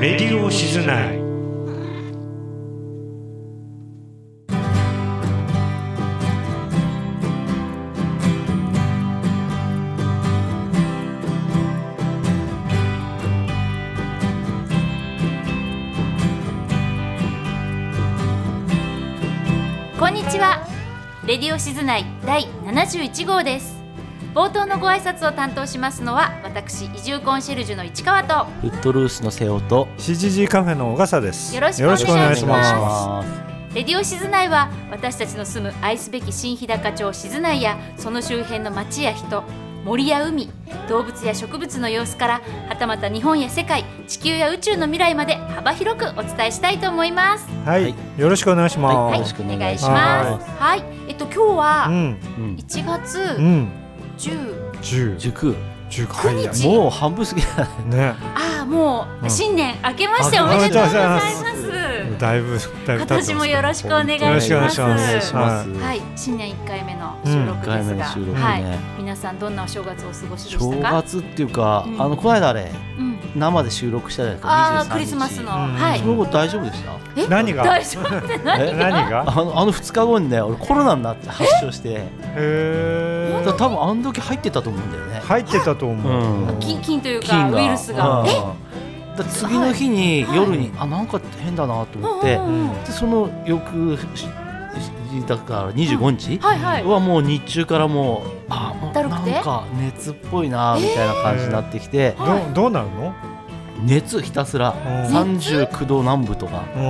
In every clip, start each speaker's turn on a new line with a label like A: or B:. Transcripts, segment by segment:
A: レディオシズナイ」
B: こんにちはレディオシズナイ第71号です冒頭のご挨拶を担当しますのは私移住コンシェルジュの市川と
C: フットルースの瀬尾と
D: CGG カフェの小笠です
B: よろしくお願いします
D: よろくお願いしま
B: レディオシズナイは私たちの住む愛すべき新日高町静内やその周辺の町や人森や海動物や植物の様子からはたまた日本や世界地球や宇宙の未来まで幅広くお伝えしたいと思います。
D: すはい、
C: はい
D: よろしくお願いします、
C: はい
B: はい、
C: よろしくお願いします
B: ますはい、えっと今日
D: う
B: は
D: ん
C: うん
B: 1月
D: うん
B: 10、
D: 十
C: 塾
D: 十
B: 19日
C: もう半分過ぎた
D: ね
B: ああもう新年明けましてお
C: あ
B: めでとうございま
D: お
B: す。
D: だいぶだいぶ経って
B: 今
D: ます
B: 年もよろしくお願いします。
D: よろしくお願いします
B: はい、新年1回目の収録です
C: うん一回目の
B: が、
C: 収録ね
B: はい、皆さんどんなお正月をお過ごしで
C: 正
B: したか？
C: 月っていうか、
B: うん
C: あのこの間あれ
B: うん、
C: 生で収録したじゃないですか
B: ああ
C: 23日
B: クリスマスの、
D: うん
B: はい
C: そ。の後大丈夫でした
B: え
D: 何が
B: 大丈夫って何？
C: え
D: 何が
C: あのあの2日後にね俺コロナになって発症して
D: へー
C: だ多分あの時入ってたと思うんだよね
D: 入ってたと思う、
C: うん
B: 菌菌というかウイルスが。
C: うん
B: え？
C: だ次の日に
B: はい
C: 夜に、あなんか変だなと
B: うん
C: 思っ
B: う
C: て、
B: んうん
C: でその翌ししだから25日、
B: はいはい。
C: はもう日中からもうあもう
B: だる
C: な
B: くて
C: んか熱っぽいなみたいな感じになってきて、
B: うんはい
D: どどうなるの、
C: 熱ひたすら
D: うん
C: 39度南部とか、
D: うん、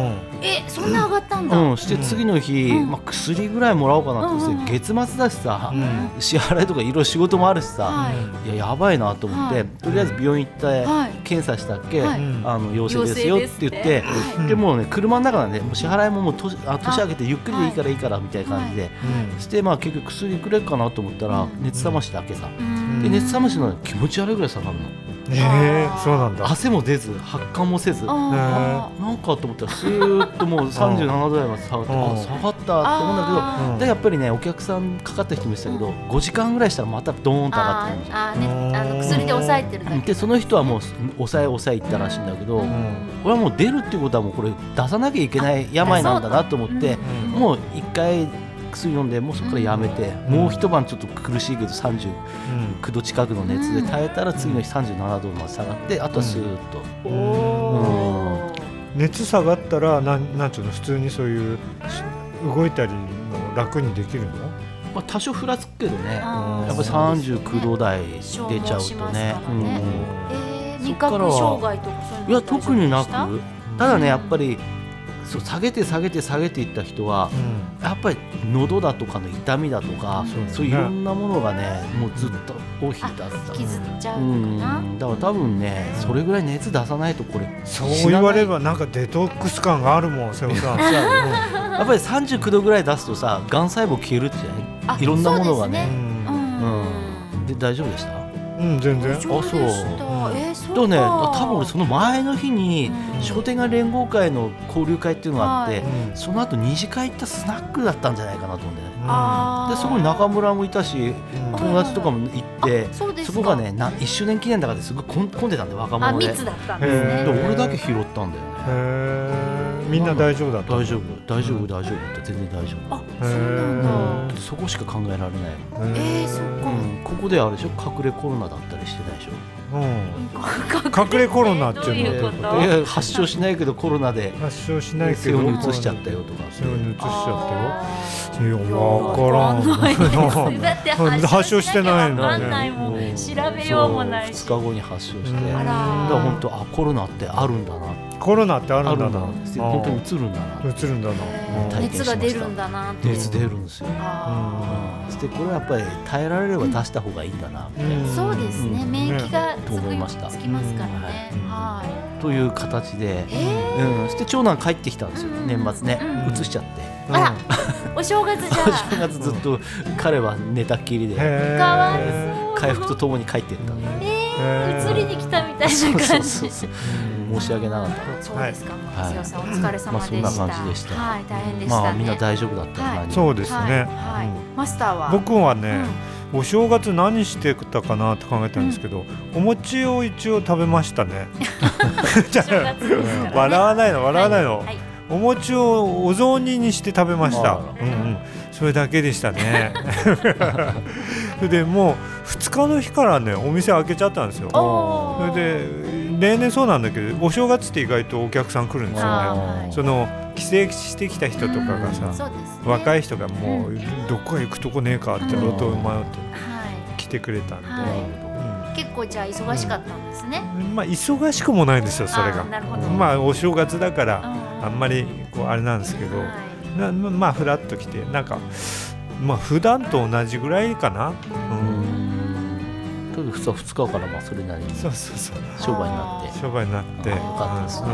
B: えそんな上がったんだ。
C: うん、して次の日、
B: うん
C: まあ、薬ぐらいもらおうかなと思って、
B: うんうん
C: 月末だしさ
D: う、ん
C: 支払いとかいろいろ仕事もあるしさ、
B: はい
C: い、ややばいなと思って、
B: はい
C: とりあえず病院行って、
B: はい
C: 検査したっけ、
B: はい
D: うん
C: あの陽性ですよって言って。
B: 陽性ですって
D: うん
C: でもうね車の中なんでもう支払いももう年あ年明けてゆっくりでいいからいいからみたいな感じで、
D: うん
C: してまあ結局薬くれるかなと思ったら
B: うん
C: 熱冷まして明けさ、
B: うん
C: で熱冷ましの気持ち悪いぐらい下がるの
D: えー、そうなんだ
C: 汗も出ず発汗もせずな
B: あー
C: んかと思ったらスーッともう37度ぐらいまで下がって
D: うん
C: あ下がったって思うんだ
B: あ
C: けどでやっぱりねお客さんかかった人も言ってたけど5時間ぐらいしたらまたドーンと上がってる
B: ー
C: んですよ
B: あーねあの薬で抑えてるだ
C: うん
B: け。
C: でその人はもう抑え抑え行ったらしいんだけど、
B: う
D: うんん
C: 俺はもう出るってことはもうこれ出さなきゃいけない病なんだなと思って、
D: うん
C: もう一回薬飲んでもうそこからやめて、
D: うん
C: もう一晩ちょっと苦しいけど39
D: うん
C: 度近くの熱で耐えたら次の日37度まで下がってあとはスーッと、
B: おお
C: う
B: ー。
D: 熱下がったらなんなんつうの普通にそういうし動いたりも楽にできるの
C: まあ、多少ふらつくけどねやっ
B: あー
C: ぱ39度台出ち
B: 消
C: ゃう
B: 耗し
C: と
B: ます
C: ね
B: か。ら
C: うん
B: ねえー味覚
C: そっ
B: 障
C: か
B: 害とかそういうの
C: いや特になく
B: 大丈夫で
C: ただねやっぱりそう下げて下げて下げていった人は
D: うん
C: やっぱり喉だとかの痛みだとか
D: そうだね
C: そういういろんなものがねもうずっと尾ひた
B: した
C: す
B: 引きずっちゃう
C: う
B: のかな。
C: んだから多分ねそれぐらい熱出さないとこれ
D: そう言われればなんかデトックス感があるもん瀬尾さん、
C: やっぱり39度ぐらい出すとさがん細胞消えるってじゃない
B: あ
C: いろんなものが
B: そう
D: う
B: です
C: ね
B: うん
C: うんで大丈夫でした
D: うん、全然
B: 大丈夫でし
D: あそ
B: た
D: う
B: えーそう
C: と
B: か。
C: ね多分俺その前の日に
B: うん
C: 商店街連合会の交流会っていうのがあって
B: は
D: うん
C: その後二次会行ったスナックだったんじゃないかなと思うんだよね
B: あー
C: でそこに中村もいたし
D: うん
C: 友達とかも行って
B: あそうです
C: そ
B: か
C: こがねな1周年記念だからですごい混混んでたんで若
B: あ
C: 者で
B: 密
C: で
B: だったんです
D: へ
B: ね。
D: ー
C: 俺だけ拾ったんだよね
D: へーみんな大丈夫だった
C: 大丈夫大丈夫大丈夫って全然大丈
B: あ
D: へ
B: そうな
D: ー
B: んだ。
C: 夫そこしか考えられない、
B: えーそっ
C: うん、ここであれでしょ隠れコロナだったりしてないでしょ
D: うん
B: か。
D: 隠れコロナって
B: どう
D: いうの
B: いう
D: は
B: こと
C: いや発症しないけどコロナで
D: 発症しないけ
C: 背
D: ど
C: 負に移しちゃったよとか
D: 背負に移しちゃ
B: あ
D: ったよい
B: ー
D: やわからん
B: わかんないですだって
D: 発症してない
B: わ
D: の
B: かんない
D: ね
B: もん。
C: うん
B: 調べようもないし
C: そう2日後に発症して
D: うん
C: だ
B: あ
C: から
B: ー
C: ら本当あコロナってあるんだな
D: コロナってあ
C: あ
D: る
C: る
D: ん
C: ん
D: だ
C: だ
D: な
C: なって本当に移るんだな
D: 映るんだな
C: 体験
B: 熱
C: しまし
B: が
C: た
B: 出るんだなって。
C: 熱出るんですよ
B: あ
C: そしてこれはやっぱり耐えられれば出した方がいいんだな
D: う
B: ー
D: ん
B: そうですね、
C: うん
B: 免疫がつ
C: と思いました
B: くつきますからね。
C: うん
B: は
C: という形で
B: い。え
C: うん、そして長男帰ってきたんですよ、
B: うん
C: 年末ね
B: う、
C: 移しちゃって、
B: ー、あら、お正月じゃ
C: 正月ずっと彼は寝たっきりで、
D: へー
B: かわいそう。
C: 回復とともに帰っていったね、
B: えー、移りに来たみたい
C: そう
B: な
C: そ
B: 感
C: う
B: じ。
C: そ う
B: そ
C: そう
B: う
C: 申し訳なかった、
B: ですか、
C: は
B: 松
C: い
B: 代さん、お疲れ様
C: ま
B: で
C: あ、
B: し
C: そ
B: た。
C: んな感じでした、
B: はい、大変でしたね。
C: まあみんな大丈夫だったよ
B: はい
C: 何より
D: そうですね
B: はい、はい
D: うん
B: マスターは。
D: 僕はね、
B: うん
D: お正月何してたかなって考えたんですけど、お餅を一応食べましたねじゃ
B: お正月ですからね
D: あ笑わないの笑わないの、
B: はい
D: お餅をお雑煮にして食べました、
C: あ
D: うんうん、それだけでした ね それでもう2日の日からねお店開けちゃったんですよ
B: お
D: それ
B: ー
D: で例年そうなんだけどお正月って意外とお客さん来るんですよ
B: あ
D: ね
B: ーはい
D: その帰省してきた人とかが
B: うん
D: さ、
B: そうですね
D: 若
B: い、
D: い人がもうどこへ行くとこねえかって
B: うん
D: 路頭迷って
B: は
D: 来てくれたんで、
B: は
D: う
B: い、結構じゃあ忙しかったんですね、
D: んまあ忙しくもないんですよそれ
B: あ
D: が
B: ーなるほど
D: まあお正月だから
B: あ
D: あんまりこうあれなんですけど、
B: は
D: なままあフラッと来てなんかまあ普段と同じぐらいかな、うん、
C: とにかく2日2日からまあそれなりに
D: そうそうそう
C: 商売になって
D: 商売になって
C: あー
B: よかったです
D: う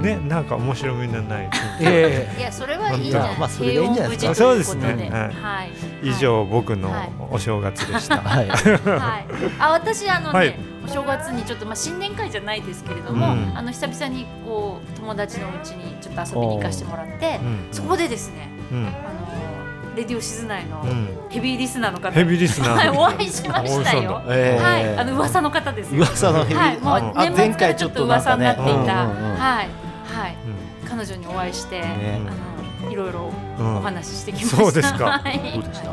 D: んねなんか面白みのない
C: え
B: い、いやそれはいいじゃない、
C: まあそれがいいんじゃないです
D: か
B: 平穏無事
D: そ
B: とい
D: う
B: こと
D: ですねはい
B: はい、
D: 以上僕の
B: はい
D: お正月で した、
C: はい
B: はい、あ私あのね、
D: はい
B: お正月にちょっと、まあ、新年会じゃないですけれども、
D: うん
B: あの久々にこう友達のうちにちょっと遊びに行かせてもらって
D: うん
B: そこでですね
D: うん
B: あのレディオ静内の
D: うん、
B: ヘビーリスナーの方
D: ヘ
B: に、
D: ビーリスナ
B: はい、
D: ー
B: お会いしましたよ。
D: あ
C: えー
B: はい、あの噂の方ですよ。
C: 噂のヘビ
B: はい、もう
C: あ
B: 年末からちょっと噂になっていた、
D: 前
C: うんうんうん
B: はい、はい、
D: うん
B: 彼女にお会いして、
C: ね
B: あのいろいろ
D: うん
B: お話ししてきました。
D: そうですか
B: はい
C: どうでした、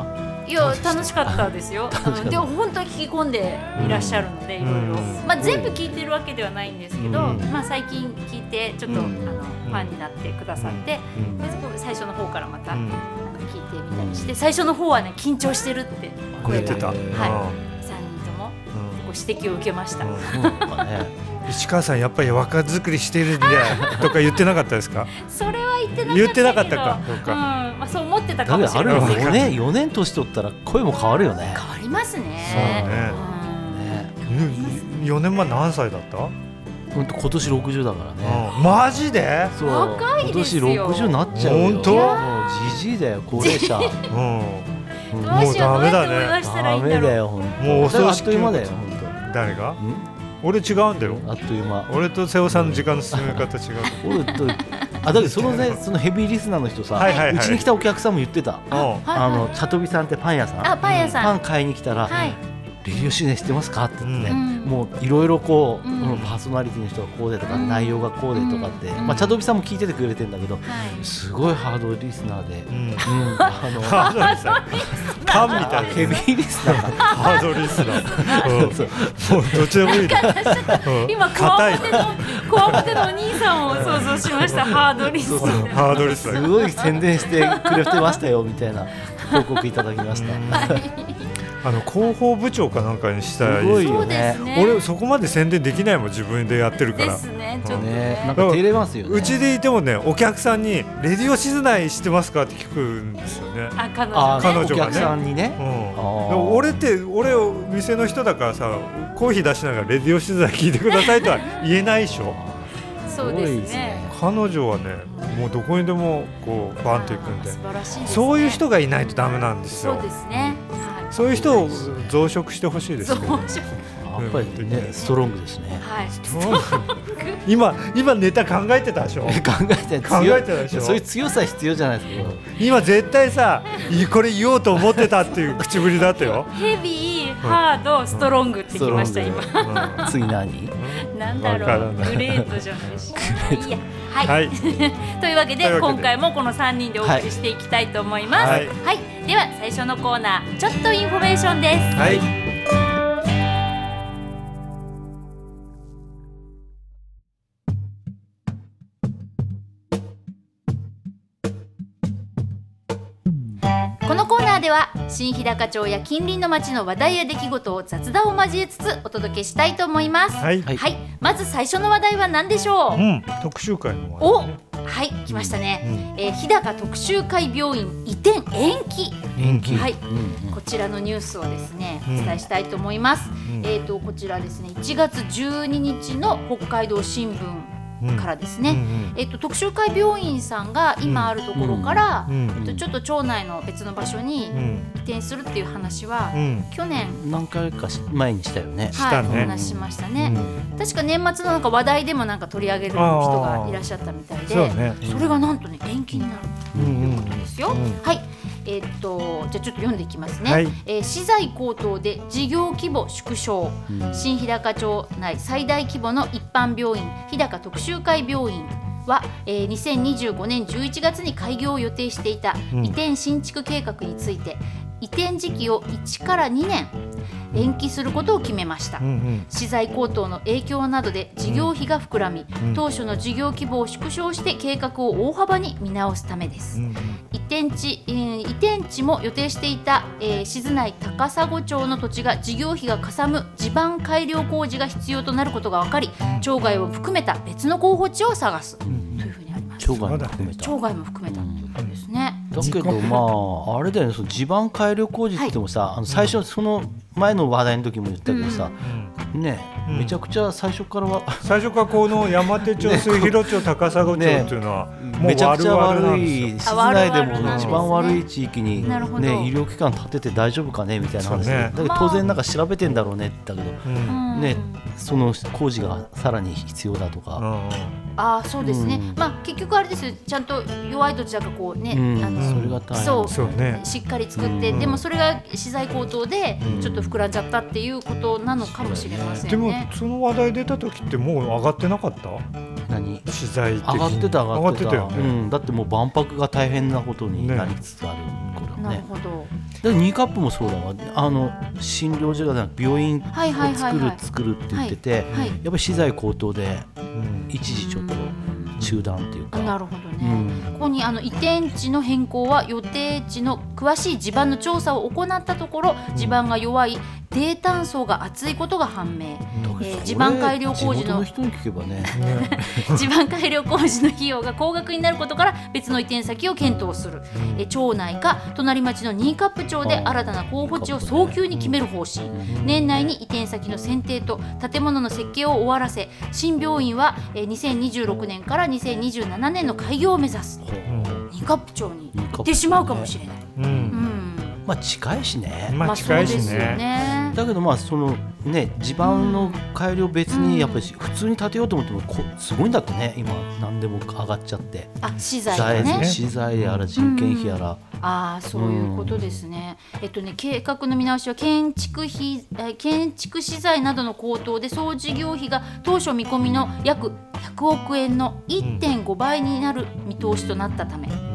B: いや楽しかったですよ。あのでも本当に聞き込んでいらっしゃるので、いろいろ
D: うん
B: まあ全部聞いてるわけではないんですけど、
D: うん
B: まあ最近聞いてちょっと、
C: うん
B: あのファンになってくださって、
D: うん
B: でそこ最初の方からまた、
D: うん
B: あの聞いてみたりして、最初の方はね緊張してるって
D: 言
B: 声
D: って
B: が
D: た、
C: は
B: はいい
D: うん
B: 三人と
D: うん
B: もご指摘を受けました。
D: うん
C: うんなんかね
D: 石川さんやっぱり若作りしてるんでとか言ってなかったですか
B: それは言ってなかったけど。、
D: 言ってなかったかそううんか
B: まあそう思ってた
C: だ
B: か
C: け
B: も
C: ど
B: しれ
C: あれ
B: ない
C: も
B: ですけど。
C: 4年4年年取ったら声も変わるよね
B: 変わりますね。
D: そうね
B: うん
D: 4年前何歳だった、
C: ほんと今年60だからね
D: うんマジで、
C: そう
B: 若いですよ
C: 今年60になっちゃうよ
D: ほんと
C: も うじじいだよ高齢者
D: うん、
C: うん
B: どうしよう、
D: もうダ
B: どうや
D: メだね
B: って思い出したら
C: ダ
B: いいんだ
C: メ
B: ろう
C: だ。よほんと
D: もうお葬式
C: あっという間だよほんと
D: 誰が
C: ん
D: 俺違うんだよ
C: あっという間
D: 俺と瀬尾さんの時間の進め方違う
C: 俺とあだけどその ねそのヘビーリスナーの人さ
D: はいはいはいう
C: ちに来たお客さんも言ってた
D: うん
B: はい
C: あの茶飛びさんってパン屋さん
B: あ、パン屋さ
C: パ
B: ん。
C: ン買いに来たら
B: はい。
C: 「レディオシネ知ってますか?」って言ってね、
B: うん
C: もういろいろこう、
B: うん
C: このパーソナリティの人がこうでとか、
B: うん
C: 内容がこうでとかって、
B: うん
C: まあ、茶飛さんも聞いててくれてんだけど
B: はい。
C: すごいハードリスナーで、
D: うん
C: うん あの
D: ハードリスナーパンみた
C: ヘ
D: い
C: ビ
D: な
C: ーリスナー
D: ハードリスナーうんもうどっちでもいいねうん
B: 今、こわ
D: 硬
B: も
D: い
B: ての、こわもてのお兄さんを想像しました。ハードリス
C: そう
B: ト
C: そう。
D: ハードリスナ
C: す
D: ー
C: ごい宣伝してくれてましたよみたいな報告いただきました。
D: あの広報部長かなんかにしたら
C: すごい
B: そ
C: よ
B: うで
C: ね
B: すね。
D: 俺そこまで宣伝できないもん自分でやってるか
B: で
D: ら
B: すね。ちょっと
C: ねなん
B: ね。
C: か照れますよね。
D: うちでいてもねお客さんに「レディオ静内知ってますか?」って聞くんですよね
B: あ、彼
C: あ
B: 女
D: 彼
B: ね。
D: 女
C: ー
D: がね
C: お客さんにね
D: う。ん、で
C: ー
D: も俺って俺を店の人だからさコーヒー出しながら「レディオ静内聞いてください」とは言えないでしょ
B: そうですね。
D: 彼女はねもうどこにでもこうバンと行くんで
B: あー素晴らしいですね。
D: そういう人がいないとダメなんです
B: そ
D: よ
B: うですね。はい。
D: そういう人を増殖してほしいです
B: そ
D: よね
B: うしよ
C: やっぱりねストロングですね
B: う。。はい。
D: 今今ネタ考えてたでしょ
C: 考えて
D: 考
C: 強
D: え
C: い
D: てたでしょ
C: そういう強さ必要じゃないですか。
D: 今絶対さいこれ言おうと思ってたっていう口ぶりだったよ、
B: ヘビー、ハード、ストロングってきました、今。
D: うん
C: 次何？
B: なんだ
D: わか
B: ろ
D: ら
B: う、
D: ない
B: グレートじゃないし。いや、はい。
D: はい
B: というわけで
D: というわけで
B: 今回もこの3人でお送りしていきたいと思います。は、
D: はいい
B: では最初のコーナーちょっとインフォメーションです。
D: はい
B: このコーナーでは新日高町や近隣の町の話題や出来事を雑談を交えつつお届けしたいと思います。は
D: はい、
B: い、まず最初の話題は何でしょう
D: う。ん、特集会の
B: お、
D: 話ね
B: はい、来ましたね。えー日高特集会病院移転延期。
C: 人気。
B: はい
C: うんうん
B: こちらのニュースをですね
D: う
B: お
D: ん
B: 伝えしたいと思います。
D: うん
B: えー、とこちらですね1月12日の北海道新聞からですね、
D: うんうん
B: えっと、特集会病院さんが今あるところから、
D: うん
B: えっと、ちょっと町内の別の場所に
D: うん
B: 移転するっていう話は、
D: うん
B: 去年、
C: 何回かし前にしたよね。
B: は
D: した
B: い、
D: ね
B: お話ししましたね、
D: うん
B: 確か年末のなんか話題でもなんか取り上げる人がいらっしゃったみたいで
D: そうね
B: それがなんとね延期になる
D: うんうん
B: ということですよ。
D: うん
B: はい、えっとじゃあちょっと読んでいきますね、
D: はい
B: えー資材高騰で事業規模縮小、
C: うん
B: 新日高町内最大規模の一般病院日高特集会病院は、えー2025年11月に開業を予定していた
D: うん
B: 移転新築計画について、移転時期を1から2年延期することを決めました、
D: うんうん
B: 資材高騰の影響などで事業費が膨らみ、
D: うん
B: 当初の事業規模を縮小して計画を大幅に見直すためです、
D: うん
B: 移転地、えー移転地も予定していた、えー静内高砂町の土地が事業費がかさむ地盤改良工事が必要となることが分かり町外を含めた別の候補地を探すというふうにあります
C: 町外も含めた。
B: 町外も含めたということですね、
C: だけどまああれだよねその地盤改良工事って言ってもさ、あの最初その前の話題の時も言ったけどさ、
D: うん
C: ね、
D: うん
C: めちゃくちゃ最初からは、
D: 最初からこの山手町、末広町、高砂町っていうのは、も
C: め
D: う
C: ちゃく
D: 悪
C: ちゃ
D: 々なん
C: 悪
D: ですよ
C: い。室内で
B: あ悪々なん
C: も
D: です
C: 一
D: ね
C: 番悪い地域に、
B: なるほど
C: ね、医療機関建てて大丈夫かねみたいな話
D: そう
C: で、
D: ね
C: だけど当然なんか調べてんだろうねってだけど、
D: うん
B: うん
C: ねその工事がさらに必要だとか、
B: ああそうですね、
C: うん
B: まあ結局あれですよちゃんと弱い土地だからこうね、
C: うん
B: あの
C: それが大
D: う
B: そう
C: 変
D: んそうね。
B: しっかり作って、
D: うん
B: でもそれが資材高騰で
C: うん
B: ちょっと膨らんじゃったっていうことなのかもしれませんね。
D: でもその話題出た時ってもう上がってなかった
C: 何
D: 資材的に
C: 上がってた上がってた
D: 上がってたよ
C: う
D: ね、
C: ん、だってもう万博が大変なことに
D: ね
C: なりつつある、これは
B: なる
C: ね
B: ほど。
C: でニーカップもそうだわあの診療所じゃなく病院を
B: はいはいはい
C: 作
B: は
C: る
B: い
C: 作るって言ってて、
B: はい。
C: やっぱり資材高騰で
D: うん
C: 一時ちょっと中断っていう
B: あ
C: か、
B: なるほど
C: う
B: ね。
C: ん、
B: ここにあの移転地の変更は予定地の詳しい地盤の調査を行ったところ地盤が弱い低炭素が厚いことが判明。
C: だけ
B: え
C: ど
B: ー
C: それ
B: 地盤改良工事の
C: 地元の人に聞けばね
D: ね
B: 地盤改良工事の費用が高額になることから別の移転先を検討する、え町内か隣町のニーカップ町で新たな候補地を早急に決める方針年内に移転先の選定と建物の設計を終わらせ新病院はえ2026年から2027年の開業を目指すニーカップ町に行ってしまうかもしれない、
D: うん
B: う
D: うん
B: ん、
C: まあ近いしね、
D: まあ近いし
B: そうですよ
D: ね,、
B: ね
C: だけどまあそのね地盤の改良別にやっぱり普通に建てようと思ってもこすごいんだってね今何でも上がっちゃって
B: あ資材
C: 材
B: がね
C: 資材やら人件費やら、
B: ああそういうことですね、えっとね計画の見直しは建築費えー建築資材などの高騰で総事業費が当初見込みの約100億円の1.5倍になる見通しとなったため、
D: うん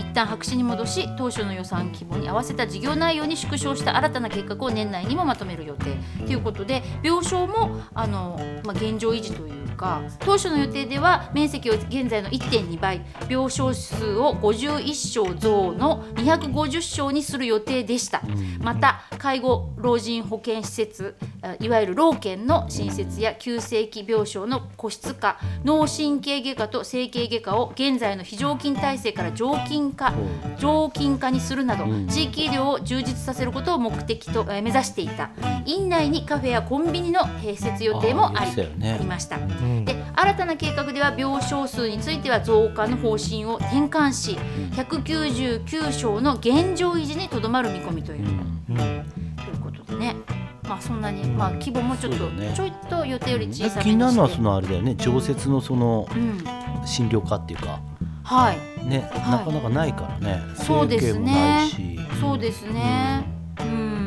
B: 一旦白紙に戻し当初の予算規模に合わせた事業内容に縮小した新たな計画を年内にもまとめる予定ということで病床もあの、まあ、現状維持というか当初の予定では面積を現在の1.2倍病床数を51床増の250床にする予定でした。
C: うん
B: また介護老人保健施設あいわゆる老健の新設や急性期病床の個室化脳神経外科と整形外科を現在の非常勤体制から常勤化常勤化にするなど、
C: うん
B: 地域医療を充実させることを目的と、えー目指していた院内にカフェやコンビニの併設予定もあり
C: あー言ってたよね
B: ありました。
D: うん
B: で新たな計画では病床数については増加の方針を転換し199床の現状維持にとどまる見込みというう。
C: ん
D: うん
B: ということでね。まあそんなに、まあ規模もちょっ
C: そ
B: と、
C: うだね
B: ちょいと予定より小さめにして。
C: 気になるのはそのあれだよね常設のその
B: うん、
C: 診療科っていうか
B: はい、
C: ね、
B: い
C: なかなかないからね
B: そうですね
C: 整形もないし
B: そうですね。うん。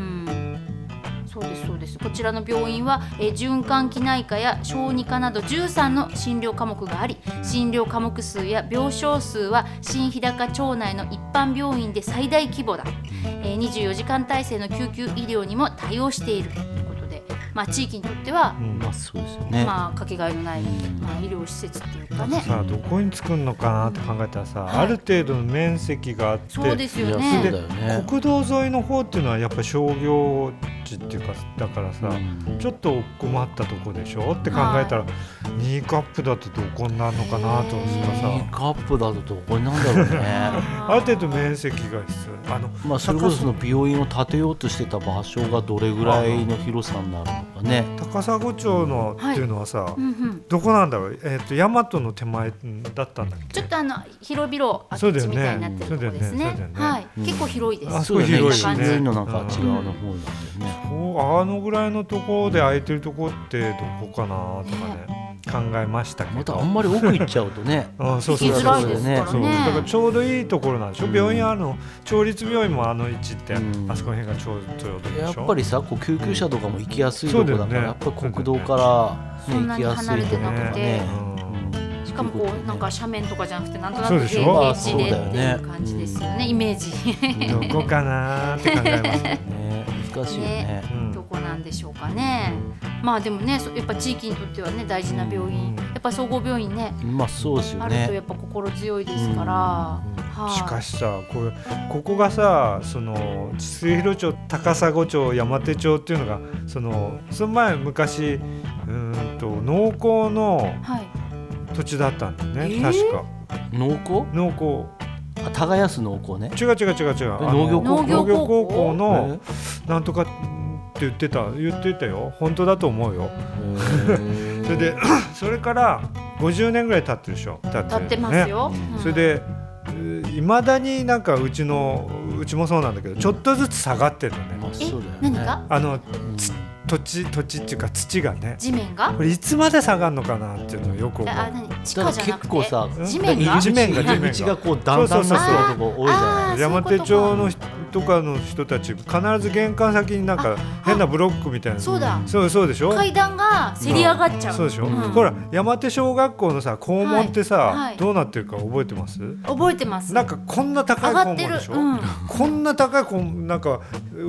B: そうですそうですこちらの病院は、えー循環器内科や小児科など13の診療科目があり診療科目数や病床数は新日高町内の一般病院で最大規模だ、えー24時間体制の救急医療にも対応しているということで、まあ、地域にとっては
D: う、ん
C: まあそうですよね、
B: まあ、かけがえのない、
C: うん
B: まあ、医療施設っていうかね。
D: さあどこに作るのかなって考えたらさ、ある程度の面積があって
B: そうです
C: いや
B: よ
C: そう
B: ね。
C: だよね
D: 国道沿いの方っていうのはやっぱ商業地っていうかだからさ、
C: うん
D: ちょっと困ったとこでしょって考えたら、ニーカップだとどこになるのかなとか
C: いい
D: さ
C: カップだとどこになんだろうね
D: ある程度面積が必要あの
C: まあそれこそその病院を建てようとしてた場所がどれぐらいの広さになるのかね
D: 高砂町のっていうのはさ、
B: うんうん
D: どこなんだろう、えっと大和の手前だったんだっ
B: ち
D: け
B: ょっとあの広々
D: そう
B: 空
D: だよね
B: き地みたいになってるとこですね
D: そうだよねそうだよね
B: はい、
C: うん
B: 結構広いです。
D: あ
B: は
D: そこ広いし
C: そうだ
D: ね
C: ね新のなんか違うの方なんだよね
D: こうあのぐらいのところで空いてるところってどこかなとかね考えましたけ
C: また
D: ど
C: あんまり奥行っちゃうとね
D: あそうそう
B: 行きづらいですから
D: そうだ
B: ね
D: からちょうどいいところなんでしょ、
C: うん
D: 病院あるの町立病院もあの位置って、
C: うん
D: あそこら辺がちょうどいいで
C: やっ
D: しょ
C: ぱりさこう救急車とかも行きやすいとこだか
D: そ
C: ら、
D: うだよね
C: やっぱり国道から、
B: そう
C: ね
B: だね
C: 行きやすいとこだからね
D: そんなに離れてなくて
C: うん
B: しかもこうなんか斜面とかじゃなくてなんとな
D: そう
B: く
D: でしょ
B: 平地でっ
C: あそう
B: て
C: だ
B: い
C: よ
B: う
C: ね
B: 感じですよねイメージ
D: どこかなーって考えます、ね
C: ね難しいよね
D: う
B: ど
D: ん、
B: こなんでしょうかねまあでもねそやっぱ地域にとってはね大事な病
D: う
B: 院
D: ん
B: やっぱ総合病院ね
C: まあそうですよ
B: あるとや
C: ね
B: っぱ心強いですから、はい
D: しかしさこれここがさその千代町高砂町山手町っていうのがそのその前昔うーんと農耕の
B: はい
D: 土地だったんだよね、
B: えー
D: 確か
C: 農耕
D: 農耕
C: あ耕す農耕ね
D: 違う違う違う違うあの
C: 農業高校
D: 農業高校
C: え
D: のなんとかって言ってた言ってたよ本当だと思うよ
C: ー
D: それ でそれから50年ぐらい経ってるでしょ経って
B: 立ってますよ、
C: ね
B: うん
D: それでいまだになんかうちのうちもそうなんだけどちょっとずつ下がってるのね
C: まあ
B: え、
C: そうだよね
B: 何が
D: あの
C: うん
D: 土地土地っていうか土がね
B: 地面が
D: これいつまで下がるのかなっていうのをよく思
B: あ
D: う
B: 何地下
C: だから
B: じゃなくて
C: 結構さ
D: うん
B: 地面が
D: 地面が
C: 入
D: 地
C: り
D: 面
C: 口
D: が
C: がこう段々
D: そうそうそう
C: なってるとこ多いじゃない
B: あー
D: 山手
B: そういう
D: 町の人とかの人たち必ず玄関先になんか変なブロックみたいな
B: そうだ
D: そうそうでしょ
B: 階段がせり上がっちゃう、
D: そうでしょ、
C: うん
D: ほら山手小学校のさ校門ってさ、
B: はいはい
D: どうなってるか覚えてます
B: 覚えてます
D: なんかこんな高
B: 上
D: い校
B: がっ
D: 門
B: てる
D: でしょ、
B: うんはい
D: こんな高い校なんか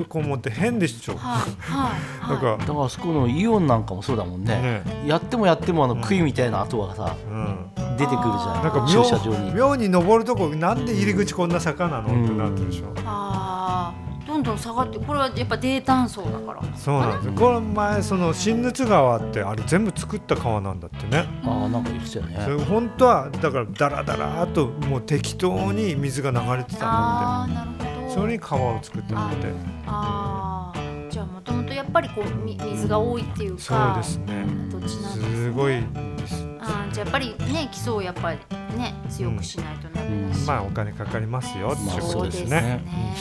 D: 校門って変でしょ、
B: はいはい
D: なんか、
C: だからあそこのイオンなんかもそうだもんね
D: ね、
C: やってもやってもあの
D: うん
C: 杭みたいな跡がさ
D: うん、
C: 出てくるじゃ
D: なんか
C: ん
B: あー
C: 駐車場に
D: 妙妙に登るとこなんで入り口こんな坂なの、
C: うん
D: ってなってるでしょ
B: あーどんどん下がってこれはやっぱ低炭層だから
D: そうなんですよこの前その新津川ってあれ全部作った川なんだってね、
C: ああなんか言ってたよ
D: そ
C: ね
D: れ本当はだからダラダラーっともう適当に水が流れてたんだ
B: ああなる
D: っ
B: ほ
D: て
B: ど
D: それに川を作ったので
B: あーじゃあもともとやっぱりこうみ水が多いっていう
D: そう
B: か
D: ですね
B: 土地なんです
D: すごいです
B: あーじゃあやっぱりね基礎をやっぱりね強くしないとな
C: う
B: る
C: ん
D: まあお金かかりますよっていう
C: まあ
D: こと
C: そう
D: で
C: ですす
D: ね。
C: ね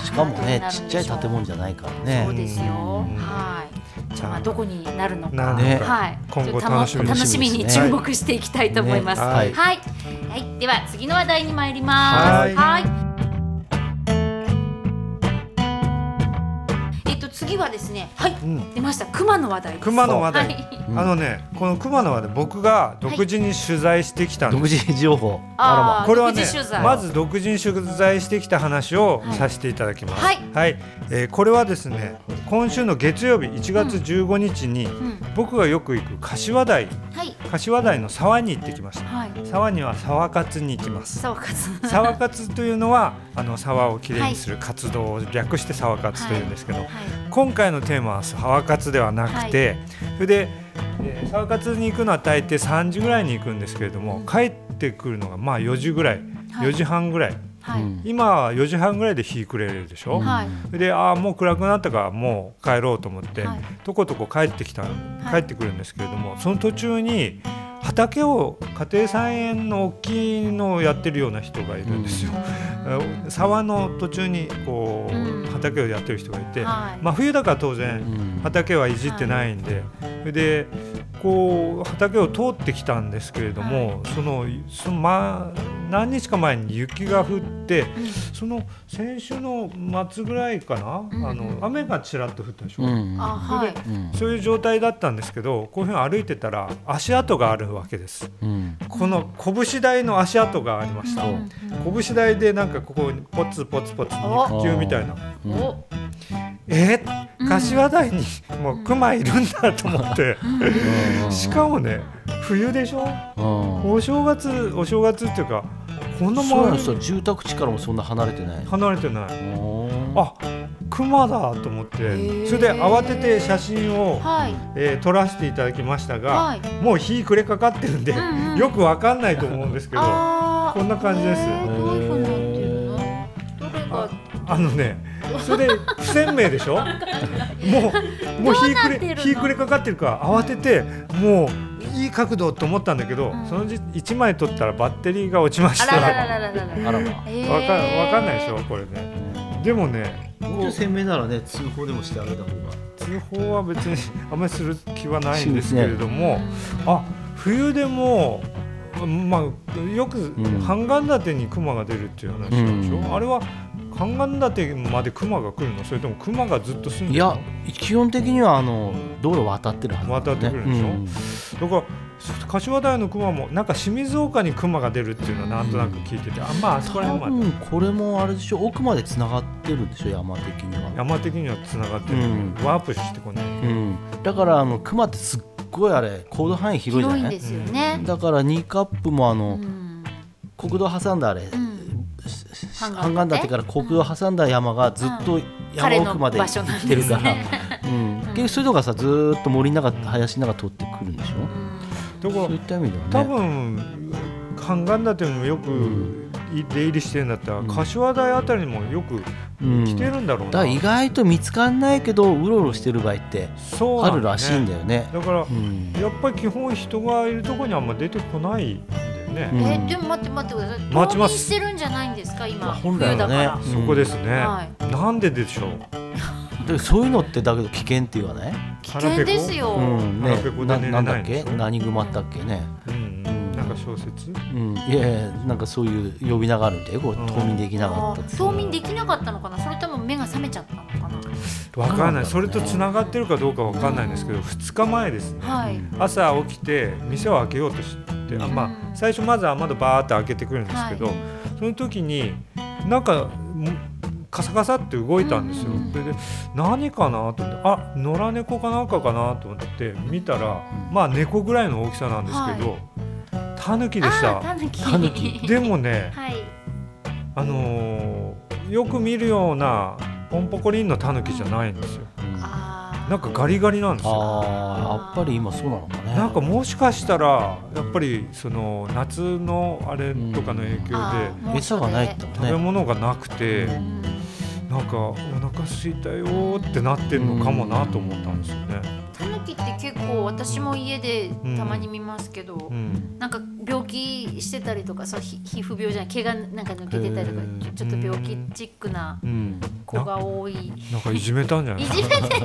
C: しかも ねちっちゃい建物じゃないから
B: そう
C: ね
B: ですよ。
D: うん
B: はい。じゃあまあどこになるの
D: な
B: か。
D: ん
C: ね
D: か
B: はい。
D: 今後
B: ちょっとた
D: 楽しみ
B: 楽
D: に
B: し
C: し
B: み
C: み
B: に
C: で
B: 注
C: すね
B: 目していきたいと思います。
D: ね
B: は。
D: はいい
B: はい。では次の話題に参ります。
D: はい
B: えっと次はですね。はい。
D: うん
B: 出ました熊の話題です。
D: 熊の話題
B: はい
C: うん
D: あのねこの熊の話で僕が独自に取材してきたんです
C: 独自情報
B: あ
C: あ
B: ー
D: これはね
B: 独自取材
D: まず独自に取材してきた話を
B: はい
D: させていただきます。
B: はい
D: えーこれはですね今週の月曜日1月15日に、
B: うん。
D: 僕がよく行く柏台
B: はい。
D: 柏台の沢に行ってきました。
B: はい。
D: 沢には沢活に行きます。
B: 沢勝。
D: 沢活というの はあの沢をきれいにする活動を略して沢活というんですけど、
B: はい。
D: 今回のテーマは沢活ではなくて、それで、えー沢活に行くのは大抵3時ぐらいに行くんですけれども帰ってくるのがまあ4時ぐらい
B: はい
D: 4時半ぐらい、
B: はい。
D: 今は4時半ぐらいで日暮れるでしょ、
C: うん
B: はい
D: それでああもう暗くなったからもう帰ろうと思って、
B: はい
D: とことこ帰ってきた帰ってくるんですけれども、その途中に畑を家庭菜園の大きいのをやってるような人がいるんですよ。
B: うん
D: 沢の途中にこう、
B: うん
D: 畑をやってる人がいて、
B: はい
D: まあ、冬だから当然
C: うん
D: 畑はいじってないんで、それでこう畑を通ってきたんですけれども、そのその、ま、何日か前に雪が降ってその先週の末ぐらいかな、
B: うん
D: あの雨がちらっと降ったでしょ、
C: うん
B: あはい。
C: うん
D: そういう状態だったんですけどこういうふうに歩いてたら足跡があるわけです
C: うん
D: この拳台の足跡がありました、
C: うん
D: 拳台でなんかここにポツポツポツ
B: お
D: 肉球みたいな
C: うん
B: お。
D: え
B: うん
D: 柏台にもうクマいるんだと思って、
C: うん
D: しかもね冬でしょ
C: うん
D: お正月お正月っていうかこの
C: そうなんです
D: 周
C: よ
D: り
C: 住宅地からもそんな離れてない
D: 離れてない
C: うん
D: あクマだと思って
B: ー
D: それで慌てて写真を、
B: はい。
D: えー撮らせていただきましたが、
B: はい。
D: もう日暮れかかってるんで、
B: うんうん
D: よくわかんないと思うんですけどあ
B: あー
D: こんな感じです
B: えーどういうふうになってるの？どれが
D: のねそれ不鮮明でしょもうもう日
B: どうなっ
D: 暮
B: てる
D: れ
B: の
D: 日暮れかかってるから慌ててもういい角度と思ったんだけど、
B: うん
D: そのじ1枚取ったらバッテリーが落ちまし
B: あ
D: た
B: ら
D: わ
B: ら
D: か
B: ららららら
C: あらま
B: えー
D: わかんないでしょこれねでもね
C: もうちょっと鮮明ならね通報でもしてあげた方が
D: 通報は別にあんまりする気はないんですけれども
B: うん
D: あ冬でも、まあ、よく
C: ん
D: 半眼立てに熊が出るっていう話でしょ、
C: うん
D: あれは半眼立てまで熊が来るのそれとも熊がずっと住ん
C: い
D: でるの
C: や基本的にはあの道路渡ってるはずなんだよね
D: 渡ってくるでしょだから柏台の熊もなんか清水岡に熊が出るっていうのはなんとなく聞いてて、あまああそこら
C: うん、多
D: 辺まで
C: 分これもあれでしょ奥までつながってるんでしょ山的には、
D: 山的にはつながってる、
C: うん
D: ワープしてこない、
C: うん、だからあの熊ってすっごいあれ行動範囲広いじ
B: 広いん
C: ゃな
B: で
C: い
B: すよね。
C: だからニーカップもあ
B: う
C: の、
B: ん
C: 国道挟んだあれ、
B: うん半眼
C: 半眼だってから国道挟んだ山がずっと
B: 彼
C: 山
B: の
C: 奥まで
B: 場
C: 行
B: 所なん
C: っ
B: で
C: て
B: す
C: る
B: ね
C: から、 うん、結局そういうのがさずーっと森の中林の中通ってくるんでしょ
D: とこ
C: そう
D: ろ
C: いった意味ではね
D: 多分半眼立てもよく
C: ん
D: い出入りしてるんだったら、
C: うん
D: 柏台あたりにもよく
C: うん
D: 来てるんだろう
C: だ
D: な、
C: から意外と見つかんないけどうろうろしてる場合って
D: そうなん
C: あ
D: だね
C: るらしいんだよね。
D: だから、
C: うん
D: やっぱり基本人がいるところにあんま出てこないんだよね、
C: うん
B: えでも待って待ってください。
D: 待ちます
B: 冬眠してるんじゃないんですか今。
C: 本来は
B: 冬だ
C: ね
B: か
D: そこですね、
B: ら。はい。
D: なんででしょう
C: うんでそういうのってだけど危険って言わない、
B: 危険ですよ。
C: うん
D: 腹ペコで寝れない
C: なんだっけ
D: でしょ
C: 何グマだっけね、
D: うん
C: うん
D: なんか小説
C: うん、いやいやなんかそういう呼び名があるんでこう
D: うん
C: 冬眠できなか
B: あ
C: ったって
B: ー冬眠できなかったのかなそれとも目が覚めちゃったのかな
D: わかんない、
C: わかんない
D: それとつながってるかどうかわかんないんですけど、2日前ですね
B: はい、
D: 朝起きて店を開けようとして、あまあ、最初まずは窓バーって開けてくるんですけど、
B: はい
D: その時になんかもカサカサって動いたんですよ、
B: うんうん
D: それで何かなと思ってあ野良猫かなんかかなと思って見たら、
C: うん
D: まあ猫ぐらいの大きさなんですけど、タヌキでした。
B: あータヌキ
C: タ ヌキ
D: でもね、
B: はい
D: あのーよく見るようなポンポコリンのタヌキじゃないんですよ。
C: うんあ
B: あー
D: なんかガリガリなんですよ。
C: あやっぱり今そうなのかね
D: なんかもしかしたらやっぱりその夏のあれとかの影響で
B: あーもう
C: 餌がないってこ
D: 食
C: と
D: べ
C: ね
D: 物がなくて
C: う
B: うん
D: なんかお腹空いたよーってなってるのかもなと思ったんですよね。
B: タヌキって結構私も家でたまに見ますけど、
D: うん
B: なんか病気してたりとかそのひ皮膚病じゃない毛がなんか抜けてたりとか
C: へー
B: ちょちょっと病気チックな
D: うん、
B: 子が多い
D: なんかいじめたんじゃないい
B: じめてないですよ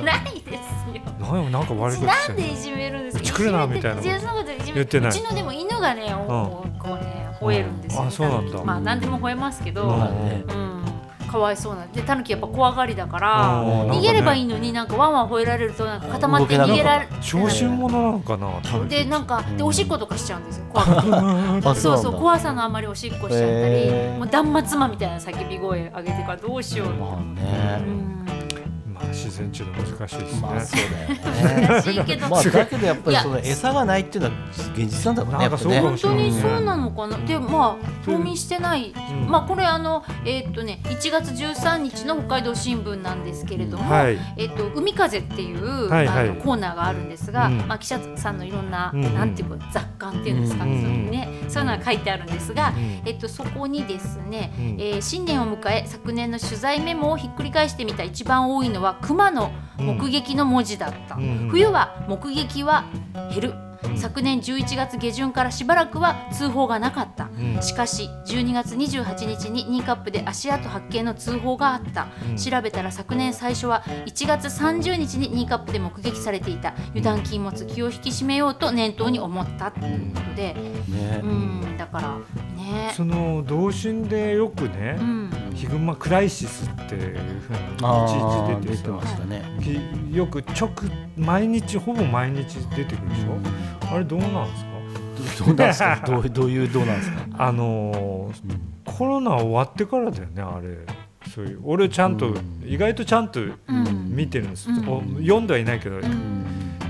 D: なんなんか悪いことし
B: なん
D: て
B: で
D: る
B: いじめるんですか
D: うち来るなみたいな
B: じめていやそんなこといじめ
D: 言ってないう
B: ちのでも犬がね、おこうね吠えるんですよ、
D: あそうなんだ
B: タヌキまあ何でも吠えますけど、
D: うん
C: まあね
B: うん、かわいそうなんでタヌキやっぱ怖がりだから、
D: うん
B: 逃げればい
D: い
B: いのになんかワンワン吠えられるとなんか固まって
C: 動けなか
B: 逃
C: った
B: げられ
D: 小心者なのかな多分
B: で なんか
C: うん
B: でおしっことかしちゃうんですよ怖くて
C: あ
B: そう
C: な
B: そ
C: ん
B: う
C: だ
B: 怖さのあまりおしっこしちゃったり、
C: へー
B: もう断末魔みたいな叫び声上げてからどうしようみたいな
C: まあ
B: う
C: ね
B: ん
D: まあ自然中の難しいですね。
C: まあそうだよね
B: 難しい けど、
C: まあだけどやっぱりその餌がないっていうのは現実なんだろうね
D: な
C: や
D: んか
C: っぱ
D: そうか
C: ね
D: も
B: 本
D: しれ
B: 当
D: ない
B: にそうなのかな、でまあ冬眠してない、
D: ん
B: まあこれあのえーっ、とね1月13日の北海道新聞なんですけれども、
D: はい。
B: えーっ、と海風っていう、
D: はいはい
B: あのコーナーがあるんですが、
D: うん
B: まあ記者さんのいろんな、
D: うんうん
B: なんていうか雑感っていうんですか、
D: うんうん
B: そういうねそういうのが書いてあるんですが、
D: うん
B: えーっ、とそこにですね、
D: うん
B: えー新年を迎え昨年の取材メモをひっくり返してみた一番多いのは熊の目撃の文字だった、
D: うんうん
B: 冬は目撃は減る
D: うん
B: 昨年11月下旬からしばらくは通報がなかった、
D: うん
B: しかし12月28日にニーカップで足跡発見の通報があった、
D: うん
B: 調べたら昨年最初は1月30日にニーカップで目撃されていた油断禁物気を引き締めようと念頭に思ったっていうことで
C: ね
B: うん、だからね
D: その同心でよくね
B: う、ん
D: ヒグマクライシスっていうふうに
C: あ
D: 一
C: ー
D: 時出
C: 出
D: て
C: て
D: さ
C: ましたね
D: きよく直毎日ほぼ毎日出てくるでしょ、あれどうなんです
C: どうなんですかどうどういうどうなんですか
D: かあのーコロナ終わってからだよねあれそういう俺ちゃんと、
C: うん
D: 意外とちゃんと
B: うん
D: 見てるんです、
B: うん
D: お読んではいないけど、
C: うん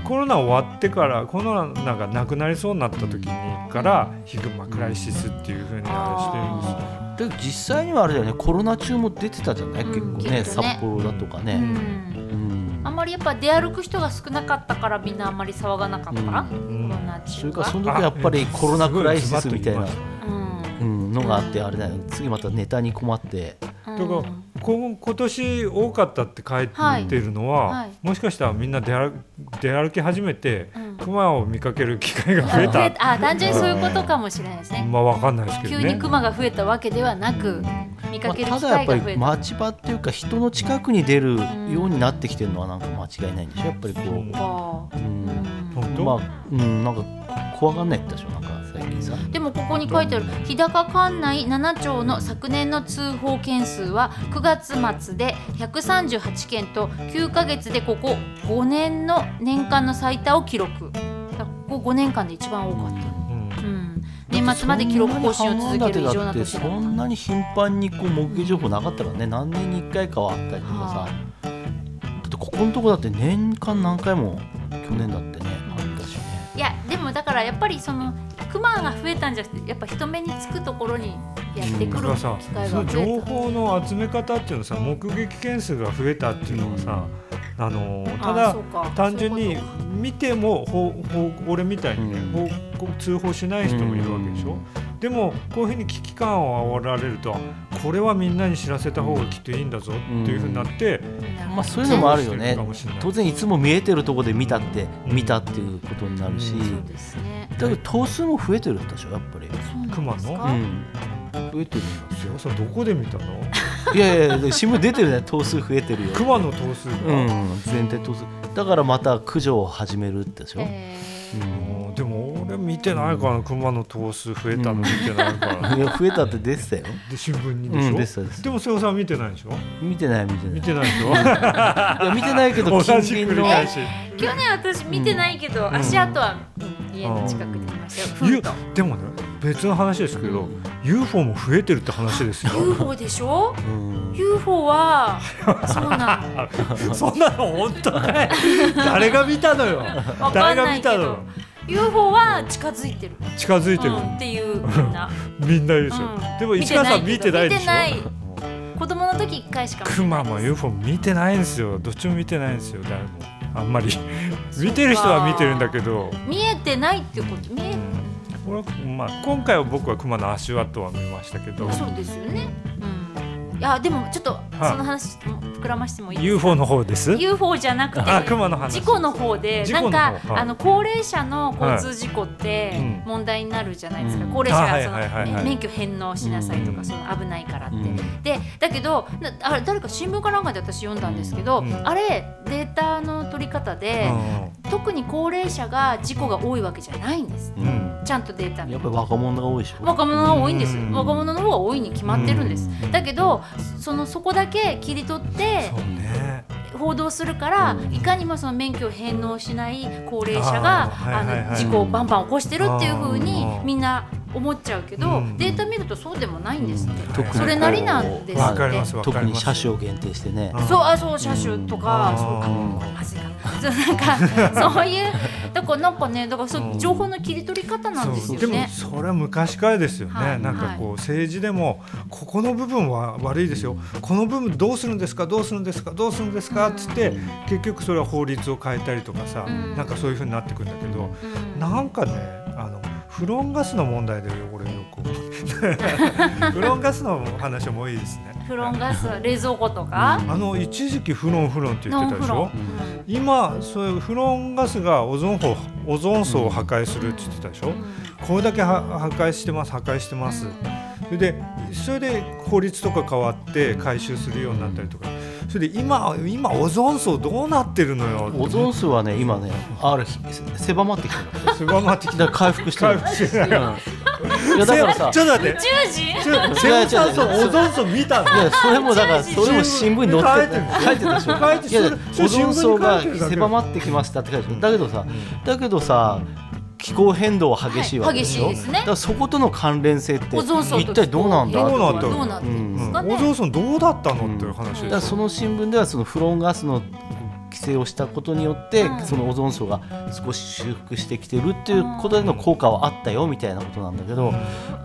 D: コロナ終わってからコロナがなくなりそうになった時にからヒグマクライシスっていうふうにあれしてるんですよ
B: あ
C: で実際にはあれだよねコロナ中も出てたじゃない、
B: うん結
C: 結構
B: 構
C: ね
B: ね
C: 札幌だとか
B: ーう
C: ね、
B: ん
C: うん
B: あんまりやっぱ出歩く人が少なかったからみんなあんまり騒がなかった、
C: うん
B: コ
D: ん
B: ロナ中
C: それから
B: は
C: その時やっぱりコロナクライシスみたいな
D: あすごいズバッと言いまし
B: うん
C: うんのがあってあれだよね次またネタに困って
B: うん
D: だからこ今年多かったって書いてるのは、
B: はいはい
D: もしかしたらみんな出歩出歩き始めて、
B: うん
D: クマを見かける機会が増え
B: あ
D: た
B: えあ単純にそういうことかもしれないですね。
D: まあわかんないですけど
B: 急
D: ね
B: にクマが増えたわけではなく、見
C: ま
B: か
C: あ、
B: ける
C: た
B: 機
C: だや
B: 会
C: っぱ
B: が増え
C: り
B: た、
C: 町場っていうか人の近くに出る
B: ん
C: ようになってきてるのはなんか間違いないんでしょやっぱりこう、
D: う
C: うんん
B: あー
D: 本当、
C: まあ、うん、なんか怖がんないって言ったでしょなんか最近さ
B: でもここに書いてある日高管内7町の昨年の通報件数は9月末で138件と9ヶ月でここ5年の年間の最多を記録だここ5年間で一番多かっ
D: うん
B: た、うん、年末まで記録更新を続ける異常な年だった
C: そんなに頻繁にこう目撃情報なかったからね何年に1回かはあったりと
B: は
C: か
B: あ
C: さだってここのとこだって年間何回も去年だってねあったしね
B: いやでもだからやっぱりそのクマが増えたんじゃなくてやっぱ人目につくところにやってく
D: だ
B: る
D: か
B: 機
D: らさ
B: 会
D: そ
B: が
D: の
B: 増
D: 情
B: えた。
D: 報の集め方っていうのはさ目撃件数が増えたっていうのがさ、あのーただ単純に見てもほほ俺みたいにね、
C: う
D: 報告通報しない人もいるわけでしょ、でもこういうふうに危機感を煽られるとこれはみんなに知らせた方がきっといいんだぞっていうふうになって、
C: まあそういうのもあるよ
D: そ
C: ね
D: うしてるかもしれない
C: 当然いつも見えてるとこで見たって
D: うん
C: 見たっていうことになるし、
D: うん
B: そうですね。
C: だけど頭数も増えてるんでしょやっぱり、
D: クマの
B: そう
C: う
B: なんで
C: ん、増えてるんですよ
D: おさんどこで見た の
C: いやいやいやで新聞出てるね頭数増えてるよ
D: クマの頭数が、
C: うん全体頭数だからまた駆除を始めるってでし
B: す
C: ょ、
B: かえー
C: うん
D: でも俺見てないからなクマの頭数増えたの見てないから、
C: いや増えたって出てたよ
D: で新聞にでし
C: う
D: ょ、
C: ん出てたです
D: でも瀬尾さん見てないでしょ
C: 見てない見 てない
D: 見てないでしょ
C: いや見てないけ ど
D: 同じ
C: 近隣
D: 繰り
C: の
D: 返し
B: 去年私見てないけど、
D: ん
B: 足跡は、うん家の近くにいましたよ。ふ
D: ゆ
B: んと。
D: でもね別の話ですけど、UFO も増えてるって話ですよ
B: UFO でしょ
C: うん
B: ?UFO はそうなの。
D: そんなの本当 かい誰が見たのよ
B: わかん
D: 誰
B: な
D: が
B: い
D: 見
B: け
D: た
B: ど
D: の。
B: UFO は近づいてる。
D: 近づいて
B: う
D: る、
B: ん、っていうみんな。
D: みんな言うでしょ、
B: うん
D: でも市川さん見てないで
B: 見
D: して
B: ない
D: ょ
B: 子供の時一回しか
D: クマも UFO も見てないんですよどっちも見てないんですよ誰もあんまり 見てる人は見てるんだけど
B: 見えてないっていうこと見え
D: 俺はまあ、今回は僕はクマの足跡は見ましたけど
B: そうですよね、うん、いやでもちょっとそ
D: はい
B: の話も膨らましてもいい
D: UFO の方です、
B: UFO じゃなく
D: あ
B: て
D: クマの話
B: 事故の方で
D: 事
B: な
D: 故
B: ん
D: の方
B: か
D: はい
B: あの高齢者の交通事故って
D: うん
B: 問題になるじゃないですか、
C: うん
B: 高齢者
D: あは
B: が
D: い
B: その、
D: はいはいはい
B: ね免許返納しなさいとか、
D: うん
B: その危ないからって、
C: うん
B: でだけどなあれ誰か新聞かなんかで私読んだんですけど、
D: うん
B: あれデータの取り方で、特に高齢者が事故が多いわけじゃないんです
D: うんうん
B: ちゃんとデータの
C: やっぱり若者が多いでしょ
B: 若者が多いんです
D: うん
B: 若者の方が多いに決まってるんです
C: うん
B: だけどそのそこだけ切り取って
D: そうね
B: 報道するから
C: うん
B: いかにもその免許を返納しない高齢者が
D: あーはいはいはい
B: あの事故をバンバン起こしてるっていう風に
D: うん
B: みんな思っちゃうけ
D: う
B: ど
D: ん
B: データ見るとそうでもないんですって
D: 特に
B: それなりなんです
D: わ
B: っ
D: かりま
B: て
D: すわか
C: 特
D: り
C: に
D: ます
C: 車種を限定してね
D: うん
B: そうあそう車種とか
D: うん
B: そうかまずいかなそうなんか そういうだからなんかねだからそううん情報の切り取り方なんです
D: そう
B: よ
D: でも
B: ね。
D: それは昔からですよね、
B: はい
D: なんかこう政治でもここの部分は悪いですよこの部分どうするんですかどうするんですかどうするんですかっつって結局それは法律を変えたりとかさ、
B: うん
D: なんかそういうふうになってくんだけど
B: うん
D: なんかねあのフロンガスの問題で俺よ くフロンガスの話もいいですね
B: フロンガス冷蔵庫とか、
D: あの一時期フロンフロンって言
B: ノ
D: っ
B: ン
D: てたで
B: フ
D: し
B: ロ
D: ょ
B: ン、
D: 今そういうフロンガスがオゾン層オゾン層を破壊するって言ってたでしょ、これだけは破壊してます破壊してますそれでそれで法律とか変わって回収するようになったりとかそれで今今オゾン層どうなってるのよ
C: オゾン数はね今ねある日狭まってきてる
D: 狭まってき
C: だから回復してる
D: 回復してる
C: うんいやだからさ
D: ちょっと待っ
B: 宇
D: て
B: 宙人
D: ちょっとセブンさんそうオゾン層見たの
C: いやそれもだから
B: 宇宙
C: そ
B: 人
C: れも新聞に載ってた書いてたでしょ
D: 書いて
C: いやいや
D: それ
C: オゾン層が
D: 新聞に書いてるだけ
C: 狭まってきましたって書いてただけどさ
D: ん
C: だけどさ気候変動は激しいわけでしょ
B: はい激しいですね
C: だからそことの関連性って
B: オゾン層と
C: 一体どうなんだ
D: どうな
B: ど
D: んだ
B: どうなってるんですか
D: うんオ
B: ね。
D: ゾン層どうだったのっていう話
C: だ
D: で
C: から
D: す
C: そ
D: よ
C: の新聞ではそのフロンガスの規制をしたことによって、
B: うん
C: そのオゾン層が少し修復してきてるっていうことでの効果はあったよみたいなことなんだけど、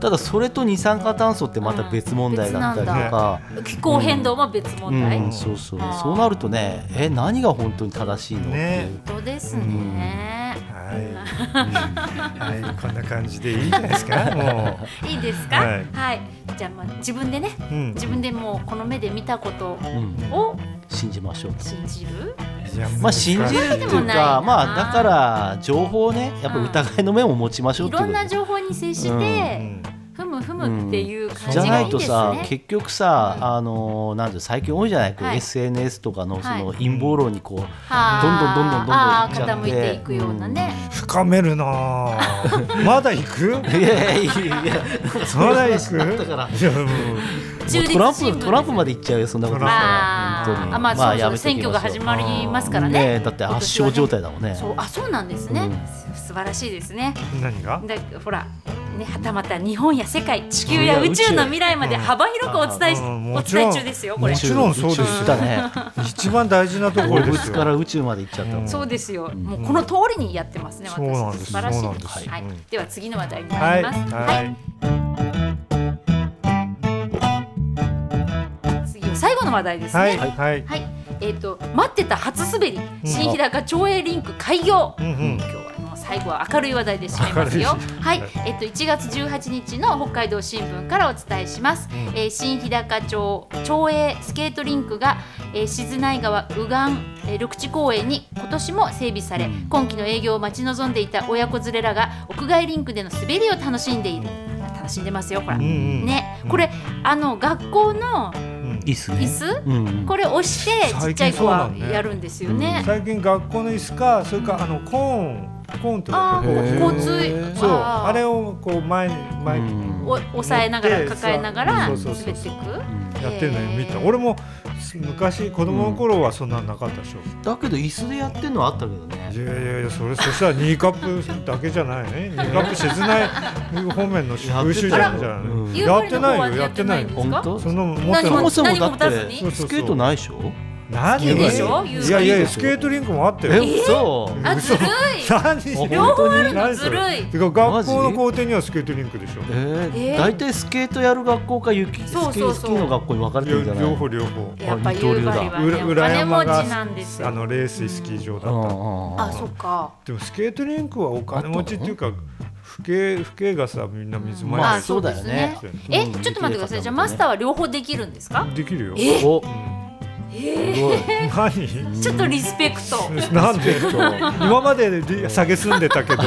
C: ただそれと二酸化炭素ってまた別問題だったりとか、
B: 気候変動も別
C: う
B: 問題。
C: ん、
B: 本
C: そうそう
B: あー
C: そうなるとねえ何が本当に正しいのっていう、
D: ね
B: 当ですね。
D: はい、うん はい、こんな感じでいいんじゃないですかも
B: いいですか。は
D: はいい。
B: じゃあまあ自分でね、
D: う、うん、
B: 自分でもうこの目で見たこと
C: うん、
B: を
C: 信じましょうと。
B: 信じる。
D: いや
C: まあ信じるって
B: そうでも
C: いう
B: ないな
C: かまあだから情報をねやっぱ
B: うん
C: 疑いの目を持ちましょう
B: い
C: ってこ
B: ろ
C: と
B: んな情報に接して、
D: うん
B: ふむふむっていう感
C: じ
B: じ
C: ゃな
B: がい
C: い
B: い
C: と
B: です
C: さ
B: ね。
C: 結局さ、
B: うん
C: あのなんていうの最近多いじゃない、こう
B: はい
C: SNS とかのその
B: はい
C: 陰謀論にこう、
B: はあ
C: どんどんどんどんどんどん
B: ああ
C: 行っちゃって
B: 傾いていくようなね。
D: 深めるなあまだ行く
C: いやいやいやいや
D: まだ行く
C: だから
D: いやもう
B: 中立
C: トラン
B: 新聞
C: プトランプまで行っちゃうよそんなことしたら
B: あー
C: 本当に
B: あまあそうそう
C: やめとき
B: 選挙が
C: ますよ
B: 始まりますからね
C: えだって圧勝状態だもんね
B: そうあそうなんですね、
C: うん
B: す素晴らしいですね
D: 何が
B: だほらねはたまた日本や世界地球や宇宙の未来まで幅広くお伝えし、
D: うんうん
B: お
D: もちろん
B: 伝え中ですよこれ
D: もちろんそうですよ
C: だね
D: 一番大事なとこ
C: 動
D: ろで
C: 物
D: すよ
C: から宇宙まで行っちゃったもん
D: うん
B: そうですよ、もううんこの通りにやってますね、
D: そうなん
B: 私
D: です
B: 素晴らしい
D: そうなんです
B: はい
D: うん
B: では次の話題に
D: は
B: 参
D: い
B: りますはい、
D: はい
B: 次は最後の話題ですね
D: は
B: はいい、
D: はい
B: えっ、と待ってた初滑り新日高町営リンク開業、
D: うんうん
B: 今日はもう最後は明るい話題で締めますよ
D: 明るい。
B: はい、えっと1月18日の北海道新聞からお伝えします。
D: うん
B: えー新日高町町営スケートリンクが、えー静内川右岸、えー緑地公園に今年も整備され、
C: うん
B: 今期の営業を待ち望んでいた親子連れらが屋外リンクでの滑りを楽しんでいる。楽しんでますよ、ほら。
D: うんうん
B: ね
D: う、ん
B: これあの学校の
D: うん
C: いいっすね
B: 椅子、
C: うんうん
B: これ押してちっ
D: 最
B: ちゃい
D: 近
B: 子
D: そうな
B: は
D: んね
B: やるんですよね。
D: 最近学校の椅子かそれかあのコーンコーンって
B: ああ、
D: こう
C: へー
B: 交通。
D: そう
B: あー
D: あれをこう前に前に
C: うん
B: お押さえながら抱えながら
D: そ
B: 滑
D: う
B: っ
D: そ
B: ていうく
D: そうそうやってるのよ見た
B: へー
D: 俺も昔子供の頃はそんなのなかったでしょ、
C: だけど椅子でやってるのはあったけどね
D: いやいやいやそれそしたらニーカップだけじゃない ねニーカップしずない方面の風習じゃないじゃない、
C: うん
B: ゆう
D: や
B: か
D: っ
B: り
D: て
B: の方
D: な
B: はい
D: よや
B: や
D: っ
B: ってて
D: な
B: ないいんで
D: よ
B: す
C: 本
B: か
C: 当
D: その持って
C: そもそもだ
B: 何も
C: っ
B: 持たず
C: て
B: に
C: スケートないでしょ
D: 何
B: いいでし
D: い
B: ょゆう
D: や
B: かり
D: いやいやスケートリンクもあったよ、
C: え嘘
B: あずるい
D: 何それ
B: 両方あるのずるい
D: てか
C: マ
D: 学
C: ジ
D: 校の校庭にはスケートリンクでしょ
C: えー
B: えー
C: 大体スケートやる学校か雪スケ
B: そうそうそう
C: スキーの学校に分かれてるんじゃない
D: 両方両方
B: やっぱ夕張はね
D: 裏
B: お
D: 裏
B: 金
D: 山
B: 持
D: が
B: ちなんです
D: あの
B: よ
D: レーススキー場だった、
C: うんうんうん
B: あそっか
D: でもスケートリンクはお金持ちっていうか不景不景がさみんな水前
C: まあ
D: だ
B: あ
D: し
C: そうだよね
B: そうです
C: うん
B: えちょっと待ってくださいじゃあマスターは両方できるんですか
D: できるよ
B: え
D: う
C: お
D: ん
C: すごい
D: 何
B: ちょっとリスペクト
D: なんで今までり下げすんでたけ ど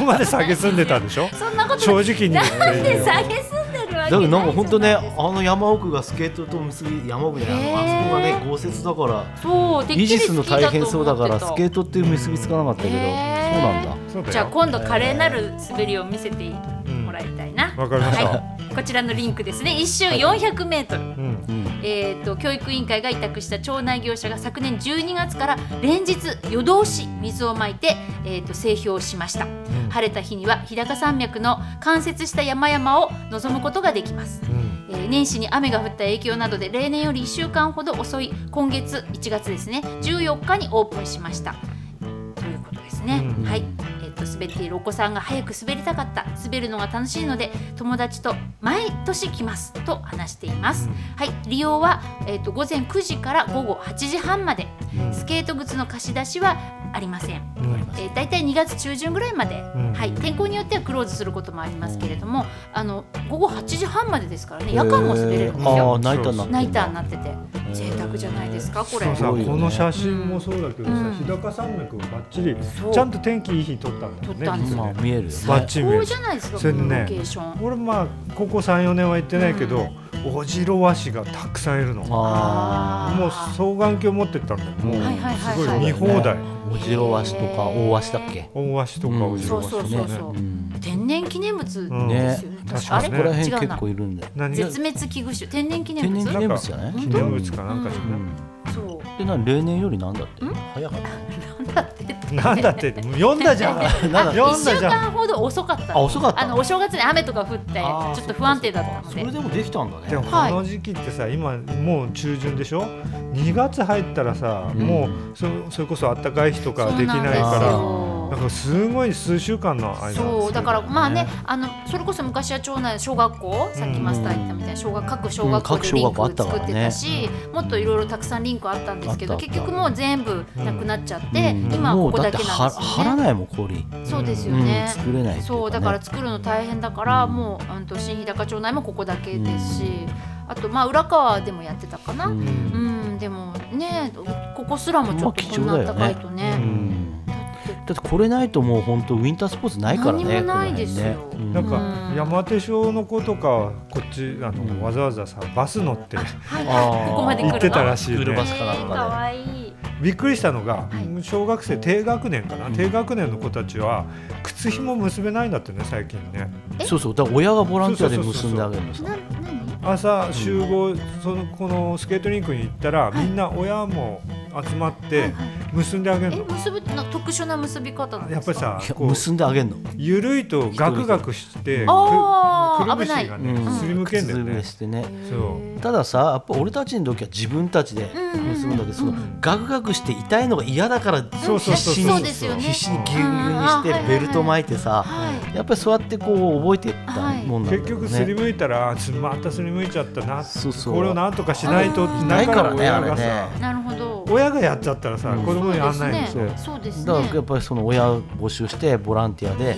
D: 今まで下げすんでたでしょ
B: そんなこと
D: 正
B: ない
D: 直に言っ
B: なん
D: ていい
B: で
D: よ
B: 下げすんでるわけ
C: だけど
B: ない
C: なんか
B: じ
C: 本当ね
B: ゃないです
C: あの山奥がスケートと結び山奥じゃないあのあそこがね豪雪だから
B: そうてっき
C: 維
B: り
C: 持
B: 好き
C: するの大変そうだから
B: と思っ
C: ス
B: てた
C: ケートって結びつかなかったけどそ
B: へ
C: う
B: ー
C: なんだ
D: そうだよ
B: じゃあ今度華麗なる滑りを見せてもらいたいな、
D: わかりました、
B: はい、こちらのリンクですね1周 400m、
D: うん
C: うん
B: えー、と教育委員会が委託した町内業者が昨年12月から連日夜通し水をまいて、えー、と整氷をしました晴れた日には日高山脈の冠雪した山々を望むことができます、
D: うん
B: えー年始に雨が降った影響などで例年より1週間ほど遅い今月1月ですね14日にオープンしましたということですね、
D: うん
B: はいえっと滑っているお子さんが早く滑りたかった滑るのが楽しいので友達と毎年来ますと話しています、はい利用は、えっと午前9時から午後8時半まで
D: うん
B: スケート靴の貸し出しはありません
D: うんうん
B: えー、大体2月中旬ぐらいまで、
D: うん
B: はい、天候によってはクローズすることもありますけれども、あの午後8時半までですからね夜間も滑れるんです
C: へーあ
B: よ
C: あナイターになってんだ
B: ナイターになってて贅沢じゃないですかこれ
D: そうさ
C: すごいよね
D: この写真もそうだけど
B: う
D: さ
B: ん
D: 日高山脈をバッチリ
B: そう
D: ちゃんと天気いい日撮ったんだよ
B: 撮ったん
D: ね
B: ですよ
C: まあ見えるよね
D: バッチリ見え
B: こう
D: る
B: じゃないですか
D: それ
B: こ
D: で
B: の
D: ね
B: ロケーション、
D: 俺まあここ34年は行ってないけどオジロワシがたくさんいるのもう
C: あ
B: あー
D: 双眼鏡持ってったんだよもう
C: はい
B: はいはい
D: す
B: はい
D: ごい見放題
C: ーオジロワシとか大ワシだっけ
D: 大ワシとかオジロワシとか
B: そうそうそう
D: ね
B: そう
C: うん
B: 天然記念物ですよ
D: うん
B: ね
C: ね、
B: 確か
C: あ
B: あ
C: そ
B: れ
C: こら
B: 違う
C: 辺結
B: な
C: 構いるんだよ
D: 何が
B: 絶滅危惧種天然記念
C: 天
B: 物
C: 然記念物じゃない
D: 記念物かなんかじゃない、
B: そう
C: でな例年よりなんだって 早かった
B: なんだって
D: なんだってもう読んだじゃん
C: なんだ
D: 読ん
B: 1
D: だ
B: 週
D: じゃん
B: 間ほど遅かった
C: あ遅かった
B: あのお正月に雨とか降ってちょ
C: あー
B: っと不安定だったの
C: それ
B: で
C: でもできたんだね
D: でもこの時期ってさ今もう中旬でしょ2月入ったらさ、
C: うん
D: もうそそれこそ暖かい日とか
B: そう
D: できない
B: ん
D: か
B: です
D: ら
B: よ
D: だからすごい数週間の間なんですよ
B: そうだからまあねあのそれこそ昔は町内小学校さっきマスター言ったみたいに小学各小学校
C: うん各
B: で
C: 小
B: リン
C: 学校あ
B: ク
C: ったから
B: 作
C: ね
B: ってたし、もっといろいろたくさんリンクあったんですけ
C: あ
B: ど
C: ったあった
B: 結局もう全部なくなっちゃって、
C: うん
B: 今は
C: も
B: こ
C: う
B: こ
C: だっ
B: だ
C: て
B: け
C: は
B: なんです
C: 張
B: よ
C: ら
B: ね。
C: ないもん氷
B: そうですよ
C: うん
B: ね、
C: 作れないっていうかね
B: そうだから作るの大変だから、
C: うん
B: もう、うん、と新日高町内もここだけですし、あとまあ浦川でもやってたかな、
C: う
B: うん
C: ん
B: でもねここすらもちょっとこんな暖かいとね
D: まあ貴重だよね
C: うん
B: だって
C: だってこれないともう本当ウィンタースポーツないからね
B: 何もないですよ
C: この辺ね
D: なん
C: う
D: か
B: うん
D: 山手小の子とかはこっちあ
C: うん
D: のわざわざさバス乗って
B: はい
C: あー
B: ここまで来るの
D: 行ってたらしい
C: クールバ
D: ね
C: スかなんかで
B: 可愛い
D: びっくりしたのが
B: は
D: 小学生低学年かな
C: うん
D: 低学年の子たちは靴ひも結べないんだってね最近ね
B: え
C: そうそうだから親がボランティアで結んであげるのさ
B: な何
D: 朝集合そのこのスケートリンクに行ったらみんな親も集まって結んであげる
B: え
D: の
B: 結ぶってのは特殊な結び方なん
D: や
B: で
D: っぱ
B: す
D: り
B: か
D: さ
C: いや
D: こう
C: 結んであげるの
D: 緩いとガクガクしてく
B: あ
D: く
B: ー
D: るぶしが
C: 危な
D: ね
C: い
D: すりむけんだよ
C: 靴
D: ね
C: べしてね
D: そう
C: たださやっぱ俺たちの時は自分たちで結ぶんだけどそのガクガクして痛いのが嫌だから
D: そうそうそうそう
B: そうですよね
C: 必死にギュンギュンにしてベルト巻いてさ
B: はい
C: やっぱりそうやってこう覚えてったもんなんだよ
D: 結
C: ね
D: 局すりむいたらつまたすりむいちゃったな
C: そうそう
D: これをなんとかしないと
B: あー
C: ないからね
D: 親
C: あ
D: がさ、
C: れね
B: なるほど
D: 親がやっちゃったらさ、
C: うん
D: 子供にやんないんだよ
B: そうですねそうですね
C: だからやっぱりその親募集してボランティアで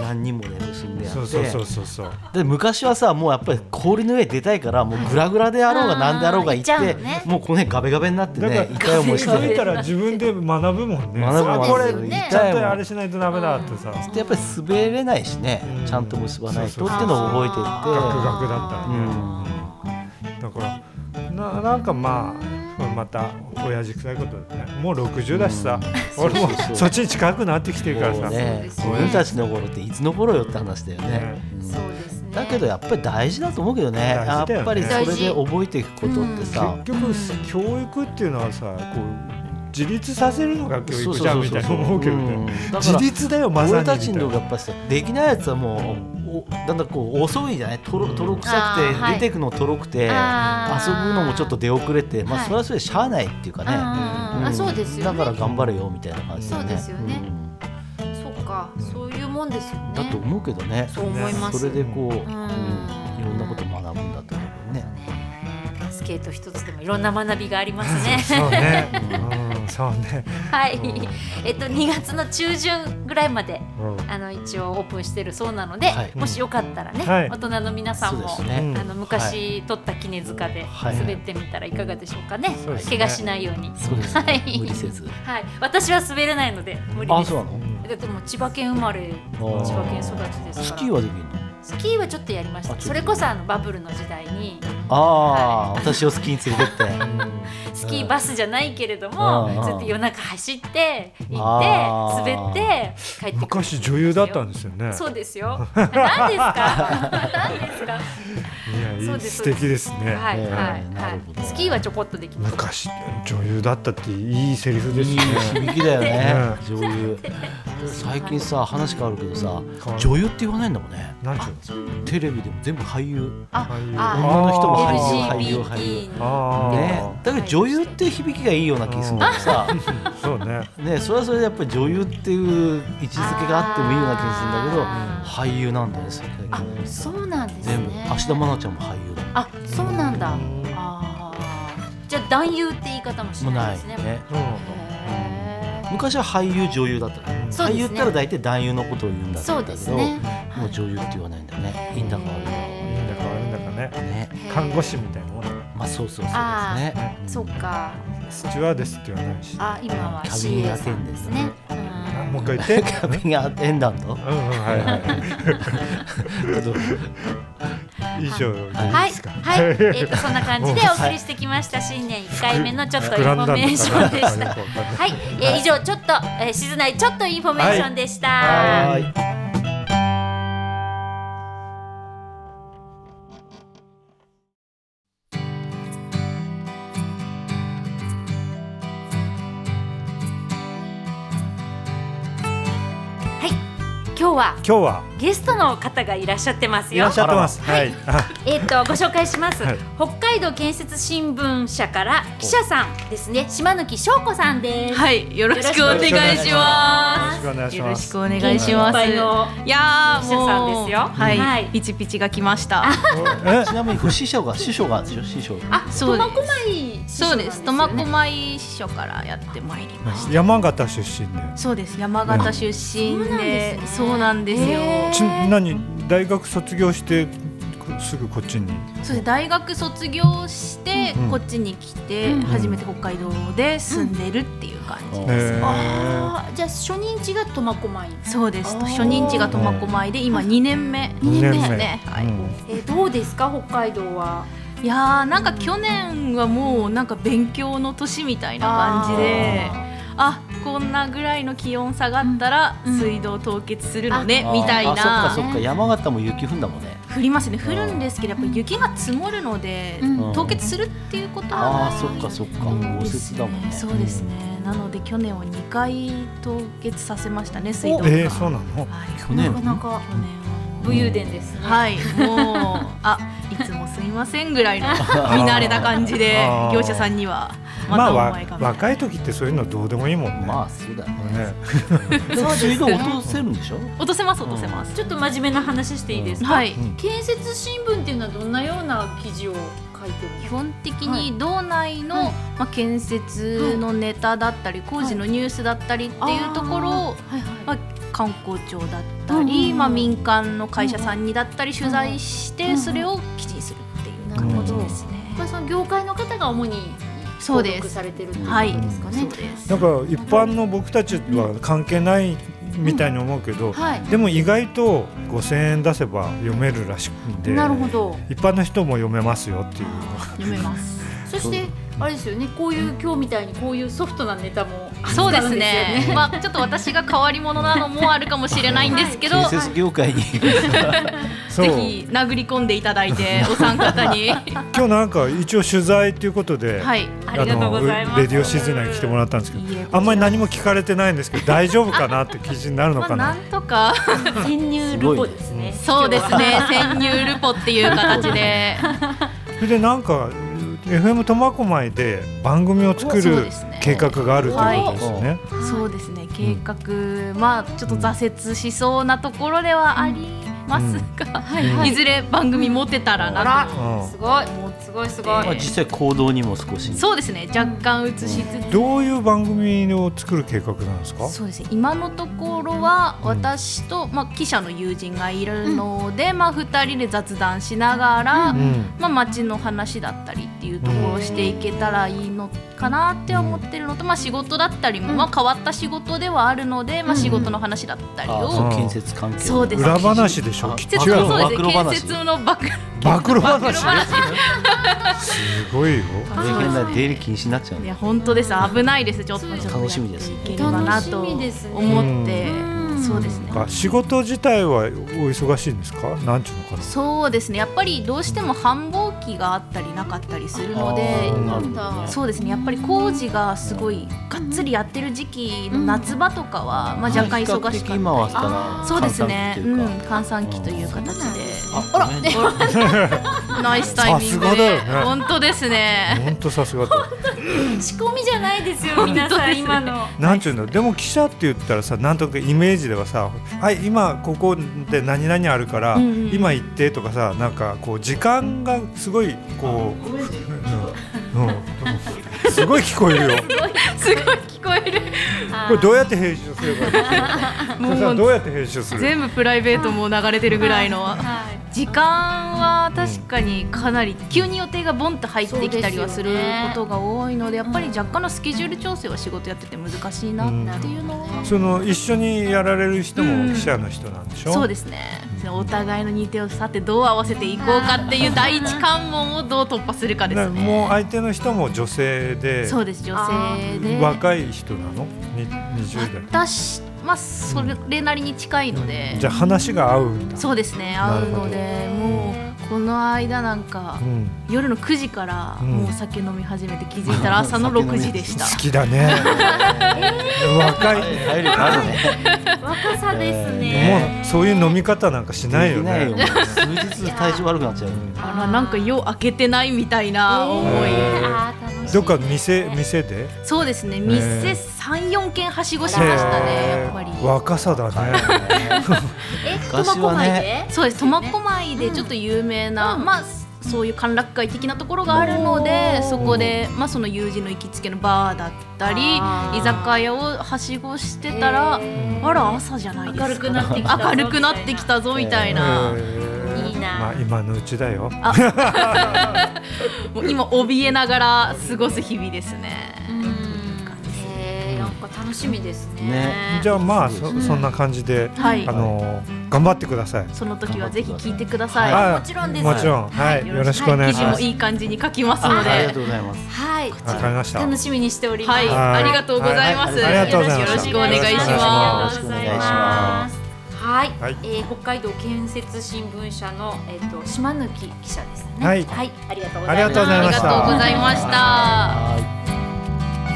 C: 何人もで結んでや
D: そうそうそ
C: っ
D: うそうそう
C: てで昔はさもうやっぱり氷の上出たいからもうグラグラであろうが何であろうが行っ
B: あー行
C: て
B: っちゃうのね
C: もうこの辺ガベガベになって
D: だから
C: ね痛い思いし
D: 気づい
C: て
D: たら自分で学ぶもんね
C: 学ぶもん
D: あこれ
B: そうですよね
D: ちゃんとあれしないとダメだってさ、
C: でやっぱり滑れないしね
D: うん
C: ちゃんと結ばないと
D: そう
C: っ
D: そ
C: て
D: うそう
C: いうのを覚えて
D: ガ
B: あ
D: ク
C: っ
D: ガクだったらね、だからななんかまあまた親父臭いことだねもう60だしさ、俺も
C: そうそうそう
D: そっちに近くなってきて
C: て
D: るから
C: も
D: さ、
C: うね
B: そうです
C: 自
B: ね
C: 分たちの頃っていつの頃よって話だよね
D: ね
C: うん
B: そうですね
C: だけどやっぱり大事だと思うけどね
D: 大事
C: やっ
D: だよね
C: ぱりそれで覚えていくことってさ
D: 結局教育っていうのはさこう自立させるのが教育じゃんみたいな思うけど
C: うん
D: ね
C: だから
D: 自立だよまさに
C: 俺
D: みた
C: た
D: い
C: ち
D: な
C: のやっぱさできないやつはもうおだんだんこう遅いじゃないとろとろくさ
B: あー
C: く
B: は
C: て
B: い
C: 出てくのとろくて遊ぶ
B: あー
C: のもちょっと出遅れてま
B: は
C: あ
B: い
C: それはそれでしゃあないっていうかね
B: あー
C: ん
B: あそうですよ
C: だ
B: ね
C: から頑張れよみたいな感じで
B: そうですよね
C: うん
B: そっかそういうもんですよね
C: だと思うけどね
B: そう思います
C: それでこううんいろ
B: ん
C: んなことを学ぶんだと思うね
B: スケート一つでもいろんな学びがありますね
D: そう ね、うん、そうね、
B: はい
D: うん、
B: えっと2月の中旬ぐらいまで
D: うん
B: あの一応オープンしてるそうなので、
C: はい
B: もしよかったらね、
D: はい
B: 大人の皆さ
C: そ
B: ん
C: う
B: も、
C: です
D: う
C: ね
D: ん
B: あの昔、撮った杵塚で
C: はい
B: 滑ってみたらいかがでしょうかね,、
D: そうですね
B: 怪我しないように
C: そうです
B: は
C: ね
B: い
C: 無理せず
B: はい私は滑れないので無理
C: あ
B: で
C: そ
B: す
C: うなの
B: だってもう千葉県生まれ千
C: ー
B: 葉県育ちですから
C: スキーはできるの
B: スキーはちょっとやりまし
C: あち
B: た
C: ょっと
B: それこそあのバブルの時代に
C: ああ
B: はい
C: 私をスキーに連れてって
B: スキーバスじゃないけれど
C: う
B: も
C: ん
B: ずっと夜中走って行
C: あ
B: って
C: ー
B: 滑って帰ってくる
D: 昔女優だったんですよね
B: そうですよ何です か何ですか
D: いやい
B: そう
D: い
B: です
D: 素敵ですね、
B: はいはい
C: えーなるほ
B: は
C: ど
B: い。スキーはちょこっとできます。
D: 昔女優だったっていいセリフです
C: いい
D: ね
C: 響きだよね
D: ね
C: 女優最近さ話変わるけどさ
D: 変わる
C: 女優って言わないんだもんね
D: なんていう
C: テレビでも全部俳優
B: あ
D: 俳優
B: あ
C: 女の人も俳優
B: LGBT
C: 俳優俳優
B: に
D: ああ、
C: ねだから女優って響きがいいような気がするんだけど さ
D: そうね
C: ねそれはそれでやっぱり女優っていう位置づけがあってもいいような気がするんだけど俳優なんだよね最
B: あ
C: 近、
B: そうなんですね。
C: 全部芦田愛菜ちゃんも俳優だ
B: あ、そうなんだ。ああ、じゃあ男優って言い方もし
C: もう
B: ない
C: な
B: で
C: い
B: すね。
C: ね
B: へー
C: 昔は俳優女優だったから、ね、
B: そうです
C: 俳
B: ね
C: 優ったら大体男優のことを言うんだ
B: そう
C: け
B: です
C: ど、
B: ね。
C: もう女優って言わないんだよねいいんだか悪いん
D: い
C: だ
D: いんだか悪いんだかね
C: ね
D: 看護師みたいなもん
C: まあそうそうそうです
B: あー
C: ねうん
B: そっか。
D: スチュワーデスって言わないし
B: あ、今は
C: キャビン
B: CA
C: アテ
B: さん
C: ン
B: で
C: ダン
B: す
C: ト
B: ね
C: ね。
B: うん
D: もう一回 言って
C: キャビンアテンダント
D: うんうんはいは
C: ちょっと
D: い以上でい
B: はいい、
D: ですか
B: はい、えーとそんな感じでお送りしてきました新年1回目のちょっとイ
D: 膨
B: ンフ
D: らんだん
B: ォ
D: だか
B: メーションでした。
D: よくわかんない
B: はい、えー以上ちょっと、えー、静内ちょっとインフォメーションでした。
D: は
C: はい
B: はい、今日は
D: 今日は
B: ゲストの方がいらっしゃってます
D: いら
B: よ
D: っし。ゃってますはいあ
B: えっ、とご紹介します、
D: はい
B: 北海道建設新聞社から記者さんですね島貫翔子さんです。
A: はい、よろしくお願いしま
D: よろし
A: す。
D: くお
A: よ
D: 願
A: ろ
D: い
A: し
D: しま
B: 元気
A: くお願いします。
B: いっぱいの
A: いやー、
B: 記者さん
A: も
B: で
A: う
B: すよ
A: はい、
B: はい
A: ピチピチが来ました。
D: す
C: ちなみにこれ師匠が師匠がですよ師匠
B: あ、
A: そうです
B: 苫小牧市
A: そ
B: 長なん
A: う
B: よね
A: です。苫小牧支所からやってまいりまし
D: え山形出身で
A: た。そうです。山形出身で、
B: あ
A: そうなんですよ。
B: へー
D: ち何大学卒業してこすぐこっちに
A: そうです。大学卒業して
D: うん
A: こっちに来て、
B: うん
A: 初めて北海道で住んでるっていう感
C: う
A: じ
C: ん
D: へー
E: あーじゃあ初日が苫小牧
A: そうです
E: あー
A: 初任地が苫小牧で今2年目
D: 二年目
A: ですね、はい
D: うん
B: えーどうですか北海道はい
A: やーなんか去年はもうなんか勉強の年みたいな感じであこんなぐらいの気温下がったら
E: うん
A: 水道凍結するのね、
C: あ
A: みたい
C: あそっか
A: な
C: そっか山形も雪降んだもんね
A: 降りますね降るんですけどやっぱ雪が積もるので、
E: うん
C: うん
A: 凍結するっていうこと
C: あ
A: は
C: あそっかそっか
A: ない
C: 豪
A: です
C: 雪
A: ね
C: だもんね
A: そうですねなので去年は2回凍結させましたね水道が、
D: えー、そうなの
A: はい
C: 去
E: な
C: 年
E: かなか
A: 去年は
B: 武勇伝ですね、
A: はいもうあいつもすいませんぐらいの見慣れた感じで
D: あー
A: 業者さんにはま
D: まあ
A: たお
D: わ
A: 前がみたいな
D: 若い時ってそういうのどうでもいいもんね。
C: まあそうだよね
D: ね
C: でも水道落とせるんでしょ
A: 落とせます落とせます、
B: ちょっと真面目な話していいですか、
A: はい
D: うん
E: 建設新聞っていうのはどんなような記事を書いてるんで
A: 基
E: すか
A: 本的に道内の、
E: はい
A: まあ、建設のネタだったり、工事のニュースだったりっていうところを、
E: はいはい
A: まあ、観光庁だった
E: うんうん
A: り、
E: うん
A: まあ、民間の会社さんにだったり取材して、
E: うん
A: それを記事にするっていう
E: なる
A: 感
E: ほ
A: じ
E: ど
A: ですね。
E: まあその業界の方が主に
A: そう
E: 登
A: です
E: 録されてるっていうこ
A: はい
E: とですかね
A: そうです
D: なんか一般の僕たちは関係ないみたいに思うけど、
E: はい
D: でも意外と5000円出せば読めるらしくて、
E: なるほど
D: 一般の人も読めますよっていう。
A: 読めます。
E: そしてあれですよねこういう今日みたいにこういうソフトなネタも
A: そうです
E: 扱ん
A: ね。まあちょっと私が変わり者なのもあるかもしれないんですけど、
C: 建設業 界に
D: そう
A: ぜひ殴り込んでいただい てお三方に
D: 今日なんか一応取材ということで、
A: はい。
B: ありがとうございます
D: レディオシズナに来てもらったんですけど、あんまり何も聞かれてないんですけど、大丈夫かなって記事になるの
A: まあ
D: か
A: な
D: な。
A: んとか
B: 潜入ルポですね
A: そうです ね潜入ルポっていう形で
D: それでなんか FM 苫小牧で番組を作
A: おそう
D: る
A: ですね
D: 計画があるということですね。
A: そうですね計画まあちょっと挫折しそうなところではありますが、
E: はいはい
A: いずれ番組持てたら
B: あ
A: な
B: ら
D: うん
B: すごいすごいすご
C: まあ
B: い
C: 実際行動にも少し
A: とそうですね若干映しつつ
D: どういう番組を作る計画なんですか？
A: そうですね今のところは
D: うん
A: 私と、まあ、記者の友人がいるので、まあ、2人で雑談しながら、
E: うん
D: うん。
A: まあ、街の話だったりっていうところをしていけたらいいのかなって思ってるのと、まあ、仕事だったりも、
E: うん
A: まあ、変わった仕事ではあるので、まあ、仕事の話だったり
C: あ
A: を、
C: そう建設関係
A: そうです
D: 裏話でしょ
C: あ
D: きっ
A: 建
D: と
A: 設
D: 違う
A: そうです
C: 暴露
A: ね建
C: 話
A: 設の 暴露
D: 暴露話
A: 暴露 話
D: すごいよ
C: 大変な出入り禁止になっちゃう
A: い
C: ね
A: や本当です危ないですちょっと
E: そうです
C: 楽しみです
A: ちょっとやっていければなと
E: 楽しみですね
A: 思って、
E: うん
A: そうですね
D: あ仕事自体はお忙しいんですかなんちゅうのかな
A: そうですねやっぱりどうしても繁忙期があったりなかったりするの
C: あ
A: で
C: ー
E: な
C: な
E: る
C: る
E: ほど
C: ほど
E: ね
C: ね
A: そうですねやっぱり工事がすごいがっつりやってる時期の
E: うん
A: 夏場とかは、まあ、若干忙し
C: 比較的今
A: か
C: は
A: っ
C: したた
A: り
C: ら
A: そうですね、、
C: 簡単っていううん
A: 閑散期という形で
C: かあら
A: ナイスタイミング
D: さすがだ
A: で
D: よね
A: 本当です ね
D: 本当さすがだ
B: 仕込みじゃないですよ皆さん今の
D: なんちゅうのでも記者って言ったらさなんとなくイメージではさ「はい今ここで何々あるから、
A: うんうん
D: 今行って」とかさなんかこう時間がすごいこう、うんうんすごい聞こえるよ
A: すごい聞こえる
D: これどうやって編集すればいいのこれ
A: も
D: さ
A: う
D: どうやって編集する
A: 全部プライベートも流れてるぐらいの
B: はい
A: 時間は確かにかなり急に予定がボンと入ってきたりはすることが多いのでやっぱり若干のスケジュール調整は仕事やってて難しいなっていうのは、
D: その一緒にやられる人
A: う
D: も
A: ん
D: 記者の人なんでしょ、
A: そうですねお互いの似てをさてどう合わせていこうかっていう第一関門をどう突破するかで
D: な
A: す
D: もう
A: ね
D: 相手の人も女性で
A: そうです女性で
D: 若い人なのに20代
A: 私まあそれなりに近いので
D: じゃあ話が合うんだ
A: そうですね
D: な
A: 合
D: る
A: う
D: ほど
A: のでもうこの間なんか
D: うん、
A: 夜の9時から
D: うん
A: もうお酒飲み始めて気づい たら朝の6時でした
D: 好きだね若い
C: 体力あるね
B: 若さですね
D: もうそういう飲み方なんかしないよ
C: でき
D: ね。
C: 数日体調悪くなっちゃうよ
A: あらなんか夜明けてないみたいな思い、
D: えー
B: あー楽しい
D: どっか店店で。
A: そうですね
D: ね
A: 店三四軒はしごしましたね
D: へー
A: やっぱり
D: 若さだね。
E: え苫
C: 昔
E: 小
C: は
E: 牧で、
C: ね
A: そうです苫小牧でちょっと有名な、まあそういう歓楽街的なところがあるのでそこで、まあ、その友人の行きつけのバーだったり
B: あー
A: 居酒屋をはしごしてたら、
B: えー
A: あら朝じゃないですか
B: 明るくなってきたぞ
A: 明るくなってきたぞみたいな、
D: えー
B: いいな
D: まあ今のうちだよ。
A: もう今怯えながら過ごす日々ですね。
B: うんえー
E: なんか楽しみですね。
C: ね
D: じゃあまあ
C: そ
D: そ,、、
C: うん
D: な感じで、
A: はい
D: あの頑張ってください。
A: その時はぜひ聞いてください。
D: は
E: も
D: い
E: ちろんです。
D: もちろん、はい、
A: はい
D: よろしくお願いし
A: 記事
D: ま
A: も
D: す。
A: いい感じに書きますの
C: ありが
A: で
C: と。うございます。
E: はい。
D: わかりました。
E: 楽しみにしておりま
A: は
E: す。。
A: い、
D: はい
A: ありがとうございます。
C: はい
D: ありがとうございま
A: よ
D: し
A: ろ
D: た
A: しくお願いし
D: よ
A: ま
D: ろ
A: す
D: し。くお願いし
C: ます
E: はい、
D: はい
E: えー北海道建設新聞社のえっ、と島抜記者ですね。
D: はい
E: ありがとうござ
D: あり
E: い
D: が
E: ます
D: とうござい
A: あ
D: ま
A: り
D: し
A: が
D: た。
A: とうございました。
C: はい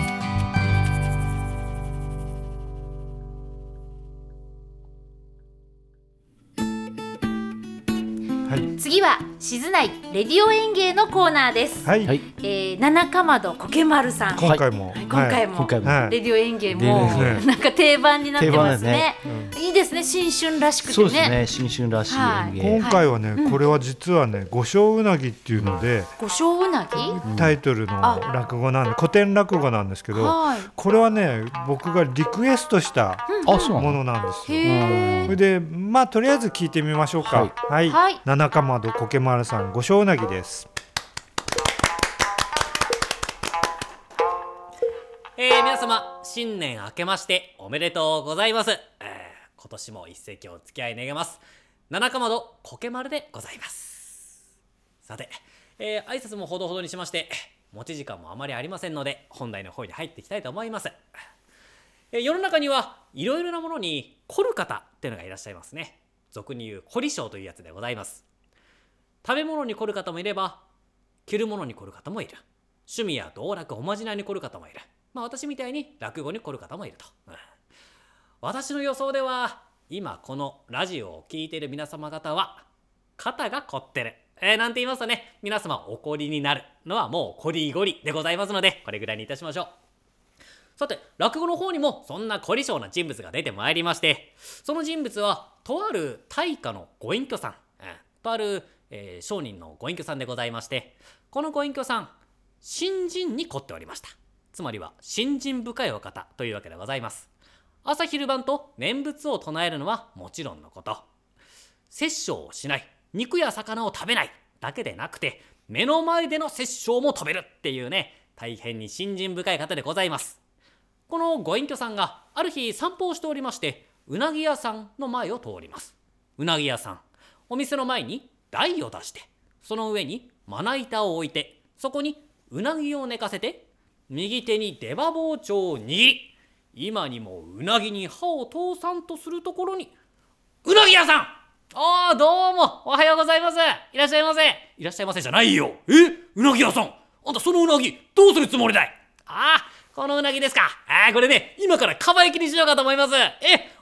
B: 次は静内レディオ演芸のコーナーです、
D: はい、
C: はい
B: えー、七かまどこけまるさん今
D: 今回も、はい、
B: 回も、
C: 今回も
D: はい
B: レディオ演芸も
C: レディオ
D: 演芸
B: なんか定番になってますね
D: 定番
B: いいですね新春らしくてね
C: そうですね新春らしい演芸
D: 今回はね、これは実はね、五章うなぎっていうので、
B: 五章うなぎ
D: タイトルの落語なんで、古典落語なんですけど、
B: はい
D: これはね、僕がリクエストした
C: あそう
D: も
C: なの
D: のなんですよ。
B: へ
D: それで、まあとりあえず聞いてみましょうか。はい、
B: はい
D: 七かまどこけまるさん、五章うなぎです。
F: えー、皆様、新年明けましておめでとうございます。えー今年も一席お付き合い願います。七かまどコケ丸でございます。さて、えー挨拶もほどほどにしまして、持ち時間もあまりありませんので、本題の方に入っていきたいと思います。えー世の中にはいろいろなものに凝る方っていうのがいらっしゃいますね。俗に言う凝り性というやつでございます。食べ物に凝る方もいれば、着るものに凝る方もいる。趣味や道楽おまじないに凝る方もいるまあ私みたいに落語に凝る方もいると、うん私の予想では今このラジオを聴いている皆様方は肩が凝ってる、えーなんて言いますとね皆様お凝りになるのはもうこりごりでございますのでこれぐらいにいたしましょうさて落語の方にもそんな凝り性な人物が出てまいりましてその人物はとある大家のご隠居さん、うんとある、えー商人のご隠居さんでございましてこのご隠居さん新人に凝っておりましたつまりは新人深いお方というわけでございます朝昼晩と念仏を唱えるのはもちろんのこと殺生をしない肉や魚を食べないだけでなくて目の前での殺生も飛べるっていうね大変に信心深い方でございますこのご隠居さんがある日散歩をしておりましてうなぎ屋さんの前を通りますうなぎ屋さんお店の前に台を出してその上にまな板を置いてそこにうなぎを寝かせて右手に出刃包丁を握り今にもうなぎに歯を通さんとするところにうなぎ屋さんああ、どうも、おはようございます。いらっしゃいませ。いらっしゃいませじゃないよ。えうなぎ屋さん。あんたそのうなぎ、どうするつもりだいああ、このうなぎですか。ああ、これね、今からかば焼きにしようかと思います。え、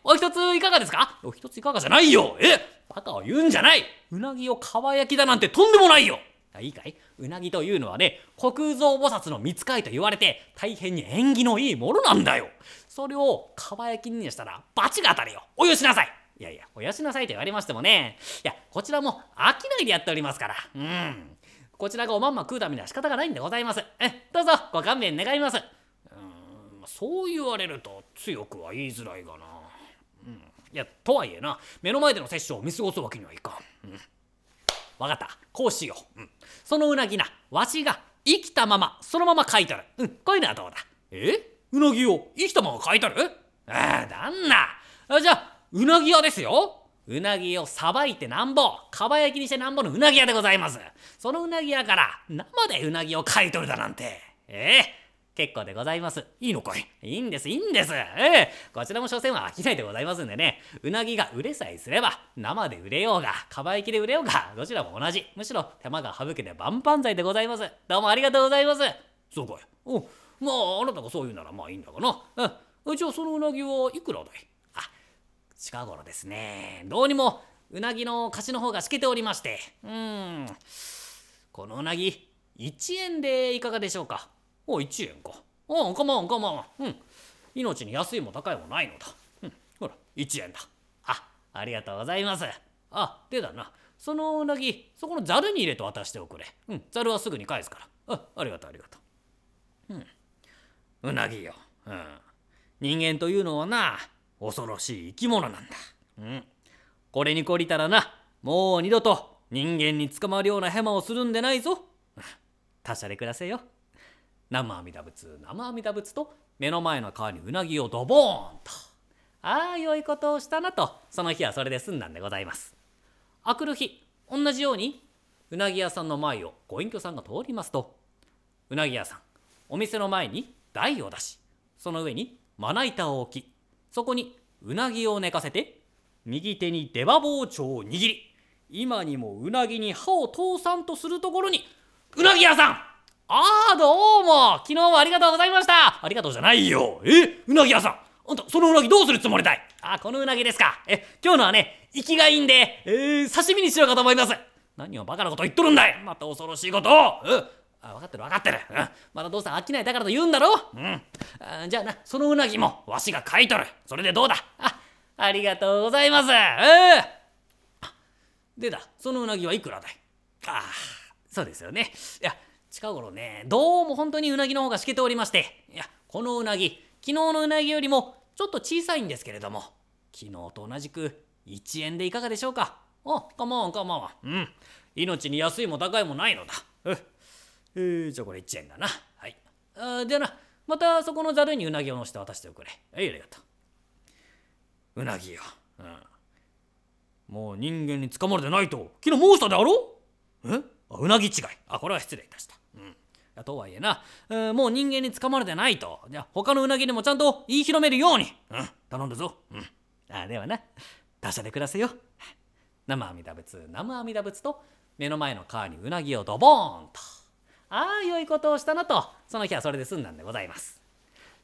F: お一ついかがですかお一ついかがじゃないよ。え、バカを言うんじゃない。うなぎをかば焼きだなんてとんでもないよ。あいいかいうなぎというのはね国蔵菩薩の見つかいと言われて大変に縁起のいいものなんだよそれをかば焼きにしたら罰が当たるよおよしなさいいやいやおよしなさいと言われましてもねいやこちらも飽きないでやっておりますからうんこちらがおまんま食うためには仕方がないんでございますえどうぞご勘弁願いますうーんまあそう言われると強くは言いづらいがなうんいやとはいえな目の前での殺生を見過ごすわけにはいかんわかった。こうしよう。うん。そのうなぎな、わしが生きたまま、そのまま書いとる。うん。こういうのはどうだ。えうなぎを生きたまま書いとるああ、旦那。あじゃあ、うなぎ屋ですよ。うなぎをさばいてなんぼ、かば焼きにしてなんぼのうなぎ屋でございます。そのうなぎ屋から生でうなぎを買い取るだなんて。ええ結構でございます。いいのかいいいんです、いいんです。ええこちらも所詮は商いでございますんでね。うなぎが売れさえすれば、生で売れようが、かば焼きで売れようが、どちらも同じ。むしろ手間が省けて万々歳でございます。どうもありがとうございます。そうかい。おまあ、あなたがそう言うならまあいいんだがな。うん。じゃあそのうなぎはいくらだいあ、近頃ですね。どうにも、うなぎの貸しの方がしけておりまして。うーん。このうなぎ、1円でいかがでしょうかお、1円か。うん、かまん、かまん。うん。命に安いも高いもないのだ。うん。ほら、1円だ。あ、ありがとうございます。あ、でだな。そのうなぎ、そこのざるに入れて渡しておくれ。うん、ざるはすぐに返すから。あ、ありがとう、ありがとう。うん。うなぎよ。うん。人間というのはな、恐ろしい生き物なんだ。うん。これに懲りたらな、もう二度と人間に捕まるようなヘマをするんでないぞ。他者で暮らせよ。生阿弥陀仏生阿弥陀仏と目の前の川にうなぎをドボーンとああ良いことをしたなとその日はそれで済んだんでございますあくる日同じようにうなぎ屋さんの前をご隠居さんが通りますとうなぎ屋さんお店の前に台を出しその上にまな板を置きそこにうなぎを寝かせて右手に出刃包丁を握り今にもうなぎに歯を通さんとするところにうなぎ屋さんああどうも昨日はありがとうございましたありがとうじゃないよえうなぎ屋さんあんたそのうなぎどうするつもりだいあこのうなぎですかえ今日のはね生きがいいんで、えー刺身にしようかと思います何をバカなこと言っとるんだいまた恐ろしいことをうんあ分かってる分かってる、うん、またどうせ飽きないだからと言うんだろうんあじゃあなそのうなぎもわしが買い取るそれでどうだあありがとうございますえーでだそのうなぎはいくらだいああそうですよねいや近頃ねどうも本当にうなぎの方がしけておりましていやこのうなぎ昨日のうなぎよりもちょっと小さいんですけれども昨日と同じく1円でいかがでしょうかおかまわんかまわんうん命に安いも高いもないのだうんえー、じゃあこれ1円だなはいあーでなまたそこのざるにうなぎを乗せて渡しておくれはいありがとううなぎよ、うん、もう人間に捕まれてないと昨日申したであろうえあうなぎ違いあこれは失礼いたしたうんいやとはいえな、えーもう人間に捕まれてないとじゃあ他のうなぎにもちゃんと言い広めるようにうん頼んだぞうんあではな他社で暮らせよ生阿弥陀仏生阿弥陀仏と目の前の川にうなぎをドボーンとああ良いことをしたなとその日はそれで済んだんでございます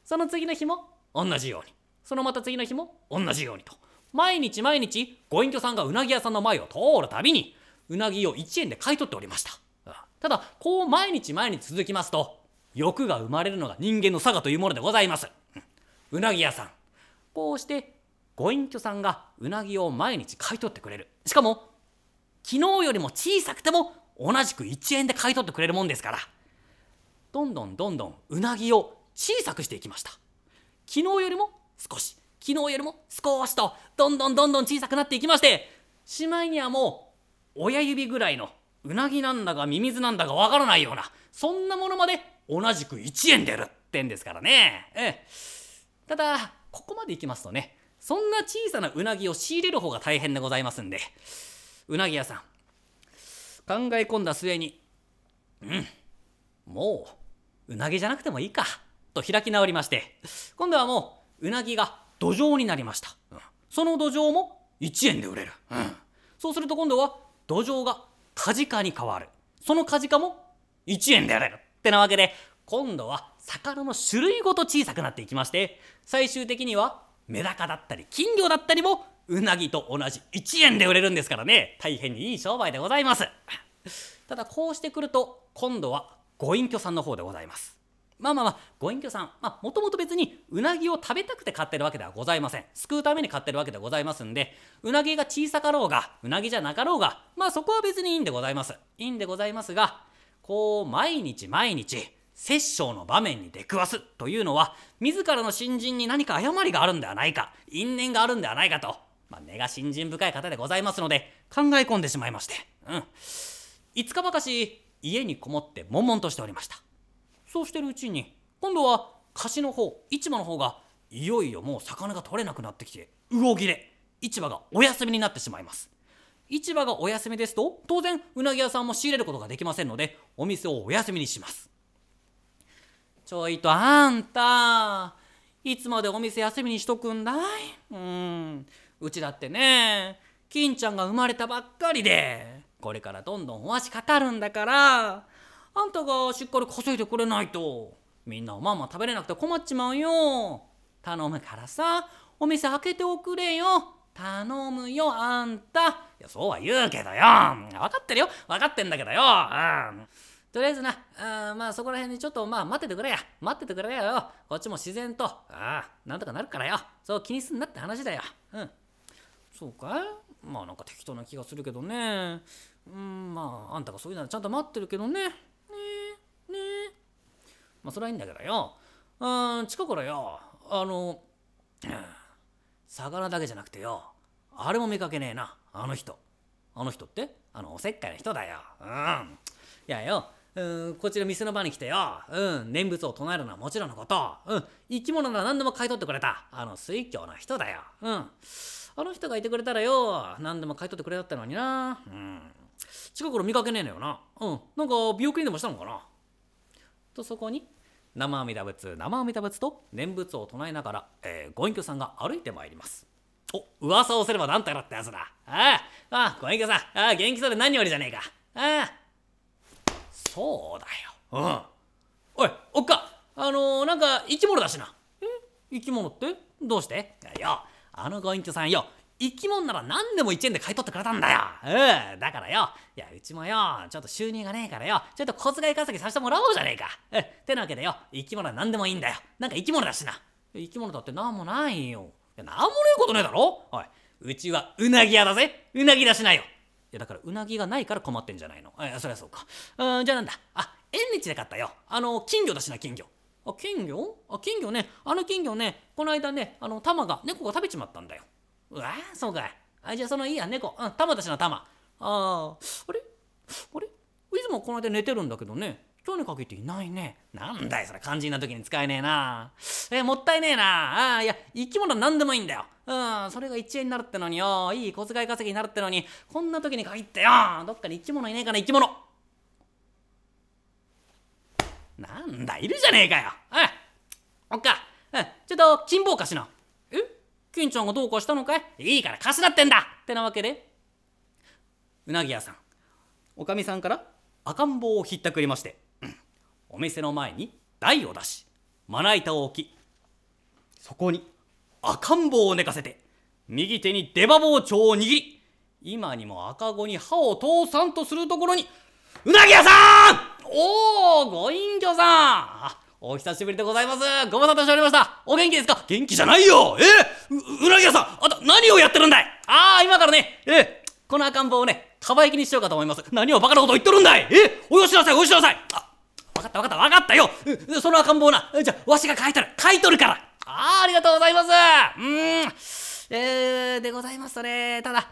F: その次の日も同じようにそのまた次の日も同じようにと毎日毎日ご隠居さんがうなぎ屋さんの前を通るたびにうなぎを1円で買い取っておりましたうんただこう毎日毎日続きますと欲が生まれるのが人間の差がというものでございますうんうなぎ屋さんこうしてご隠居さんがうなぎを毎日買い取ってくれるしかも昨日よりも小さくても同じく1円で買い取ってくれるもんですからどんどんどんどんうなぎを小さくしていきました昨日よりも少し昨日よりも少しとどんどんどんどん小さくなっていきましてしまいにはもう親指ぐらいのうなぎなんだかミミズなんだかわからないようなそんなものまで同じく1円出るってんですからねええただここまでいきますとねそんな小さなうなぎを仕入れる方が大変でございますんでうなぎ屋さん考え込んだ末にうんもううなぎじゃなくてもいいかと開き直りまして今度はもううなぎが土壌になりました、うんその土壌も1円で売れる、うんそうすると今度は土壌がカジカに変わるそのカジカも1円で売れるってなわけで今度は魚の種類ごと小さくなっていきまして最終的にはメダカだったり金魚だったりもうなぎと同じ1円で売れるんですからね大変にいい商売でございますただこうしてくると今度はご隠居さんの方でございますまあまあまあご隠居さんまあもともと別にうなぎを食べたくて買ってるわけではございません救うために買ってるわけでございますんでうなぎが小さかろうがうなぎじゃなかろうがまあそこは別にいいんでございますいいんでございますがこう毎日毎日殺生の場面に出くわすというのは自らの新人に何か誤りがあるんではないか因縁があるんではないかと、まあ、根が信心深い方でございますので考え込んでしまいまして、うん、5日ばかし家にこもって悶々としておりましたそうしてるうちに今度は貸しの方市場の方がいよいよもう魚が取れなくなってきて魚切れ市場がお休みになってしまいます市場がお休みですと当然うなぎ屋さんも仕入れることができませんのでお店をお休みにしますちょいとあんたいつまでお店休みにしとくんだいうーんうちだってね金ちゃんが生まれたばっかりでこれからどんどんお足かかるんだからあんたがしっかり稼いでくれないとみんなおまんま食べれなくて困っちまうよ頼むからさお店開けておくれよ頼むよあんたいやそうは言うけどよ分かってるよ分かってんだけどよ、うん、とりあえずな、あーまあそこら辺にちょっとまあ待っててくれや。待っててくれよ。こっちも自然と、ああ、なんとかなるからよ。そう気にすんなって話だよ。うん。そうかいまあなんか適当な気がするけどね。うん、まああんたがそういうならちゃんと待ってるけどね。ねえ、ねえ。まあそれはいいんだけどよ。うん、近頃よ、あの、うん魚だけじゃなくてよ、あれも見かけねえな、あの人。あの人ってあのおせっかいな人だよ。うん。いやよ、うん、こちら店の場に来てよ、うん、念仏を唱えるのはもちろんのこと、うん、生き物なら何でも買い取ってくれた、あの水教の人だよ、うん、あの人がいてくれたらよ、何でも買い取ってくれたってのにな、うん、近頃見かけねえのよな、うん、なんか美容にでもしたのかな。とそこに生阿弥陀仏生阿弥陀仏と念仏を唱えながら、えーご隠居さんが歩いてまいりますお噂をすれば何たらってやつだああああご隠居さんああ元気そうで何よりじゃねえかああそうだようんおいおっかあのーなんか生き物だしなえ生き物ってどうしていやよあのご隠居さんよ生き物なら何でも1円で買い取ってくれたんだよ。うん。だからよ。いや、うちもよ、ちょっと収入がねえからよ。ちょっと小遣い稼ぎさせてもらおうじゃねえか。うん。ってなわけでよ。生き物は何でもいいんだよ。なんか生き物だしな。いや生き物だって何もないよ。いや、何もねえことねえだろおい。うちはうなぎ屋だぜ。うなぎだしなよ。いやだからうなぎがないから困ってんじゃないのあいやそりゃそうかうんじゃあなんだあ縁日で買ったよあの金魚だしな金魚あ金魚あ金魚ねあの金魚ねこの間ねあの玉が猫が食べちまったんだようわあそうかいあじゃあそのいいや猫うん玉だしな玉あーあれあれいつもこの間寝てるんだけどね今日に限っていないねなんだよそれ肝心な時に使えねえなえもったいねえなあーいや生き物は何でもいいんだようんそれが1円になるってのによいい小遣い稼ぎになるってのにこんな時に限ってよどっかに生き物いねえかな生き物なんだいるじゃねえかよおいおっかうんちょっと金棒貸しなえ金ちゃんがどうかしたのかいいいから貸すなってんだってなわけでうなぎ屋さんおかみさんから赤ん坊をひったくりまして、うんお店の前に台を出しまな板を置きそこに赤ん坊を寝かせて右手に出刃包丁を握り今にも赤子に歯を通さんとするところにうなぎ屋さんおおご隠居さんあお久しぶりでございますご無沙汰しておりましたお元気ですか元気じゃないよえううなぎ屋さんあんた何をやってるんだいああ今からねえこの赤ん坊をねかば焼きにしようかと思います何をバカなこと言ってるんだいえおよしなさいおよしなさいあ分かった分かった分かったようその赤ん坊なじゃあわしが買い取る買い取るからああありがとうございますうーんえー、でございますとねただ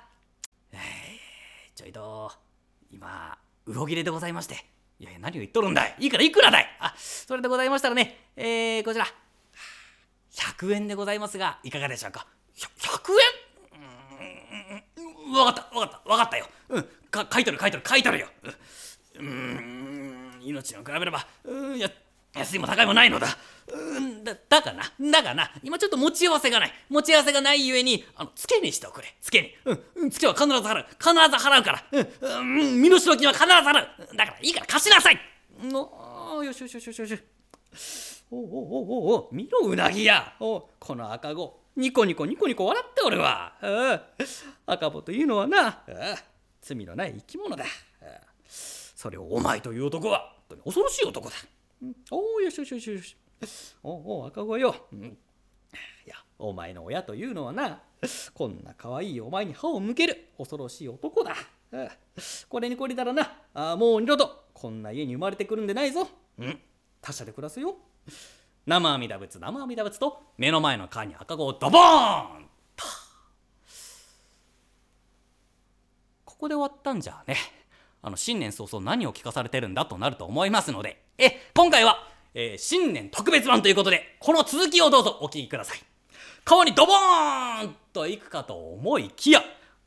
F: えーちょいと今うろ切れでございましていやいや何を言っとるんだいいいからいくらだいあそれでございましたらねえー、こちら100円でございますがいかがでしょうかひゃ100円わかったわかったわかったよ、うん、か書いてる書いてる書いてるよ、うん、うーん命を比べればうんいや安いも高いもないのだうんだだがなだがな今ちょっと持ち合わせがない持ち合わせがないゆえにあのつけにしておくれつけにうんうんつけは必ず払う必ず払うからうん、うん、身の代金は必ず払ううんだからいいから貸しなさいうんおーよしよしよしよしよしおおおおお見ろうなぎやおこの赤子ニコニコニコニコ笑っておるわああ赤子というのはなああ罪のない生き物だああそれをお前という男は本当に恐ろしい男だうんおおよしよしよしよしおお赤子よ、うん、いやお前の親というのはなこんな可愛いお前に歯を向ける恐ろしい男だああこれに懲りたらなああもう二度とこんな家に生まれてくるんでないぞ、うん、他者で暮らすよ生阿弥陀仏生阿弥陀仏と目の前の川に赤子をドボーンとここで終わったんじゃねあの新年早々何を聞かされてるんだとなると思いますのでえ今回は、えー新年特別版ということでこの続きをどうぞお聞きください川にドボーンと行くかと思いきや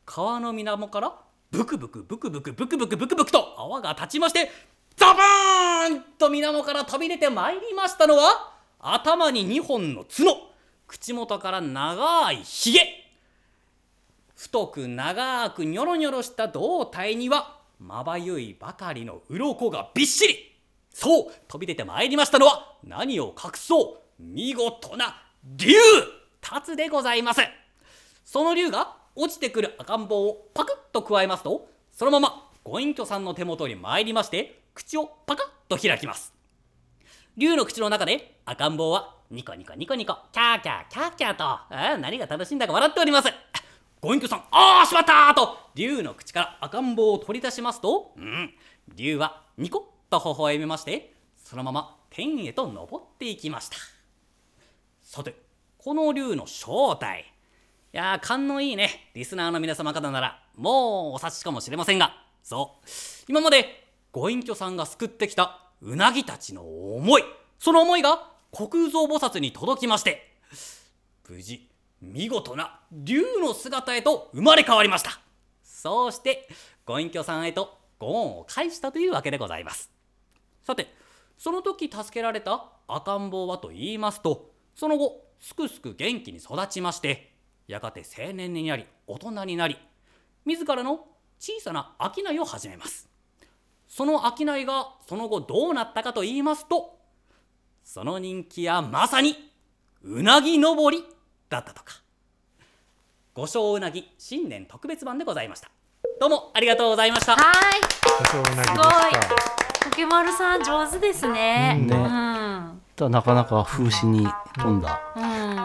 F: 川の水面からブクブクブクブクブクブクブクブクと泡が立ちましてザバーンと水面から飛び出てまいりましたのは頭に2本の角口元から長いひげ太く長くニョロニョロした胴体にはまばゆいばかりの鱗がびっしりそう飛び出てまいりましたのは何を隠そう見事な竜立つでございますその竜が落ちてくる赤ん坊をパクッと加えますとそのままご隠居さんの手元に参りまして口をパカッと開きます竜の口の中で赤ん坊はニコニコニコニコキャーキャーキャーキャーとあー何が楽しいんだか笑っております ご隠居さんああしまったーと竜の口から赤ん坊を取り出しますと、うん、竜はニコッと微笑みましてそのまま天へと登っていきましたさてこの竜の正体いやー勘のいいねリスナーの皆様方ならもうお察しかもしれませんがそう今までご隠居さんが救ってきたうなぎたちの思いその思いが虚空蔵菩薩に届きまして無事見事な竜の姿へと生まれ変わりましたそうしてご隠居さんへとご恩を返したというわけでございますさてその時助けられた赤ん坊はと言いますとその後すくすく元気に育ちましてやがて青年になり大人になり自らの小さな商いを始めますその商いがその後どうなったかと言いますとその人気はまさにうなぎ登りだったとか五章うなぎ新年特別版でございましたどうもありがとうございました
B: はい
D: 多少うなぎでした。
B: ポケマルさん上手ですね
C: ね
B: うん
C: ただなかなか風刺に富んだ、
B: うん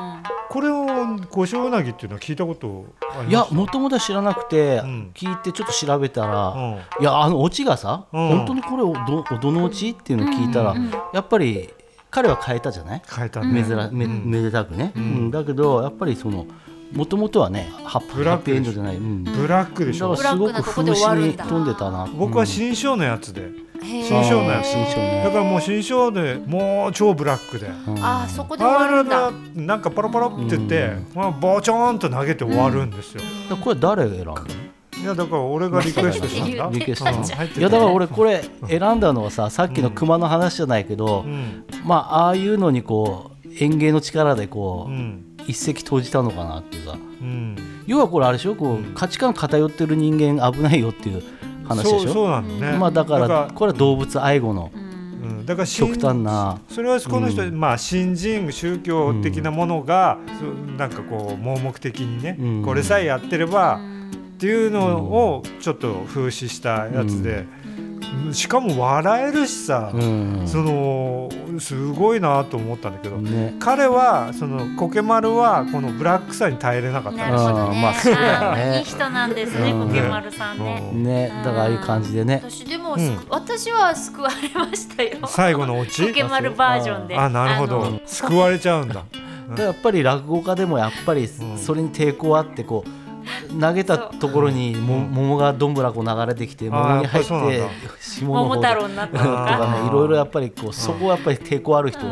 D: これを五章うなぎっていうのは聞いたことあります
C: いやもともと知らなくて、
D: うん
C: 聞いてちょっと調べたら、
D: うん
C: いやあのオチがさ、
D: うん
C: 本当にこれをどどのオチっていうのを聞いたら、やっぱり彼は変えたじゃない、
D: 変えた
C: め
D: ね。
C: ずらめ
D: うん
C: めでたくね、うんんだけどやっぱりそのもともとはねハッピー
D: ブラ
C: ハ
D: ッ
C: ッ
D: ク
C: ピーエンドじゃない、うん、だか
D: ブラックでしょ
C: ら。すご
B: ブラックな
C: く
B: とこで
C: 風
B: 終わ
C: 刺
B: るん
C: に
B: だ
C: 飛んでたな
D: 僕は新章のやつで、
B: へー
D: 新章のやつ
C: 新章ね
D: だからもう新章でもう超ブラックで。
C: うん
B: あーそこで終わ
D: あ
B: る
D: れ
B: んだ
D: がなんかパラパラってって
C: うん、
D: まあボチョーンと投げて終わるんですよ。
C: だからこれ誰選んだの
D: いやだから俺がリクエストしたんだ。
C: リクエストし
D: う
C: た
D: ん入ってた
C: いやだから俺これ選んだのはささっきの熊の話じゃないけど、
D: うん
C: まあああいうのにこう園芸の力でこ
D: う
C: う、
D: ん
C: 一石投じたのかなっていうか
D: うん。
C: 要はこれあれでしょこう価値観偏ってる人間危ないよっていう話でしょ
D: そうそうなんだね。
C: まあだから
D: だ
C: これは動物愛護の
D: うんだから新
C: 極端な、
D: それはこの人、
C: うん
D: まあ新人宗教的なものが、そうなんかこう盲目的にね、
C: うん
D: これさえやってれば、っていうのをちょっと風刺したやつで、うんしかも笑えるしさ、
C: うん
D: そのすごいなと思ったんだけど、
C: ね
D: 彼はそのコケマルはこのブラックさに耐えれなかった
B: な
D: ら
B: る
D: しい
B: ほど
C: あ
B: ね
C: ーまあそうだよね
B: あーいい人なんですね
C: う
B: ポ
C: ん
B: ケマルさんね
D: うん
C: ねだからああいう感じでね
B: 私でも、
D: うん
B: 私は救われましたよ
D: 最後のオ
B: ポ
D: チ
B: ケマルバージョンで
D: あなるほ
B: あの
D: ど救われちゃうん だ。
C: だからやっぱり落語家でもやっぱり
D: ん
C: それに抵抗あってこう投げたところにも桃がどんぶらこう流れてきて
D: ん
C: 桃に入って
D: あーやっぱり
C: 下の
B: 桃
C: 方
B: 太
C: で
B: 郎になっ
C: と
B: たのか
C: かねいろいろやっぱりこうそこはやっぱり抵抗ある人
D: あ
C: が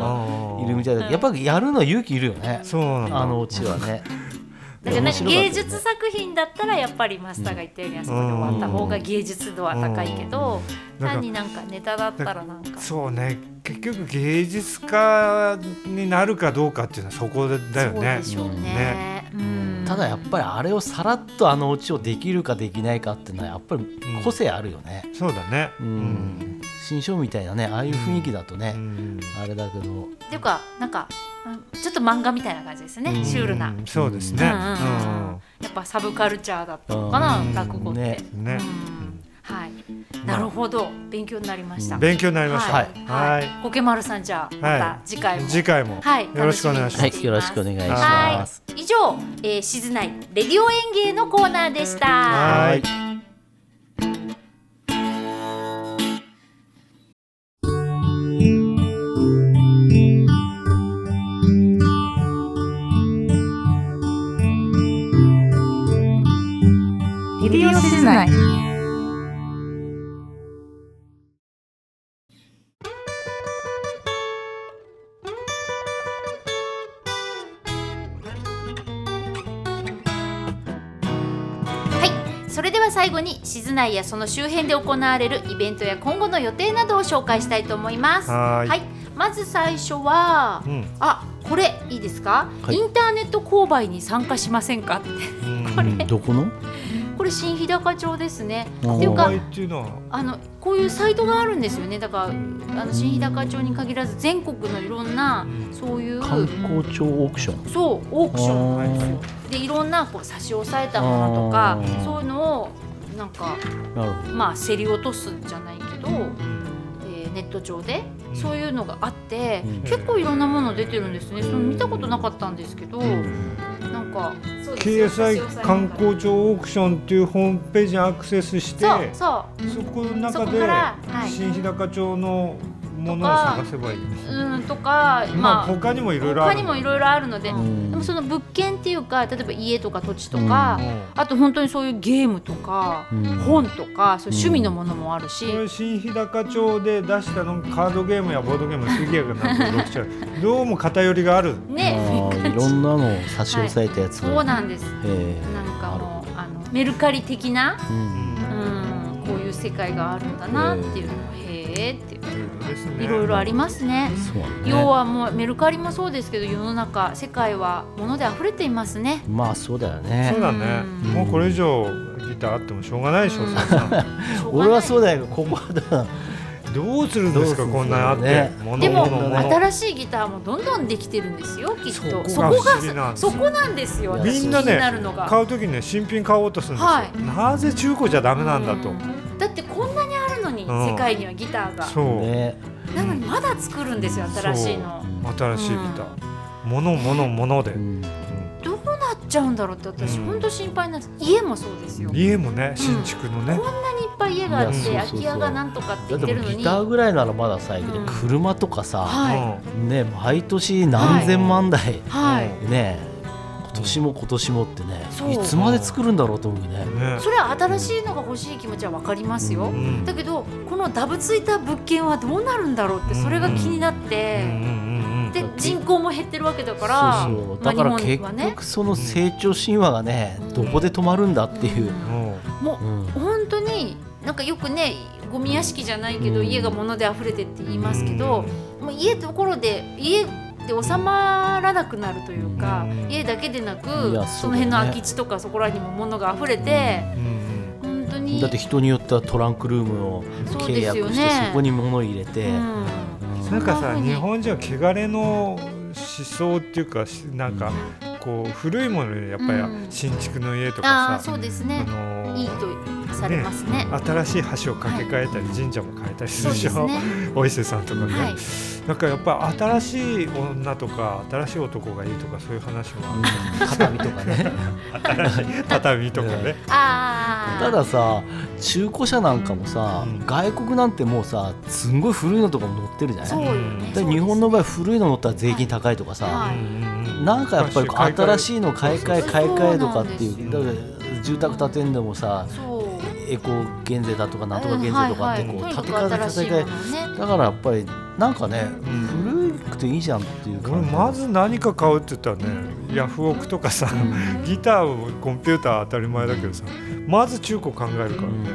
D: ー
C: いるみたいだけどやっぱりやるのは勇気いるよね
D: そうなんだ
C: あのオチはね。
B: だからなんか芸
C: 面白かったよ
B: 術
C: ね
B: 作品だったらやっぱりマスターが言ったようにあそこで終わった方が芸術度は高いけど
D: うん
B: 単になんかネタだったらなんか
D: そうね結局芸術家になるかどうかっていうのはそこだよね。
B: そうでしょうねうん
C: ただやっぱりあれをさらっとあのオチをできるかできないかっていうのはやっぱり個性あるよね。
D: そうだね。
C: うん新章みたいなねああいう雰囲気だとね、
D: うん
C: あれだけど
B: っていうかなんかうんちょっと漫画みたいな感じですね
C: うん
B: シュールな
D: うんそうです
B: うん
D: ね。
B: う
D: うん
B: うん
D: ん
B: やっぱサブカルチャーだったのかな
D: うん
B: 落語って、
C: ね
D: ね
B: うんはいなるほど勉強になりました、
D: 勉強になりました。
B: はい
D: は
B: はいコケマルさんじゃあまた次回も
D: 次回も
B: はい
D: よろしくお願いし
C: は
D: ま
B: 楽
D: す。
B: みに
C: いよろしくお願いし
B: は
C: ます。
B: い以上、えー、静内レディオ演芸のコーナーでした
D: はい。
A: レディオ静内
B: はいそれでは最後に静内やその周辺で行われるイベントや今後の予定などを紹介したいと思います
D: はーい
B: まず最初は
D: うん
B: あこれいいですか、
C: はい
B: インターネット購買に参加しませんかって
D: うん
C: うんどこの？
B: これ新日高町ですね
C: うん
B: っていう
D: 公
B: か
D: 開っていうのは
B: あのこういうサイトがあるんですよねだからあの新日高町に限らず全国のいろんなそういう
C: 観光庁オークション。
B: そうオークションなんですよでいろんなこう差し押さえたものとか
C: あー
B: そういうのをなんか
C: なるほど。
B: まあ競り落とすんじゃないけど、えーネット上で
D: うん
B: そういうのがあって、
C: うん
B: 結構いろんなもの出てるんですねその見たことなかったんですけど、なんか
D: KSI 観光庁オークションっていうホームページにアクセスして
B: そうそう
D: そこの
B: そ
D: 中
B: こ
D: で
B: からはい
D: 新日高町のものを探せばいいの
B: うんとか、
D: ま
B: ま
D: あ
B: あ、
D: 他にもいろいろあ
B: 他
D: る
B: に
D: の
B: もいろいろあるので、
C: ん
B: でもその物件っていうか例えば家とか土地とか、
D: うん
B: あと本当にそういうゲームとか、
C: うん
B: 本とかそういう趣味のものもあるし、
D: これ新日高町で出したのカードゲームやボードゲームフィギュアがなんかちゃうどうも偏りがある
B: ね
C: あーいろんなのを差し押さえたやつ
B: そうなんです
C: ええ
B: なんかもうあのメルカリ的な、
C: うん
B: うん、こういう世界があるんだなっていうのをへえって
D: い
B: いう
D: ろいろですね
B: いろいろありますね。
C: そうなんだね
B: 要はもうメルカリもそうですけど世の中世界は物で溢れていますね。
C: まあそうだよね
D: そうだね
C: うん
D: もうこれ以上ギターあってもしょうがないでしょ
B: うん
D: 佐々木さん
C: 俺はそうだよここはだから
D: どうするんですか
C: どうするんですかね
D: こんなあって物
B: でも
D: 物物
B: 新しいギターもどんどんできてるんですよきっ
D: そ
B: とそ
D: こ
B: こ
D: が
B: が
D: 不思議なんですよ
B: そこなんですよ私
D: みんな
B: 気に
D: ね
B: なるのが
D: 買う時にね新品買おうとするんですよ、
B: は
D: なぜ中古じゃダメなんだと、
B: うんだってこんなにあるのに
D: うん
B: 世界にはギターが
D: そう、
C: ね
B: なのにまだ作るんですよ新しいの
D: 新しいギター、物物物で、
C: うん
B: どうなっちゃうんだろうって私
D: うん
B: 本当心配なんです家もそうですよこんなにい
D: 家もね新築のね、
B: っぱい家があっ
D: い
B: て
C: や
B: 空
C: そうそうそう
B: き家がなんとかって言
C: だっ
B: っててる
C: もう
B: の
C: ギ
B: に
C: ターぐらいならまださいいけど
B: うん
C: 車とかさ
D: うん
B: は
C: ね毎年何千万台
B: いはい
C: ね今年も今年もってね
B: そう
C: いつまで作るんだろうと思うね
D: ね
B: それは新しいのが欲しい気持ちは分かりますよ、
D: うん
B: だけどこのダブついた物件はどうなるんだろうってそれが気になっ
D: うんうん
B: て、
D: うんうん
B: で人口も減ってるわけだから
C: そうそうだから
B: まあ日
C: 結
B: 本はね
C: 局その成長神話がね
B: うん
C: どこで止まるんだっていう
D: も
B: も
C: うん
B: う本当になんかよくねゴミ屋敷じゃないけど、
C: うん
B: 家が物で溢れてって言
D: う
B: いますけど、もう家ところで家で収まらなくなるというか、
D: うん
B: 家だけでなく
C: いや
B: そ
C: そう
B: の
C: だよね
B: 辺の空き地とかそこらにも物が溢れて、
D: うんうん
B: 本当に
C: だって人によってはトランクルームを
B: そう
C: 契
B: で
C: 約
B: すよ
C: して
B: ね
C: そこに物を入れて
B: うん
C: うん
D: なんか
B: そんな
D: さ
B: 風に
D: 日本人は汚れの思想っていうかしなんかこう古いものよりやっぱり
B: うん
D: 新築の家と
B: ああ
D: かさ、
B: そうです
D: あ
B: ね、
D: のー
B: いいとされますね。
D: 新しい橋を架け替えたり神社も変えたりす
B: そう
D: る
B: で
D: でし
B: す
D: ょ、
B: ね。
D: お伊勢さんとかね、
B: はい。
D: なんかやっぱ新しい女とか新しい男がいいとかそういう話もある
C: 畳と かね
D: 畳とかね、
B: ああ。
C: たださ中古車なんかもさ、
D: うん
C: 外国なんてもうさすんごい古いのとかも載ってるじゃ
B: そう
C: な
B: よ
C: い
B: ね。
C: だから日本の場合古いの乗ったら税金高いとかさ、
B: は
D: うん
C: なんかやっぱりこう新しいの買い替え
B: そう
C: 買い替えとかって
B: そう
C: いうだから住宅建てんでもさ
B: そう。
C: エコ減税だとかなんとか減税とかってこ
B: はい
C: う
B: はい
C: 建て
B: と
C: 替
B: に
C: え
B: かく
C: 建
B: 新していもの
C: 替
B: ね。
C: えだからやっぱりなんかね、
D: ん
C: 古くていいじゃんっていう
D: 俺
C: 感じ
D: まず何か買うって言ったらねヤフオクとかさギターをコンピューター当たり前だけどさまず中古考えるからね、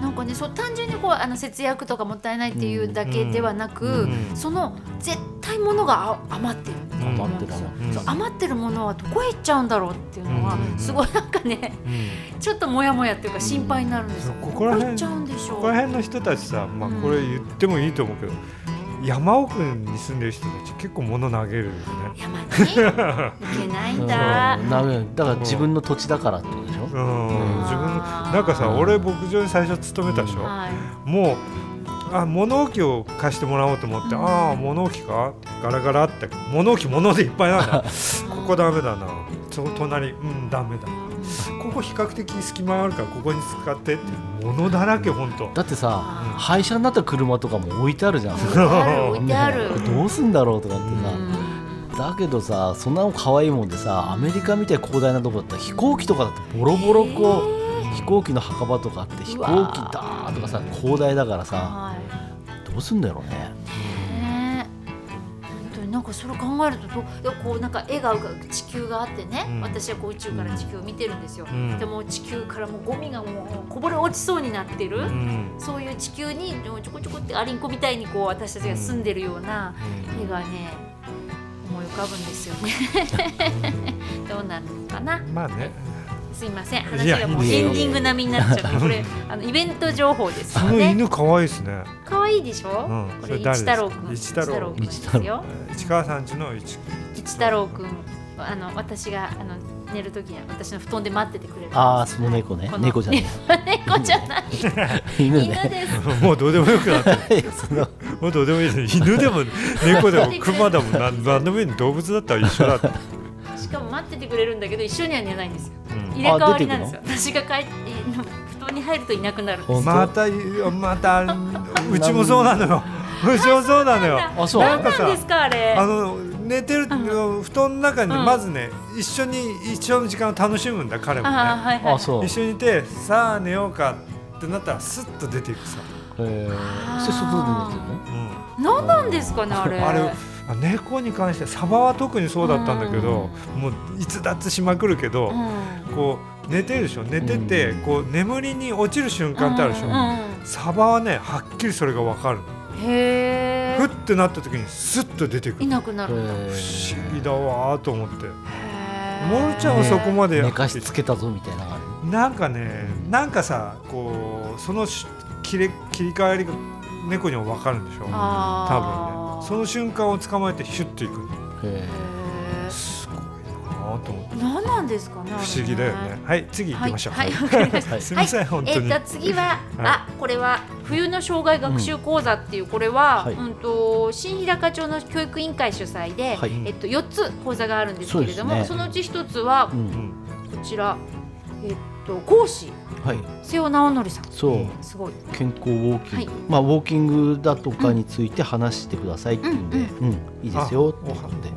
B: なんかね、そう単純にこうあの節約とかもったいないっていうだけではなく、
D: うん
B: その絶対ものがあ余ってる。
D: うん
C: 余ってたな
D: うん
B: そう余ってるものはどこへ行っちゃうんだろうっていうのは、
D: うん
B: すごいなんかね
D: うん
B: ちょっとモヤモヤっていうか心配になるんですよ、
D: ここら辺
B: 行っちゃうんでし
D: こ
B: ょう
D: こら辺の人たちさ、まあ、これ言ってもいいと思うけど山奥に住んでる人たち結構物投げるよね
B: 山に行けないんだ
C: うんなるだから自分の土地だからってことでしょ、
D: うん自分のなんかさ俺牧場に最初勤めたでしょ、
B: はい
D: もうあ物置を貸してもらおうと思って、ああ物置かガラガラって物置物でいっぱいなんだここダメだなそ隣うんダメだここ比較的隙間あるからここに使ってって物だらけ本当
C: だってさ
B: あ
C: 廃車になった車とかも置いてあるじゃん
B: ー置いて ある
C: ね
B: 置いて
C: どうすんだろうとかっ
B: ある、
C: てさ、だけどさそんなの可愛いもんでさアメリカみたいに広大なとこだったら飛行機とかだってボロボロこう、飛行機の墓場とかあって飛行
B: う
C: 機だ
B: わ
C: ーとかさ広大だからさ
B: は
C: どうすんだろうね
B: いね本当になんかそれ考えるとどういやこうなんか絵が浮かぶ地球があってね、
D: うん
B: 私はこう宇宙から地球を見てるんですよ、
D: うん
B: でも地球からもうゴミがもうこぼれ落ちそうになってる、
D: うん
B: そういう地球にちょこちょこってアリンコみたいにこう私たちが住んでるような絵がね思い浮かぶんですよね どうなるのかな
D: まあね
B: すいません
D: い
B: 話
D: や
B: がもう
D: いい
B: エ
D: よ
B: ンディング並みになっちゃうこれ あのイベント情報です
D: そ
B: よ
D: の
B: ね
D: 犬可愛いですね
B: 可愛いでしょ、
D: うん
B: こ
D: そ
B: れ
D: れ
B: 一
D: 誰
B: 太郎くん
D: です一太郎
B: くんですよ
D: 市川さんちの一
B: 一太郎くんあの私があの寝るときに私の布団で待っててくれるんです
C: ああその猫ね
B: この
C: 猫じゃね
B: 猫じゃない
C: え 犬
B: 犬
C: ね
B: です
D: もうどうでもよくなってる
C: その
D: もうどうでもいいです犬でも猫でも熊でもなん何でもいいの動物だったら一緒だって、
B: しかも待っててくれるんだけど一緒には寝ないんですよ
D: うん
B: 入れ替わりなんですよ私が帰って布団に入るといなくなるんです
C: 本当
D: またまたうちもそうなのよそうそうなのよ。
C: あそう
D: なんか
B: 何
D: さ
B: ですかあれ
D: あの寝てる布団の中にまずね、一緒に一緒の時間を楽しむんだ彼もね、
G: あーはいはい
C: あそう
D: 一緒にいてさあ寝ようかってなったらスッと出ていくさ、
C: えー、それ外で寝てるの
D: うん、
B: 何なんですかねあ れ
D: あれあ猫に関してサバは特にそうだったんだけど、もう逸脱しまくるけど、こう寝てるでしょ寝てて、
C: うん
D: こう眠りに落ちる瞬間ってあるでしょ、サバはねはっきりそれが分かる
B: へ
D: ふってなった時にスッと出てく
B: えい
D: る
B: なくなる
C: え
D: 不
C: ー
D: 思議だわーと思って
B: へ
D: モルちゃんはそこまで
C: 寝かしつけたぞみたいな感
D: なんかねなんかさこうそのし切れ切り替わりが猫にも分かるんでしょ多分ねその瞬間を捕まえてヒュッといく
C: じへ
D: すごいなーと思って。
B: 何なんですかね
D: 不思議だよね。はい、次行きましょう。
H: はい
D: は
C: ーはい
D: いすみません、本
H: え
D: 当
H: っ
D: に。
H: と次は、
D: は
H: あこれは
B: 冬の障害学習講座っていうこれは、
C: はい
B: うん、と新日高町の教育委員会主催で、
C: はい
B: えっと、4つ講座があるんですけれども
C: そ
B: そ,、
C: うですね
B: のうち1つは
C: う
B: こ
D: うんん
B: ちら、えっと、講師
C: はい
B: 瀬尾直則さん
C: そう、
D: うん
B: すごい
C: 健康ウォーキング、
B: はい
C: まあウォーキングだとかについて話してくださいっていうんで、うんいいですよっていうことで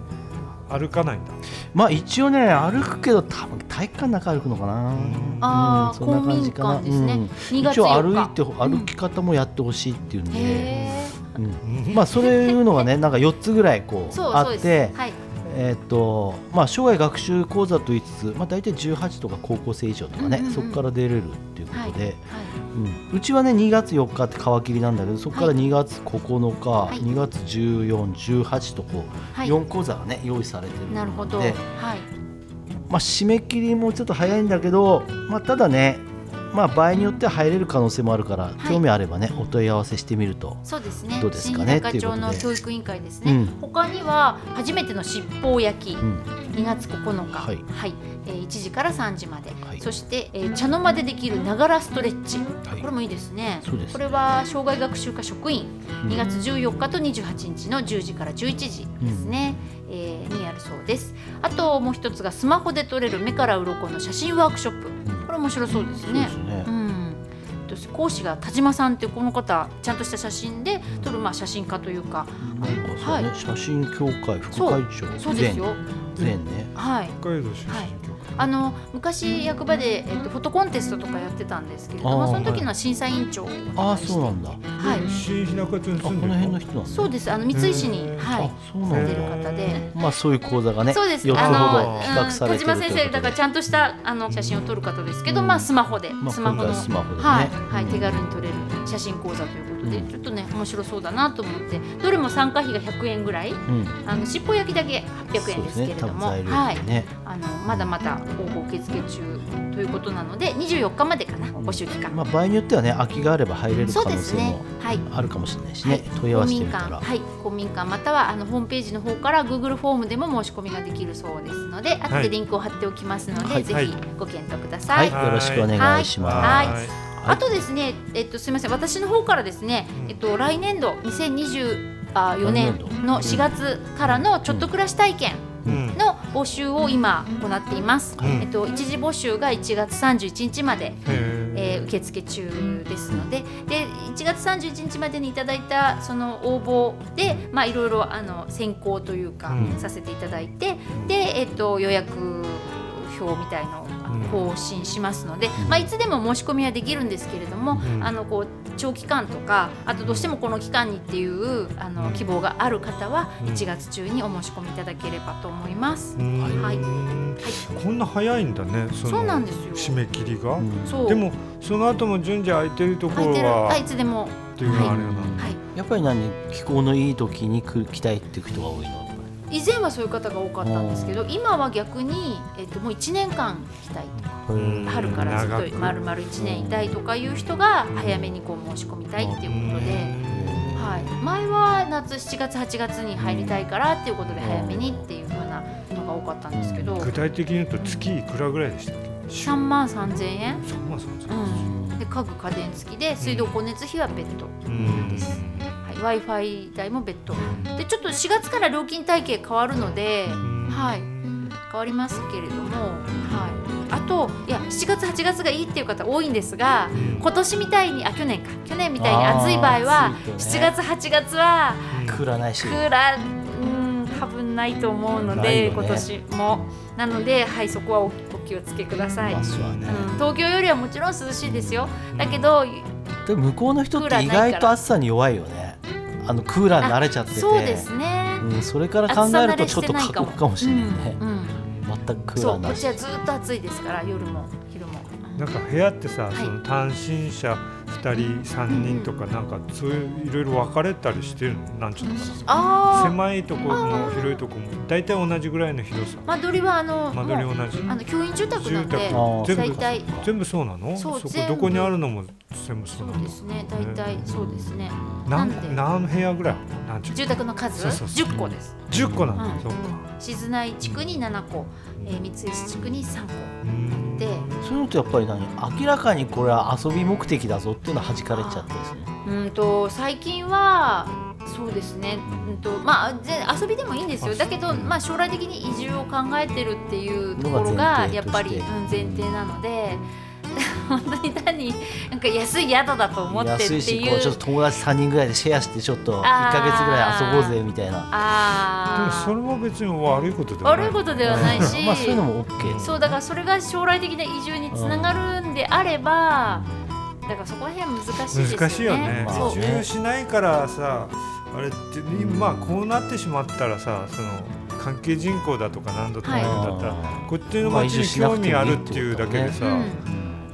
D: 歩かないんだ。
C: まあ一応ね歩くけど多分体育館の中歩くのかな、うん、
B: あー
C: そんな感じかな
B: 公民館ですね
C: うん
B: 2月
C: 一応歩い
B: 4日
C: て歩き方もやってほしいっていうんで、
B: へ
C: うん
D: うん
C: まあそういうのがねなんか4つぐらいこ う
B: そう
C: あ
B: そうで
C: っ
B: す
C: て
B: ー、はい
C: えーっとまあ、生涯学習講座と言いつつ、まあ、大体18とか高校生以上とかね、
B: うんうんうん
C: そこから出れるっていうことで、
B: はい
C: うん、うちはね2月4日って皮切りなんだけどそこから2月9日、
B: い
C: 2月1418とこう、
B: はい
C: 4講座がね用意されてる
B: なるほ
C: の
B: ど、
C: で、
B: はい
C: まあ、締め切りもちょっと早いんだけど、まあ、ただね、まあ、場合によっては入れる可能性もあるから、興味あればねお問い合わせしてみると
B: そうですね
C: どうですかね
B: 新日高町の
C: っていうことで
B: 教育委員会ですね、
C: うん
B: 他には初めてのしっぽう焼き、
C: ん
B: 2月9日、
C: は
B: はいいえー1時から3時まで、
C: はい
B: そして、えー茶の間でできるながらストレッチ、
C: い
B: これもいいですね
C: そうですね
B: これは障害学習科職員2月14日と28日の10時から11時ですね、えーにあるそうですあともう一つがスマホで撮れる目から鱗の写真ワークショップこれ面白そうですね、
C: そうですね
B: うん講師が田島さんっていうこの方ちゃんとした写真で撮るまあ写真家というか
C: なんかそうね、
B: は
C: 写真協会副
B: そう
C: 会長
B: そうですよ
C: 前前ね
B: はい
D: 北海道出身教会。
B: あの昔役場で、えっと、フォトコンテストとかやってたんですけれど
C: あ
B: も
C: ー
B: その時の審査委員長を
C: ああそうなんだあ
B: はい
D: 新日中町に
C: こ
D: 住
C: の
D: んで
C: 辺
D: る
C: の
D: の。
C: 人なんだ
B: そうですあの三井市に、
D: へー
B: はい
C: あそうなん
B: 出
C: だ
B: てる方で。
C: まあそういう講座がね
B: そうです
C: 4つ
B: あ
C: ほど
B: の、
C: 企画さ
B: う
C: れ
B: ん、田島
C: てるとい
B: 先生
C: うこと
B: だ
C: で
B: からちゃんとしたあの写真を撮る方ですけど、
C: うん
B: まあスマホで、
C: まあ
B: スマホ
C: 今
B: の
C: 回スマホでね
B: はい、はい、手軽に撮れる写真講座ということで、
C: うん
B: ちょっとね面白そうだなと思ってどれも参加費が100円ぐらい
C: うん
B: あのしっぽ焼きだけ800
C: そ
B: 円
C: うで
B: ですすけ
C: ね
B: れど
C: 多分
B: も、
C: 材料
B: は
C: 費
B: い
C: でね
B: あのまだまだ応募受付中ということなので24日までかな募集期間、
C: まあ場合によってはね空きがあれば入れる
B: そ
C: 可
B: うで
C: 能
B: す
C: 性
B: ね
C: も
B: はい
C: あるかもしれないし
B: は
C: ね
B: い
C: 問い合わせ
B: 公
C: て
B: 民
C: みた
B: 館
C: ら
B: はい公民館またはあのホームページの方から Google フォームでも申し込みができるそうですので後
D: は
B: で
D: い
B: リンクを貼っておきますので、
C: はい
B: ぜ
D: はい
B: ひご検討くださ。
C: はいいよろしくお願いしま
B: はい
D: はい
B: あとですね、えっとすみません、私の方からですね、
D: うん
B: えっと来年度2024年
C: 来年度
B: の4月からのちょっと暮らし体験
D: うん。
B: の募集を今行っています。
D: うん
B: えっと一時募集が1月31日まで。え
D: へ
B: ー受付中ですのでで1月31日までにいただいたその応募でまあいろいろあの選考というか、
D: うん
B: させていただいてで、えっと予約表みたいのをあの更新しますので、まあ、いつでも申し込みはできるんですけれども、
D: うん
B: あのこう長期間とかあとどうしてもこの期間にっていうあ
D: う
B: の
D: ん
B: 希望がある方は
D: うん
B: 1月中にお申し込みいただければと思います。
D: ーうん
B: はい
D: こんな早いんだね。その
B: そうなんです
D: 締
B: よ
D: め切りが
C: う。ん
B: そう
D: でもその後も順次空いてるとこ
B: 空い
D: ろ
B: てるあい
D: は
B: つでも、
D: っていうのがあるよな。
B: はい、
C: やっぱり何気候のいい時に来来たいっていう人が多いの
B: 以前はそういう方が多かったんですけど今は逆に、えっともう1年間いたいとか
D: うん
B: 春からずっ
D: 長
B: と
D: く
B: 丸々1年いたいとかいう人が早めにこう申し込みたいっていうことで、はい、前は夏7月8月に入りたいからっていうことで
C: うん
B: 早めにっていうふうなのが多かったんですけど
D: 具体的に言うと月いくらぐらいでしたっけ？
B: 3万3000円、
D: 三万三千
B: うん、で家具家電付きで水道光熱費は別途、
D: うん
B: ですはい、w i f i 代も別途でちょっと4月から料金体系変わるので、はい、変わりますけれども、はい、あといや7月8月がいいっていう方多いんですが
C: うん
B: 今年みたいにあ去年か去年みたいに暑い場合は
C: あー暑い
B: 7
C: とね
B: 月8月は
C: 食らないし
B: クーラーうん多分ないと思うの
C: ない
B: で、
C: よね
B: 今年もなのではいそこはおお気をつけください、
C: ますわね、
B: うん東京よりはもちろん涼しいですよだけど
C: でも向こうの人って意外と暑さに弱いよねあのクーラーに慣れちゃってて
B: そうですね
C: うんそれから考えるとちょっと過酷かもしれないね、
B: うん
C: 全くクー
B: そ
C: ラー
B: う
C: な
B: こっ
C: し
B: ちはずっと暑いですから夜も昼も
D: なんか部屋ってさ、
B: い
D: その単身者2人3人とかなんかそういういろいろ分かれたりしてるのなんちゅうのかな
B: ああ
D: 狭いところも広いところも大体同じぐらいの広さ
B: 間取りはあの
D: 間取り
B: も
D: 同
B: う
D: じ
B: あの教員住宅なんで
D: 住宅
B: 大
C: あ
D: 全部
B: 体
D: 全部そうなの
B: そ
D: そうこ
B: 全部
D: どこにあるのも全部そ
B: そうう
D: なの
B: ですね大体そうですね
D: 何
B: なんで
D: 何部屋ぐらいあるのなんちゅうの
B: 住宅の数
D: そうそうそう
B: 10個です
D: 10個なんだ、
B: うん
D: そうか
B: 静内地区に7個、えー、三石地区に3個
D: うん
B: で
C: そういうのってやっぱり何明らかにこれは遊び目的だぞっていうのは弾かれちゃってですね
B: うんと最近はそうですね、うんとまあ、ぜ遊びでもいいんですよ
D: あ
B: だけど、まあ、将来的に移住を考えてるっていうところ
C: のが前
B: が
C: 提
B: やっぱ
C: と
B: り、
C: し
B: う
C: て
B: ん、前提なので 本当に単になんか安い宿だと思ってって
C: 安いし
B: い
C: こ
B: う
C: うちょっと友達3人ぐらいでシェアしてちょっと1か月ぐらい遊ぼうぜみたいな
D: でも
B: あ
D: それは別に悪いことではな
B: 悪
D: い
B: いことではないし、
C: まあそういうのも OK
B: そうだからそれが将来的な移住につながるんであれば、だからそこら辺は難しいですよね。
D: 難しいよね
C: まあ
B: そう
D: 移住しないからさあれって今こうなってしまったらさその関係人口だとか何だとかいうんだったら、こっちの町に興味あるっていうだけでさ、
B: う
C: うん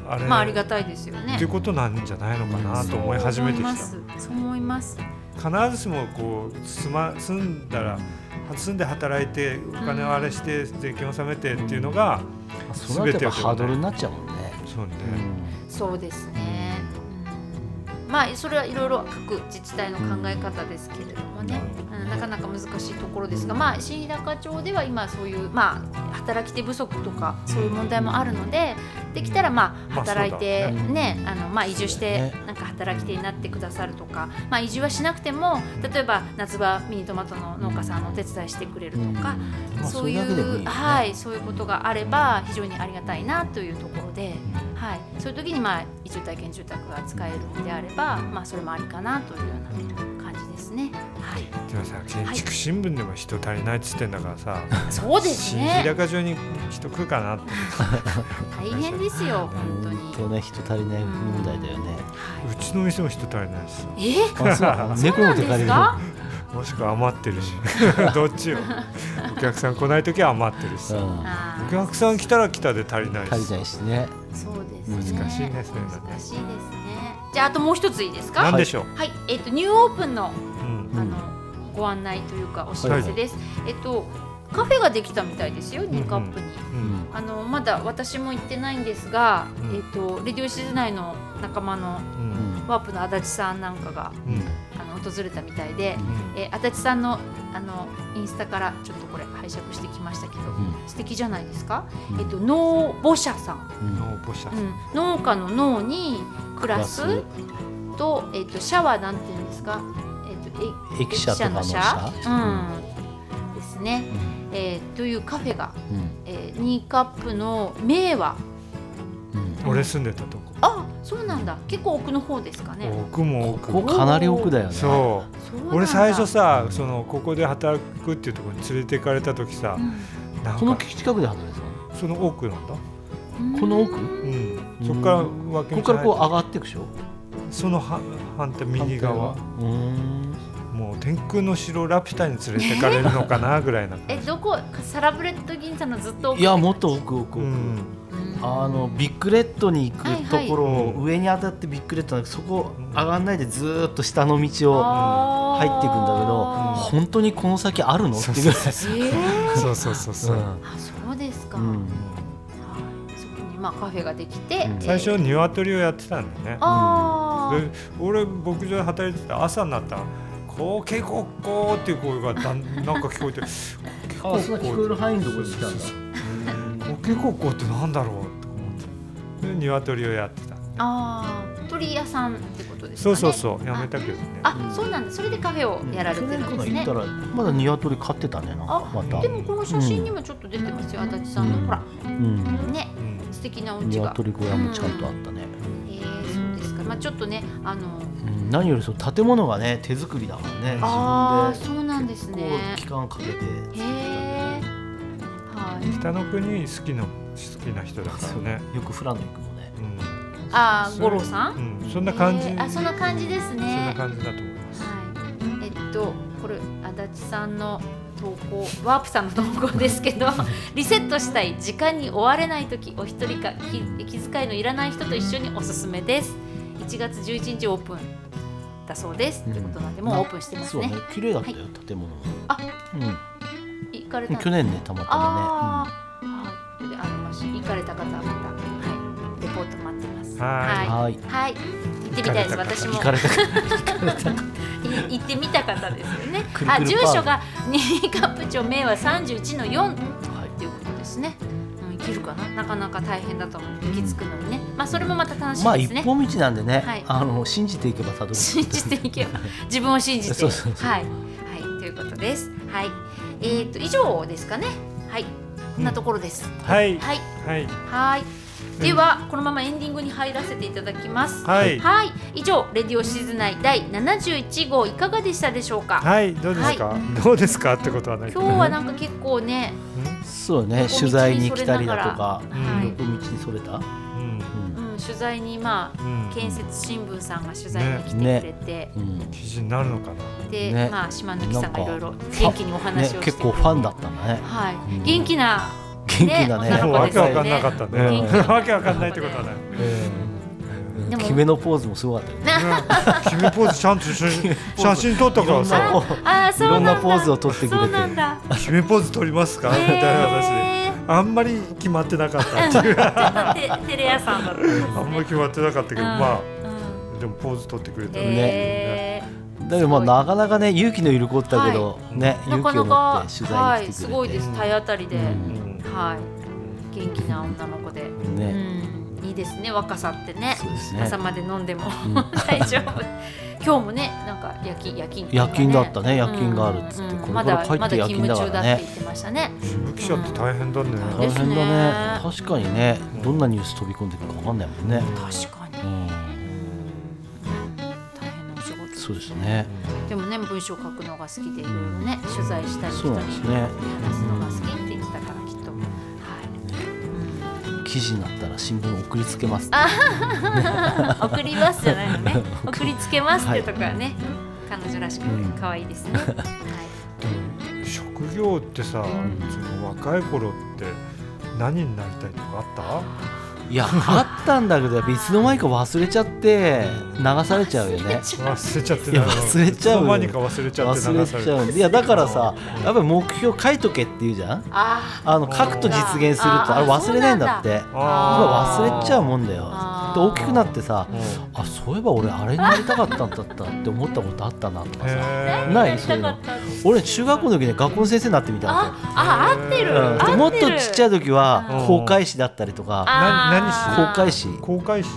D: あれ、
B: ん、まあありがたいですよね
D: って。ことなんじゃないのかなと思い始めてきた
B: そう思いますそう思います。
D: 必ずしもこう住,、ま、住んだら住んで働いてお金をあれして税金を納めてっていうのが、
C: それだとやっぱハードルになっちゃうもんね
D: そうね、
B: そうですね。うんまあそれはいろいろ各自治体の考え方ですけれどもね、うんなかなか難しいところですが、まあ新日高町では今そういうまあ働き手不足とかそういう問題もあるので、できたらまあ
D: まあ
B: 働いて
D: そう
C: だね
B: ね、あのまあ移住し
C: そう
B: て
C: だね
B: なんか働き手になってくださるとか、まあ移住はしなくても例えば夏場ミニトマトの農家さんのお手伝いしてくれる
C: う
B: と
C: ん
B: か、
C: まあ
B: そうい
C: れだけでも
B: う
C: よね
B: はいそういうことがあれば非常にありがたいなというところで。はい、そういう時にまあ移住体験住宅が使えるのであれば、まあそれもありかなというような感じですね。はい、
D: でもさ建築新聞でも人足りないっつってんだからさ、
B: そうです
D: 新
B: ね
D: 日。高町に人来るかなって
B: 大変ですよ、本当
C: 本
B: に。
C: 当ね人足りない問題だよね
D: うちの店も人足りないしさ
B: え、
C: あそう
B: そう
C: 猫
B: な
C: も
B: ん
C: 手
B: で
C: 借
B: す
C: り
B: か？
D: もしくは余ってる しどっちよお客さん来ない時は余ってるし
C: う
D: さ、
C: ん
B: あ
D: お
B: ー
D: 客さん来たら来たで足りないし
C: 足りないしね
B: そうですね。
D: 難しいねそれがね
B: 難しいですね。じゃああともう一ついいです
D: なん
B: か？
D: でしょう、
B: はい、えっ、とニューオープンの
D: うん、
B: あ
C: うん
B: のご案内というかお知らせです。えっ、とカフェができたみたいですよ、ニューカップ
D: う
B: に。
D: ん
B: あのまだ私も行ってないんですが、
D: うん
B: えっ、とレディオシズ内の仲間の
D: う
C: うんん
B: ワープの足立さんなんかが
D: うんうん
B: あの訪れたみたいで、
D: うん
B: えー足立さんのあのインスタからちょっとこれ拝借してきましたけど、
C: ん
B: 素敵じゃないですか、
C: うん
B: えっと農母者さん、
C: うん
D: 応募した
B: うん農家の農に暮らすと,、えっとシャワーなんて言うんですか、えっとえ
C: 駅舎とかの
B: 駅う
C: 舎
B: ん、ですね、えーというカフェが、
C: うん
B: えー、ニーカップの名和
C: うん
D: 俺住んでたとこ
B: あそうなんだ結構奥の方ですかね
D: 奥も奥
C: ここかなり奥だよね
D: そう
B: そうなんだ
D: 俺最初さそのここで働くっていうところに連れて行かれた時さ、なん
C: この
D: か
C: 近くで働いてたの
D: その奥なんだ、
C: この奥こ
D: うん、そこから分け道
C: こからこう
D: 入
C: 上
D: っ
C: がっていくでしょ
D: てそのは反対右側
C: 反対側うーん
D: もう天空の城ラピュタに連れてかれるのかなぐら いな
B: え
D: 感じ、
B: どこサラブレッド銀座のずっと奥
C: いやもっと奥奥
D: う
C: 奥
D: ん、
C: あのビッグレッドに行
B: はい
C: くと
B: はい
C: ころを上に当たってビッグレッドなんかそこ上がんないでずーっと下の道を
B: 入
C: 入っていくんだけど本当にこの先あるのっていうぐらい
B: えー
D: そうそうそうそう、
B: あそうですか、
C: うんうん
B: はいそこにまあカフェができて、
C: うん
D: 最初
B: えー
D: 鶏をやってたんだよね
B: あー
D: で俺牧場で働いてた朝になったら「こうけこっこ」っていう声がだんなんか聞こえて「
C: あそんな聞こえる範囲のところに来たんだ
D: コケコッコってなんだろうと思ってで鶏をやってた
B: あー鳥屋さんってことことですか
D: そ
B: ね
D: うそうそうやめたけどね
B: あそうなんだそれでカフェをやられ
C: 去
B: て
C: 年
B: るんで
C: から
B: す
C: 行っ
B: ね
C: たらまだ鶏飼ってたねなんかまた
B: でもこの写真にもちょっと出てますよ、足立さんの
C: うん
B: ほら
C: うん
B: ね
D: うん
B: 素敵なお家が
C: 鶏小屋もちゃんとあったね
B: えー、そうですかまあちょっとねあの
C: うん何よりそう建物がね手作りだからね
B: ああ
C: 自
B: そうなんです
C: 分でこ
B: ね
C: う期間かけて
B: へえはい
D: 北の国好きの好きな人だからね
C: よくフランク行くもんね
D: うん
B: あー
D: そ
B: 五
D: れ
B: 郎さん
D: うんそんな感じ
B: えーあそんな感じです
D: そんな
B: ね
D: 感じだと思います
B: はい、えっとこれ足立さんの投稿ワープさんの投稿ですけど リセットしたい時間に追われない時お一人かき気遣いのいらない人と一緒におすすめです1月11日オープンだそうです、
C: うん
B: ということなんでもうオープンしてます
C: そうね
B: ね
C: 綺麗だったよ建物も
B: あ
C: う
B: 行かれた
C: ん去年ねたまたまね
B: あー、はいであのもし行かれた方はまた、はい、レポート待ってます
D: は
C: うんはい
B: はい、行ってみたいです
D: 行かれた方
B: 私も
C: 行かれた
B: い
C: か
B: 行ってみた方ですよね
C: くるくるパー
B: あ
C: ク
B: 住所が 新カップ町名は31の4
C: はい
B: っていうことですね。うん、行けるかな、なかなか大変だと思う。行き着くのにね、まあ、それもまた楽し
C: まあ
B: みです
C: 一
B: ね。
C: 本道なんでね、
B: はい
C: あの信じていけばたどり着
B: 信じていけ ば、自分を信じて。
C: そうそうそう
B: はい、はい、ということです。はい、えー、と、以上ですかね。はい、こんなところです。
D: はい
B: はい、
D: はい
B: はい、では、このままエンディングに入らせていただきます。
D: はい
B: はい、以上、レディオシズナイ第71号いかがでしたでしょうか。
D: はいどうですか どうですかってことはないけ
B: 今
D: ど
B: 日はなんか結構ね、
D: う
C: そう
B: 横
C: ね
B: 道に
C: 取材に来たりだとか
D: うん
B: はい
C: 横道にそれた、
D: ん
C: うん
B: うん、取材にまあ
D: うんうん
B: 建設新聞さんが取材に来てくれて、
C: うん
D: 記事になるのかな
B: で、
C: ね
B: まあ島抜さんがいろいろ元気にお話を
C: ね
B: して、、
C: 結構ファンだったんだね
B: はい、
C: うん
B: 元気な
C: 元気だね
D: もう
B: 女の子
D: わ
B: で
D: け
B: すよ
D: わか
B: ね
D: んなかった
C: 元
D: ね
C: 気な
D: わけわかんないってことは ない
C: うん
B: でも
C: 決めのポーズもすごかったよね
D: 君 ポーズちゃんと一緒に写真撮ったから
C: いろん
D: さ
C: な
B: あー
C: い
B: そう
C: ろ
B: なん
C: ん
B: だ
C: なポーズを取ってく
B: そう
C: れて
B: なんだ
D: 君ポーズ撮りますかみたいな話で
B: え
D: あんまり決まってなかったって いう
B: ー、ちょっとテテレ屋さんだったんですね
D: あんまり決まってなかったけど、
B: うん
D: ま
B: うん
D: あでもポーズ取ってくれたね、
B: え
C: だけどまあなかなかね勇気のいる子だけど、ね
B: ー、な
C: 勇
B: か
C: 気を
B: な
C: 持っ
B: か
C: て取材に来てくれて、
B: はいすごいです体当たりで、
C: うん
B: はい元気な女の子で、う
C: ね、
B: ん、いいですね若さってね
C: そうですね
B: 朝まで飲んでも
C: うん
B: 大丈夫今日もねなんか夜勤夜勤っていうか
C: 夜
B: ね
C: 勤だったね夜勤があるっつって、
B: うん
C: これから帰って夜勤だから
B: まだまだ勤務中だって
C: ね
B: 言ってましたね。
D: うん記者って大変だね、
B: うん
C: 大変だね
B: で
C: 確かにねどんなニュース飛び込んでくるかわかんないもんね、
B: 確かに。
C: う
B: うん
C: ん、
B: 大変なお仕事。
C: そうです。ね
B: でもね、文章を書くのが好きで、いろいろね、取材したり、人
C: そう
B: に
C: なん
B: 話
C: ですすね
B: のが好きって言ってたから、きっと。は
C: 記事になったら新聞送りつけます
B: い。 送りますじゃないの ね。送りつけますってとかね。彼女らしく
C: うん
B: 可愛い ですね。はい。
D: 職業ってさ、その若い頃って何になりたいとかあっ
C: いやあったんだけどやっぱいつの間にか忘れちゃって流されちゃうよね
D: た忘れちゃって
C: いや忘れちゃ
D: いつの
C: うよ
D: 間にか忘れちゃって
C: 忘
D: 流
C: れ
D: され
C: ちゃうんでいやだからさやっぱり目標書いとけって言うじゃん
B: あ
C: あの書くと実現するって
B: あ
C: あれ忘れないんだって
D: あ
C: 今
D: ー
C: 忘れちゃうもんだよ
B: あー
C: で大きくなってさ
D: うん
C: あそういえば俺あれになりたかったんだったって思ったことあったなとかさ
D: へー
C: ないそういうの俺中学校の時ね学校の先生になってみたんだよ
B: あ、あ、合ってる。
D: うん
B: 合って
C: う
B: る
C: んもっとちっちゃい時は
D: うん
C: 航海士だったりとか
B: あー
D: な何し
C: 航海士
D: 公開誌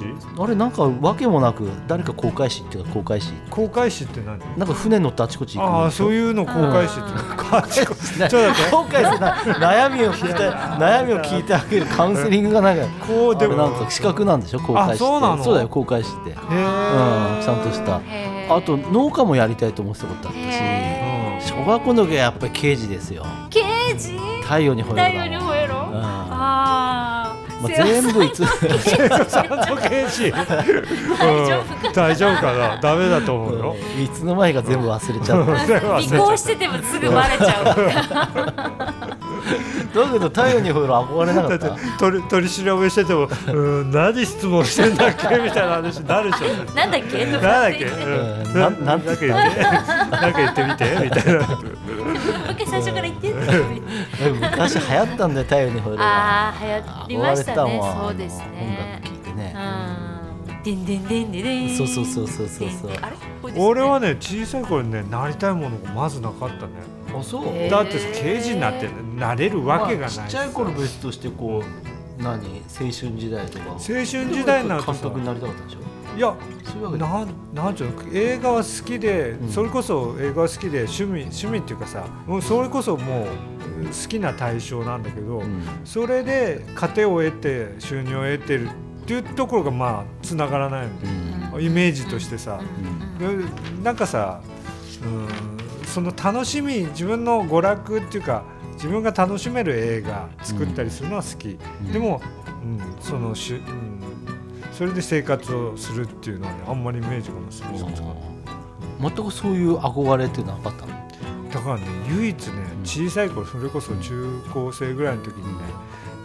C: あれなんか訳もなく誰か航海士っていうか航海士
D: 公開誌って何
C: なんか船乗ってあちこち行く
D: ああそう
C: う
D: いうの公開誌ってあちこちょっと待って
C: 航海士な悩み を聞いた悩みを聞いてあげるカウンセリングがなんか
D: こう
C: あれ
D: で
C: な
D: も
C: んか資格なんでしょ航海士って
D: あそうなの
C: だよ航海士ってうん
D: へ
C: ち
D: ー
C: ゃんとした
B: へー
C: あと農家もやりたいと思ってたことあっ
D: う
B: へ
C: た
D: ん
C: し小学校の時はやっぱり刑事ですよ
B: 刑事
C: 太陽にほえろだ
B: 太
C: もん
B: 陽に吠えろ、
C: うんま
B: あー
C: あ
B: 世話
C: 全部いつ
D: ちゃんと刑事うん 大丈夫かなダメだと思うよ
C: いつの間にか全部忘れちゃった
B: 尾行しててもすぐバレちゃう
C: だけど太陽にほえろ憧れなか
D: だ
C: っ
D: って
C: た
D: 取り取り調べしててもうーん何質問してんだっけみたいな話になるでしょ
B: なんだっけ
D: な
B: と
D: んだ
B: か
D: っけ、
C: う
D: うんん、な
C: ななん
D: ん
C: て言
D: か言
C: っ
D: ったてなんか言ってみてみたいな
B: もう一回最初から言って
C: 昔流行ったんだよ太陽にほえろが
B: ああ流行りましたね
C: わ
B: そうですね
C: 音楽聴いてね
B: うんでんでんでんでんでん
C: そうそうそうそうそうそう
B: でんあれこれですね
D: 俺はね小さい頃ねなりたいものがまずなかったね
C: あそう
B: へー
D: だって刑事になってなれるわけがない、
C: まあちっちゃい頃別としてこう何青春時代とか
D: 青春時代になると
C: 監
D: さ
C: 督になりたかったでしょ
D: いや
C: そういうわけで
D: なんなんちゅうの映画は好きで、
C: ん
D: それこそ映画は好きで趣味趣味っていうかさもうそれこそもう好きな対象なんだけど、
C: うん
D: それで糧を得て収入を得てるっていうところがまあつながらないので、イメージとしてさ、でなんかさうんその楽しみ自分の娯楽っていうか自分が楽しめる映画作ったりするのは好き、
C: ん
D: でも、うん、そのしゅ、うん、それで生活をするっていうのは、ね、あんまりイメージがなすごいです
C: 全くそういう憧れってなかったの
D: だからね唯一ね小さい頃それこそ中高生ぐらいの時にね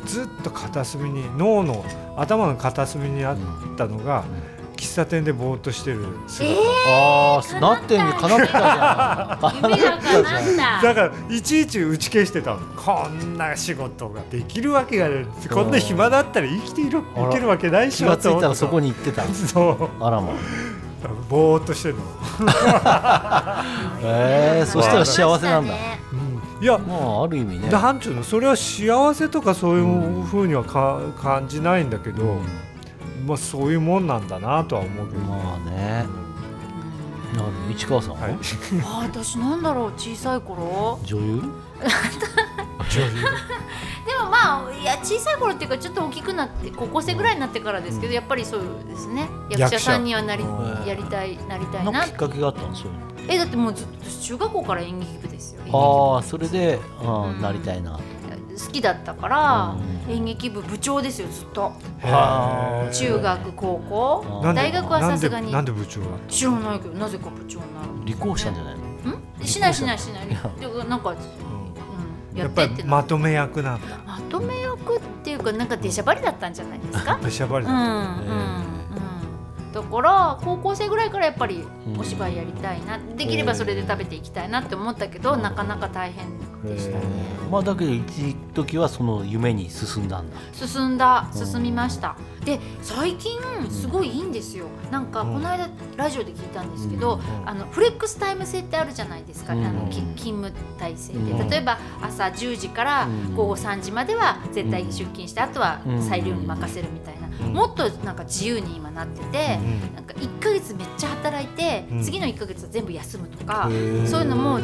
D: ずっと片隅に脳の頭の片隅にあったのが、喫茶店でぼーっとしてる姿、
C: ああなってんね叶ったじゃん
E: 夢が叶った
D: だからいちいち打ち消してたのこんな仕事ができるわけがないこんな暇だったら生きている
C: あら
D: 生きるわけないっし
C: 気
D: ょ
C: がついたらそこ
D: に
C: に行ってた
D: そう
C: あらま
D: ぼーっとしてるの、
C: えー、そしたら幸せなんだ
D: いや
C: まあある意味ね
D: なんちゅうのそれは幸せとかそういうふうにはか、感じないんだけど、
C: うん
D: まあそういうもんなんだなとは思うけど、
C: まあねなるほど市川さんは、
D: はい
B: あ私なんだろう小さい頃
C: 女優
B: でもまあいや小さい頃っていうかちょっと大きくなって高校生ぐらいになってからですけど、やっぱりそうですね役者さんにはなり
D: 役
C: 者
B: やりたいなりたい
C: の
B: な
C: きっかけがあったんですよ
B: えだってもうずっと私中学校から演劇部ですよ
C: ああそれで、うん
B: うん
C: なりたいな
B: 好きだったから、
C: うん
B: 演劇部部長ですよずっと
C: あ
B: 中学高校
C: あー
D: なんで
B: 大学はさすがに
D: なんでなんで部長は
B: 知らないけどなぜか部長になる
C: 離婚したんじゃないの
B: んしないしないしないでなんか、うん、
D: や
B: や
D: っ
B: って
D: ぱ
B: って
D: り
B: な
D: まとめ役なんだ
B: まとめ役っていうかなんか出しゃばりだったんじゃないですか
D: べしゃばり
B: うんう
D: だ、
B: んうんだから高校生ぐらいからやっぱりお芝居やりたいなできればそれで食べていきたいなって思ったけどなかなか大変でしたね
C: まあだけど一時はその夢に進んだんだ
B: 進んだ
C: うん
B: 進みましたで最近すごいいいんですよなんか
D: うん
B: この間ラジオで聞いたんですけ
C: う
B: ど
D: ん
B: あのフレックスタイム制ってあるじゃないですか、
C: うん
B: あのき勤務体制で、
C: うん
B: 例えば朝10時から
C: うん
B: 午後3時までは絶対出勤してあとは
C: うん
B: 裁量に任せるみたいな、
D: ん
B: もっとなんか自由に今なってて、なんか1ヶ月めっちゃ働いて、
D: うん
B: 次の1ヶ月は全部休むとか、
C: ー
B: そういうのも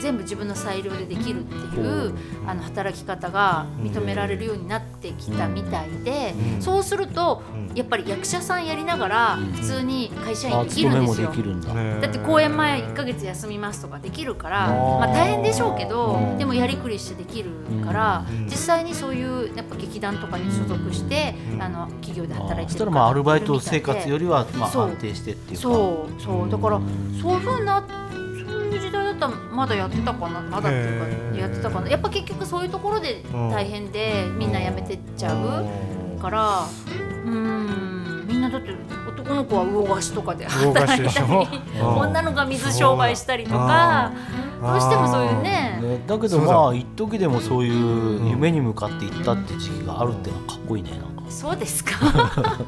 B: 全部自分の裁量でできるっていうあの働き方が認められるようになってきたみたいで、
D: うん
B: そうすると
D: うん
B: やっぱり役者さんやりながら
C: うん
B: 普通に会社員
C: あ
B: でき
C: 勤
B: る
C: め
B: んで
C: も
B: す
C: で
B: よ
C: き。るんだ
D: ね
B: だって公演前1ヶ月休みますとかできるから、
C: あー
B: まあ、大変でしょうけど
C: うん
B: でもやりくりしてできるから、
D: うん
B: 実際にそういうやっぱ劇団とかに所属して、
D: うん
B: あの企業で
C: あ
B: 働い
C: ー
B: てる
C: そしたらまあアルバイト
B: 方
C: 生
B: い
C: 活
B: て
C: よりはまあ
B: そう
C: 安定してっていうか
B: そうそうだからそういうふうなそういう時代だったらまだやってたかなまだっていう
D: へ
B: か
D: ー
B: やってたかなやっぱ結局そういうところで大変でみんな辞めてっちゃうからうんみんなだって男の子は魚河岸とかで
D: 動かしてる
B: 働い
D: でしたょ
B: り女の子が水商売したりと
D: あ
B: かどうしてもそういうね
C: ね、だけど
D: そうだ
C: まあ一時でもそういう夢に向かっていったって時期があるってのはかっこいいねなんか
B: そうですか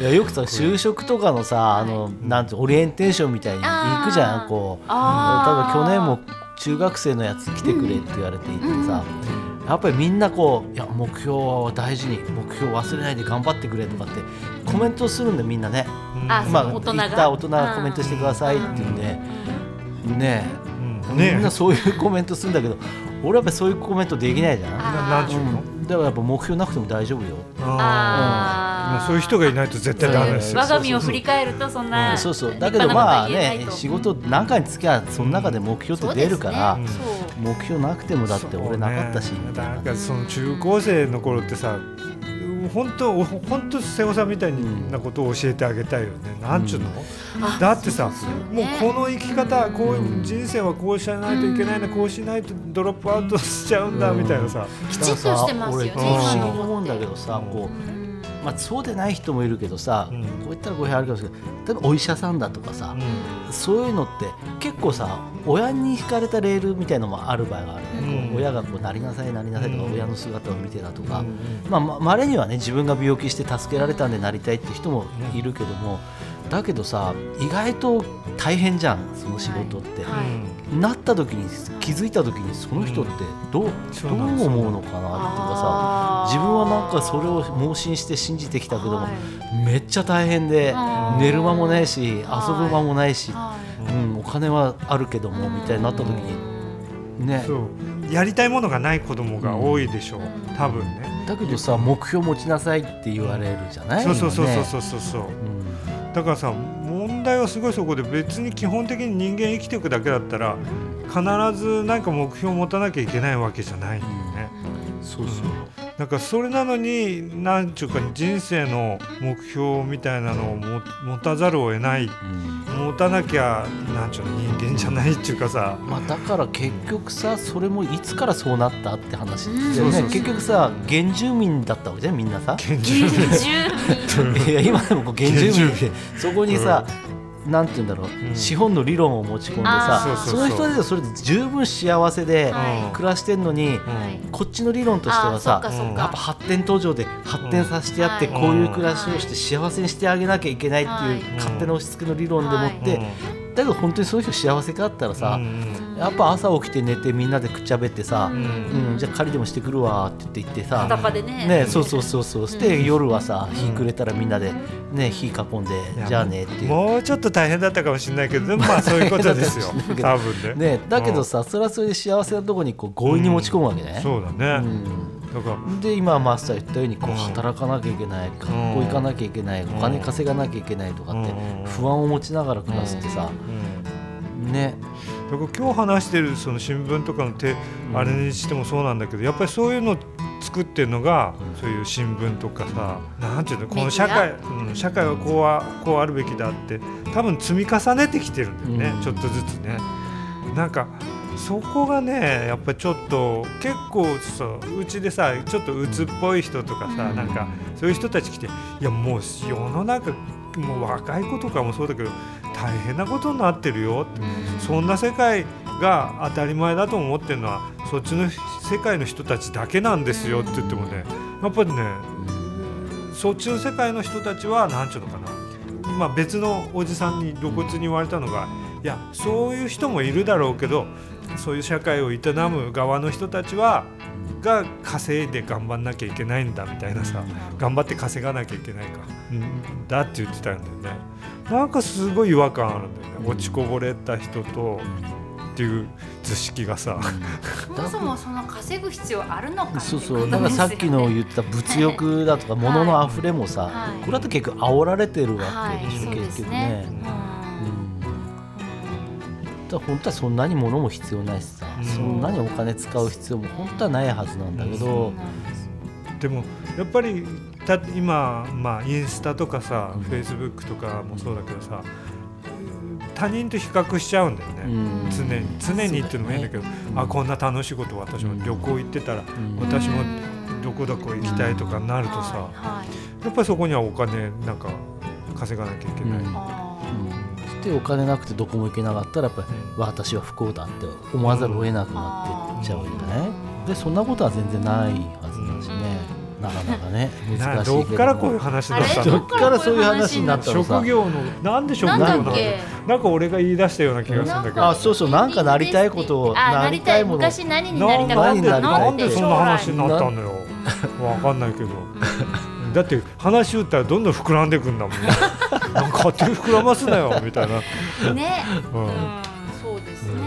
C: いやよくさ就職とかのさあのなんてオリエンテーションみたいに行くじゃ
B: あー
C: んこう
B: あー
C: 多分去年も中学生のやつ来てくれって言われていてさ、やっぱりみんなこういや目標を大事に目標を忘れないで頑張ってくれとかってコメントするんだよみんなね、
B: あ
C: まあ、
B: そう大人
C: 言
B: が
C: った大人がコメントしてくださいっていうんで、ねえ、みんなそういうコメントするんだけど俺やっぱりそういうコメントできないじゃん。
D: なんちゅうの
C: うんだからやっぱ目標なくても大丈夫よ。
B: あー
D: そういう人がいないと絶対ダメですよ
B: 我が身を振り返るとそんな
C: そうそう。
B: 立
C: だけど
B: 派なこと
C: ま
B: は言えな
C: あ
B: い
C: ね
B: と、
C: 仕事何回につきゃその中で目標って出るから、
B: そうですねそう
C: 目標なくてもだって俺なかったしみたい
D: な。
C: なん
D: かその中高生の頃ってさ本当本当瀬尾さんみたいなことを教えてあげたいよね、なんちゅうの、だってさもうこの生き方こういう人生はこうしないといけないな、こうしないとドロップアウトしちゃうんだみたいなさ、
B: きちっとしてますよね
C: だから
B: 今
C: さ俺不思議
B: の
C: に思うんだけどさ、こう、まあ、そうでない人もいるけどさ、
D: うん
C: こう言ったら語弊あるかもしれないけど例えばお医者さんだとかさ、そういうのって結構さ親に惹かれたレールみたいのもある場合があるね、こう
D: うん
C: 親がこうなりなさいなりなさいとか、
D: うん
C: 親の姿を見てだとか、まあ、ま稀にはね自分が病気して助けられたんでなりたいって人もいるけども、だけどさ意外と大変じゃんその仕事って、なった時に気づいた時にその人ってどう,、
D: そう
C: ど
D: なんです
C: う思うのかなとかさ自分はなんかそれを盲信して信じてきたけども、めっちゃ大変で寝る間もないし遊ぶ間もないし、うん、お金はあるけどもみたいになった時にね
D: そうやりたいものがない子供が多いでしょう、多分ね
C: だけどさ目標持ちなさいって言われるじゃない
D: そうそうそう
C: 今
D: そう
C: ね
D: そうそうそう
C: うん
D: だからさ問題はすごいそこで別に基本的に人間生きていくだけだったら必ず何か目標を持たなきゃいけないわけじゃないんだよね。
C: そうそう
D: なんかそれなのに何ちゅうか人生の目標みたいなのをも持たざるを得ない
C: うん
D: 持たなきゃなんちゅうの人間じゃないっていうか さ
C: まあ、だから結局さそれもいつからそうなったって話です
D: う
C: よ
D: んそうそう
C: ね
D: そう
C: 結局さ原住民だったわけじゃんみんなさ
D: 現実
C: いや今でもこう原住民でそこにさ、なんて言うんだろう、
D: ん
C: 資本の理論を持ち込んで
D: あー
C: さその人たちはそれで十分幸せで
D: はい
C: 暮らしてんのに、
D: うん
C: こっちの理論としてはさ
E: あーそっかそっ
C: やっ
E: か
C: ぱ発展途上で発展させてやって、
E: うん
C: こういう暮らしをして幸せにしてあげなきゃいけないっていう、
D: はい
C: 勝手な押し付けの理論でもって、
D: うん
C: だけど本当にそういう人幸せかあったら
D: う
C: さ、
D: ん
C: やっぱ朝起きて寝てみんなでくっちゃべってさ、
D: うん
C: うんじゃあ狩りでもしてくるわって言って行ってさ
E: 裸でね
C: ね、そうそうそうそうして夜はさ日暮れたらみんなで、ね、火囲んで
D: いや
C: じゃあねっていう。
D: もうちょっと大変だったかもしれないけどでもまあそういうことです よ
C: 大変だ
D: 多
C: っ
D: 分ね。
C: ね、だけどさ、それはそれで幸せなとこにこう強引に持ち込むわけね。
D: そうだね、
C: うん
D: だから
C: で今マスター言ったようにこう
D: うん
C: 働かなきゃいけない学校行かなきゃいけないお
D: ん
C: 金稼がなきゃいけないとかって
D: うん
C: 不安を持ちながら暮らすってさね
D: だから今日話してるその新聞とかのて、
C: うん
D: あれにしてもそうなんだけどやっぱりそういうのを作ってるのが、そういう新聞とかさなんていうのこの社会、うん、社会はこうはこうあるべきだって多分積み重ねてきてるんだよね、
C: うん
D: ちょっとずつね。なんかそこがねやっぱりちょっと結構さうちでさちょっと鬱っぽい人とかさ、なんかそういう人たち来ていやもう世の中もう若い子とかもそうだけど大変なことになってるよって、そんな世界が当たり前だと思ってるのはそっちの世界の人たちだけなんですよって言ってもねやっぱりねそっちの世界の人たちは何ちゅうのかな、まあ、別のおじさんに露骨に言われたのがいやそういう人もいるだろうけどそういう社会を営む側の人たちはが稼いで頑張んなきゃいけないんだみたいなさ頑張って稼がなきゃいけないか、うん、だって言ってたんだよねなんかすごい違和感あるんだよね落ちこぼれた人とっていう図式がさ、
E: そもそもその稼ぐ必要あるのかって
C: そう
E: こ
C: そ
E: と
C: うだから
E: です
C: さ
E: よ
C: っ
E: ね
C: きの言った物欲だと か物の溢れもさ、
E: はい
C: これだと結局煽られてるわ
E: は
C: けで
E: い
C: しょ、
E: そうで
C: 結
E: す
C: 局
E: ね
C: ね。うんだから本当はそんなに物も必要ないしさ、
D: うん
C: そんなにお金使う必要も本当はないはずなんだけど、
D: でもやっぱりた今、まあ、インスタとかさ、
C: うん
D: フェイスブックとかもそうだけどさ他人と比較しちゃうんだよね、
C: うん
D: 常に常にっていうのも変だけどあこんな楽しいこと私も旅行行ってたら、
C: ん
D: 私もどこどこ行きたいとかなるとさ、やっぱりそこにはお金なんか稼がなきゃいけない、
C: うんでお金なくてどこも行けなかったらやっぱり私は不幸だって思わざるを得なくなってっちゃうよね。でそんなことは全然ないはずだしね、なかなかね
D: な
C: 難しいけど
D: ど
C: も
D: っからこういう話だった
C: ど
D: の
C: っからそういう話になったのさ
D: 職業のなんで職業
E: な
D: なんん
E: だっけ
D: なんか俺が言い出したような気がするんだけど
C: あそうそうなんかなりたいことを
E: あなりたい
C: もの
E: 昔何になりたかっ
D: なん
E: た
D: で
E: の
C: なり
D: な
C: たい
D: んでそんな話になったのよわかんないけどだって話打ったらどんどん膨らんでくんだもん なんか勝手に膨らますなよみたいな、
E: ね
D: うん
E: うんそうです
D: う
E: ね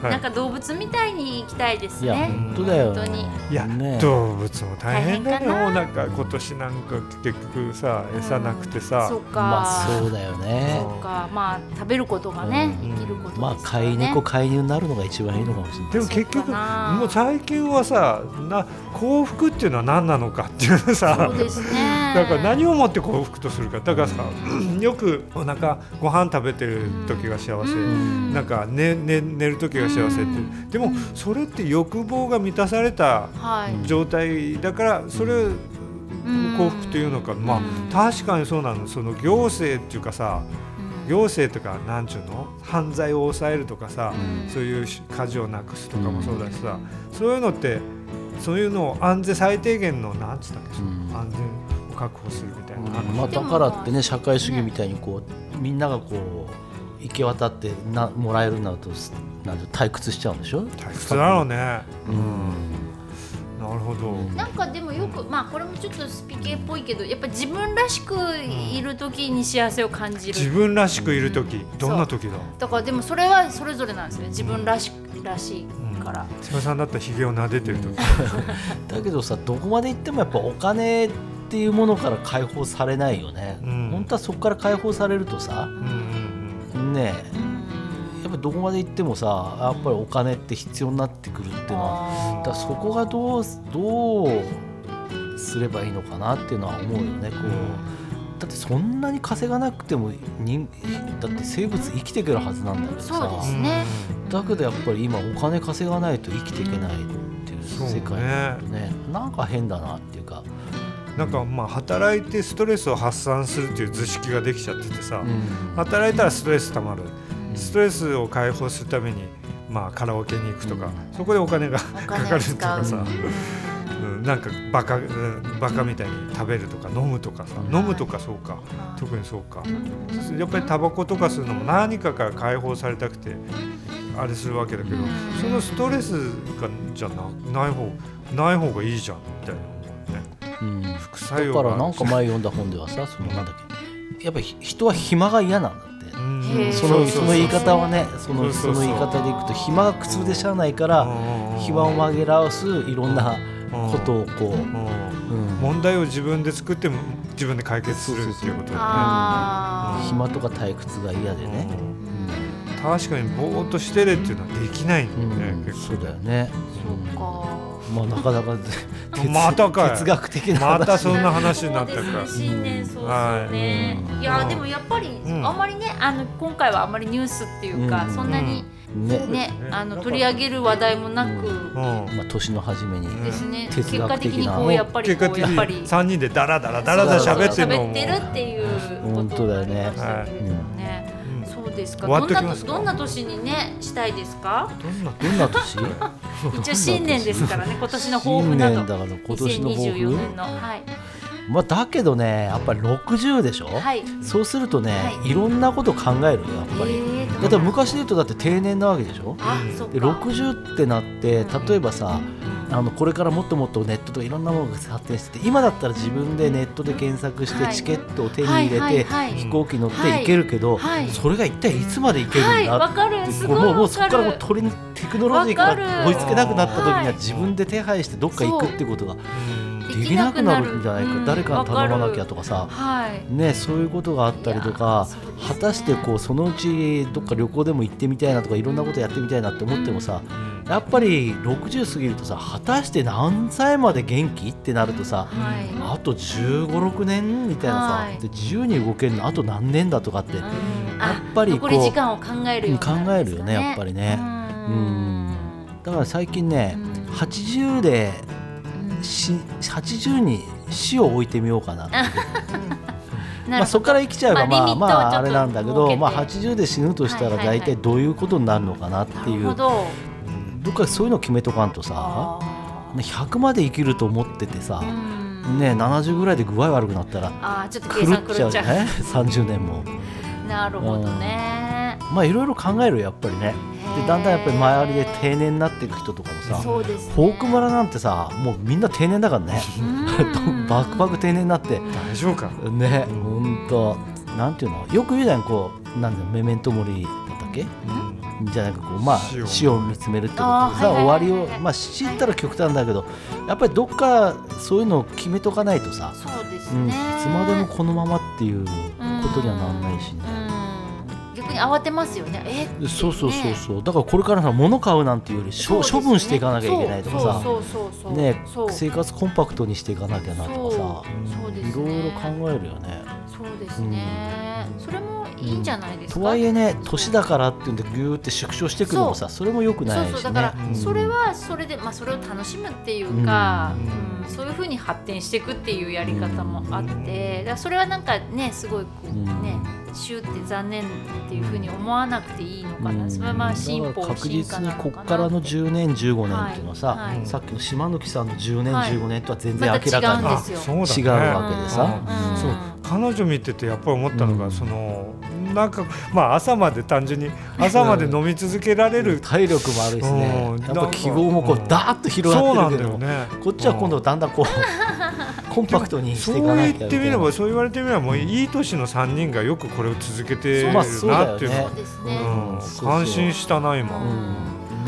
D: んはい
E: なんか動物みたいに行きたいです
C: いや
E: ね
C: 本当だよ
E: 本当に
D: いや、
C: ね
D: 動物も大変だね
E: 大変かな
D: もうなんか今年なんか結局さ餌なくてさ、
E: そうか
C: まあそうだよね
E: そうかまあ食べることがね
D: うん
E: 生きることですよね
C: まあ飼い猫飼い犬になるのが一番いいのかもしれない
D: でも結
E: そう
D: 局
E: かな
D: もう最近はさな幸福っていうのは何なのかっていうのさ
E: そうですね
D: だから何をもって幸福とするかだからさよくお腹ご飯食べてる時が幸せ、
E: うん
D: なんか寝寝寝る時が幸せって、でもそれって欲望が満たされた
E: はい
D: 状態だからそれを
E: うん
D: 幸福というのか、まあ確かにそうなのその行政っていうかさ行政とかなんちゅうの犯罪を抑えるとかさ、そういう家事をなくすとかもそうだしさ、そういうのってそういうのを安全最低限のなんつったっけ、
C: うん
D: 安全を確保するみたいな、
C: まあ、だからってね社会主義みたいにこうみんながこう行き渡ってなもらえるなるとすなんて退屈しちゃうんでしょ
D: 退屈だろうね、
C: うん
D: なるほど、
B: なんかでもよくまあこれもちょっとスピ系っぽいけどやっぱ自分らしくいる時に幸せを感じ
D: 自
B: る、
D: 分らしくいる時、どんな時だ
B: だからでもそれはそれぞれなんですよね自分らしくらしいから、
D: 千葉さんだったらひげを撫でてる時、
C: だけどさどこまで行ってもやっぱお金っていうものから解放されないよね、
D: うん
C: 本当はそこから解放されるとさ
D: うんうん
C: ねえやっぱどこまで行ってもさやっぱりお金って必要になってくるっていうのはだからそこがどうどうすればいいのかなっていうのは思うよねこうだってそんなに稼がなくても人だって生物生きてくるはずなんだけどさ
B: そうで
D: う
B: す
D: ん
B: ね
C: だけどやっぱり今お金稼がないと生きていけないっていう
D: そう
C: 世界
D: ね
C: ねなんか変だなっていうか、
D: なんかまあ働いてストレスを発散するっていう図式ができちゃっててさ、
C: うん
D: 働いたらストレスたまる、
C: ん
D: ストレスを解放するために、まあ、カラオケに行くとか、そこでお金がかかるっていうかさ、うん、なんかバカうんバカみたいに食べるとか飲むとかさ、飲むとかそうか特にそうか、そうするとやっぱりタバコとかするのも何かから解放されたくてあれするわけだけど、そのストレスがじゃなない方ない方がいいじゃんみたいな思うね。
C: うんだ
D: 副
C: か
D: 作用が
C: らなんか前読んだ本ではさそのなんだっけやっぱり人は暇が嫌なんだって
D: うん
C: そのその言い方はねその
D: そ
C: そう
D: そうそう
C: の言い方でいくと暇が苦痛でしゃあないから暇を
D: ま
C: 紛らわすいろんなことをこう、うん、
D: 問題を自分で作っても自分で解決するっていうことだ
B: あ
C: 暇とか退屈が嫌で
D: よ
C: ね
D: ね。う、ん確かにぼーっとしてれっていうのはできない
C: うん
D: だよね、
C: ん
D: 結
C: そ
D: 構
C: うだよね、
B: ーこ
C: うんまあなかなか哲
D: またかい
C: 哲学的な話
D: またそん
B: う
D: な話になったか
B: そうですね新年早
D: は
B: 々ね、い、やーでもやっぱり、
D: ん
B: あんまりねあの今回はあんまりニュースっていうか、
C: うん
B: そんなに
C: ね、
B: ね
D: うん
B: あ
D: なん
B: の
D: か
B: 取り上げる話題もなく、
D: うん
C: まあ、年の初めに、
B: ですね、
C: 哲
B: 結
C: 学
B: 果
C: 的
B: 的
C: な
B: にこうやっぱり
D: 結
B: こ
D: 果
B: う
D: 的
B: やっぱ
D: に
B: り
D: 3人でダラダラダラダラ喋ってるの
B: 喋
D: も
B: ってるっていうことになりましたけれどもね。
D: うん
B: そうですか。
D: 終わ
B: ど
D: っ
B: ん
D: とき
B: な
D: ますか
B: どんな年にねしたいですか。
D: どんな
C: どんな年
B: 一応新年ですからね。今年の抱負
C: 新
B: な
C: 年だ
B: ど。
C: から今年の抱
B: 2024年
C: 負、
B: のはい
C: まあ、だけどねやっぱり60でしょ、
B: はい。
C: そうするとね、、
B: はい
C: ろんなこと考えるよやっぱり、
B: えー
C: だって昔で言うとだって定年なわけでしょ
B: あ、そっ
C: で
B: か。
C: 60ってなって例えばさあのこれからもっともっとネットとかいろんなものが発展してて今だったら自分でネットで検索して
B: はい
C: チケットを手に入れて
B: はいはいはい
C: 飛行機乗って行けるけど、
B: はい
C: それが一体いつまで行ける
B: はい。
C: んだ
B: わ
C: って
B: かる。すご
C: もう
B: い
C: もうもう
B: わ
C: そこ
B: か
C: からもう
B: る。
C: 取りにテクノロジーか
B: わからる
C: 追いつけなくなった時に
B: は
C: はい自分で手配してどっか行くってことが
D: うん
C: できなくなるんじゃないか
B: できなくなる
C: 誰かに頼まなきゃとかさ
B: はい。
C: ね、そういうことがあったりと
B: い
C: か、
B: やーそうですね
C: 果たしてこうそのうちどっか旅行でも行ってみたいなとかいろんなことやってみたいなって思ってもさ、やっぱり60過ぎるとさ果たして何歳まで元気ってなるとさ、
B: はい。
C: あと1 5六6年みたいなさ、
B: はい
C: で自由に動けるのあと何年だとかって、
B: う
C: や
B: んあ
C: っぱり
B: 残
C: こ
B: り時
C: う
B: 間を考えるようにな
C: 考
B: る
C: え
B: んで
C: る
B: す
C: よ
B: か
C: ねやっぱりね
B: う。
C: うん
B: ん
C: だから最近ね、80でし80に死を置いてみようかなって
B: な
C: ま
B: る
C: あ、そこから生きちゃえばまあ、ま
B: まあリミットを
C: あ、あれ
B: ちょっと
C: なんだけ
B: 設け
C: ど、
B: て
C: まあ、80で死ぬとしたら
B: はいはいはい
C: 大体どういうことになるのかなっていう、
B: ほど。
C: どっかそういうの決めとかんとさ
B: あ
C: ね100まで生きると思っててさ、
B: ー
C: ね
B: うん
C: え、70ぐらいで具合悪くなったら
B: あーちょっと計
C: 狂
B: 算
C: っち
B: 狂
C: ゃ
B: っ
C: う
B: ち
C: ね
B: ゃう。
C: 30年も
B: なるほどね。
C: まあいろいろ考えるよやっぱりねでだんだんやっぱり周りで定年になっていく人とかもさ
B: そうですね。
C: フォーク村なんてさもうみんな定年だからね
B: うん
C: バクバク定年になって
D: 大丈夫か
C: ね本当なんていうのよく言うじゃんこうなんだメメントモリーだったっけじゃなくこうまあ
D: 死を
C: 死を見つめるってことで
B: あー
C: さ
B: はい
C: 終
B: は
C: わ
B: いはい
C: り
B: はい
C: をまあ死ったら極端だけどやっぱりどっかそういうのを決めとかないとさ、
B: そうです
C: うん、い
B: ね。
C: つまでもこのままっていうことにはなんないしね。
B: うん。逆に慌てますよね。えっていね。
C: そうそうそうそうだからこれからさ物買うなんていうよりし
B: そう
C: ょ、
B: ですね
C: 処分していかなきゃいけないとかさ
B: そうそうそうそう。
C: ね
B: そう。
C: 生活コンパクトにしていかなきゃなとかさ
B: そうそうですね
C: いろいろ考えるよね。
B: そうですね。それもいいんじゃないですか。
C: とはいえね年だからっていうんでギューって縮小していくのもさそれもよくない
B: そ
C: し
B: うそ
C: ね。
B: うだから
D: うん
B: それはそれで、まあ、それを楽しむっていうか、
D: うん
B: うんそういうふうに発展していくっていうやり方もあってだからそれはなんかねすごいこ
C: うん
B: うねシューって残念っていうふうに思わなくていいのかな、
C: うん
B: それはまあ進
C: だか
B: 歩
C: ら確
B: 進化
C: 実に
B: なの
C: こ
B: かな
C: っからの10年15年っていうのはさ、
B: はいはい
C: さっきの島抜さんの10年、
B: はい
C: 15年とは全然
B: また
C: 明らかに
B: 違うん
D: あ
B: ですよ
D: そうだね
C: 違うわけでさ
D: うんそう彼女見ててやっぱり思ったのが、
C: うん
D: そのなんかまあ朝まで単純に朝まで飲み続けられる、
C: 体力もあるしね
D: うん
C: やっぱ希望もこう
D: うん
C: ダーッと広
D: そう
C: が
D: な
C: って
D: ん
C: る
D: だ
C: けど
D: よね
C: こっちは今度だんだんこう コンパクトにしていかなきゃ
D: そう言
C: い
D: って
C: け
D: みれ
C: ない
D: ばそう言われてみればもういい年の3人がよくこれを続けてる
C: ま
D: な
C: あそうだよね
D: っていうのは
B: そうですね、
D: うん
C: そうそう
D: 感心したな今、
C: うん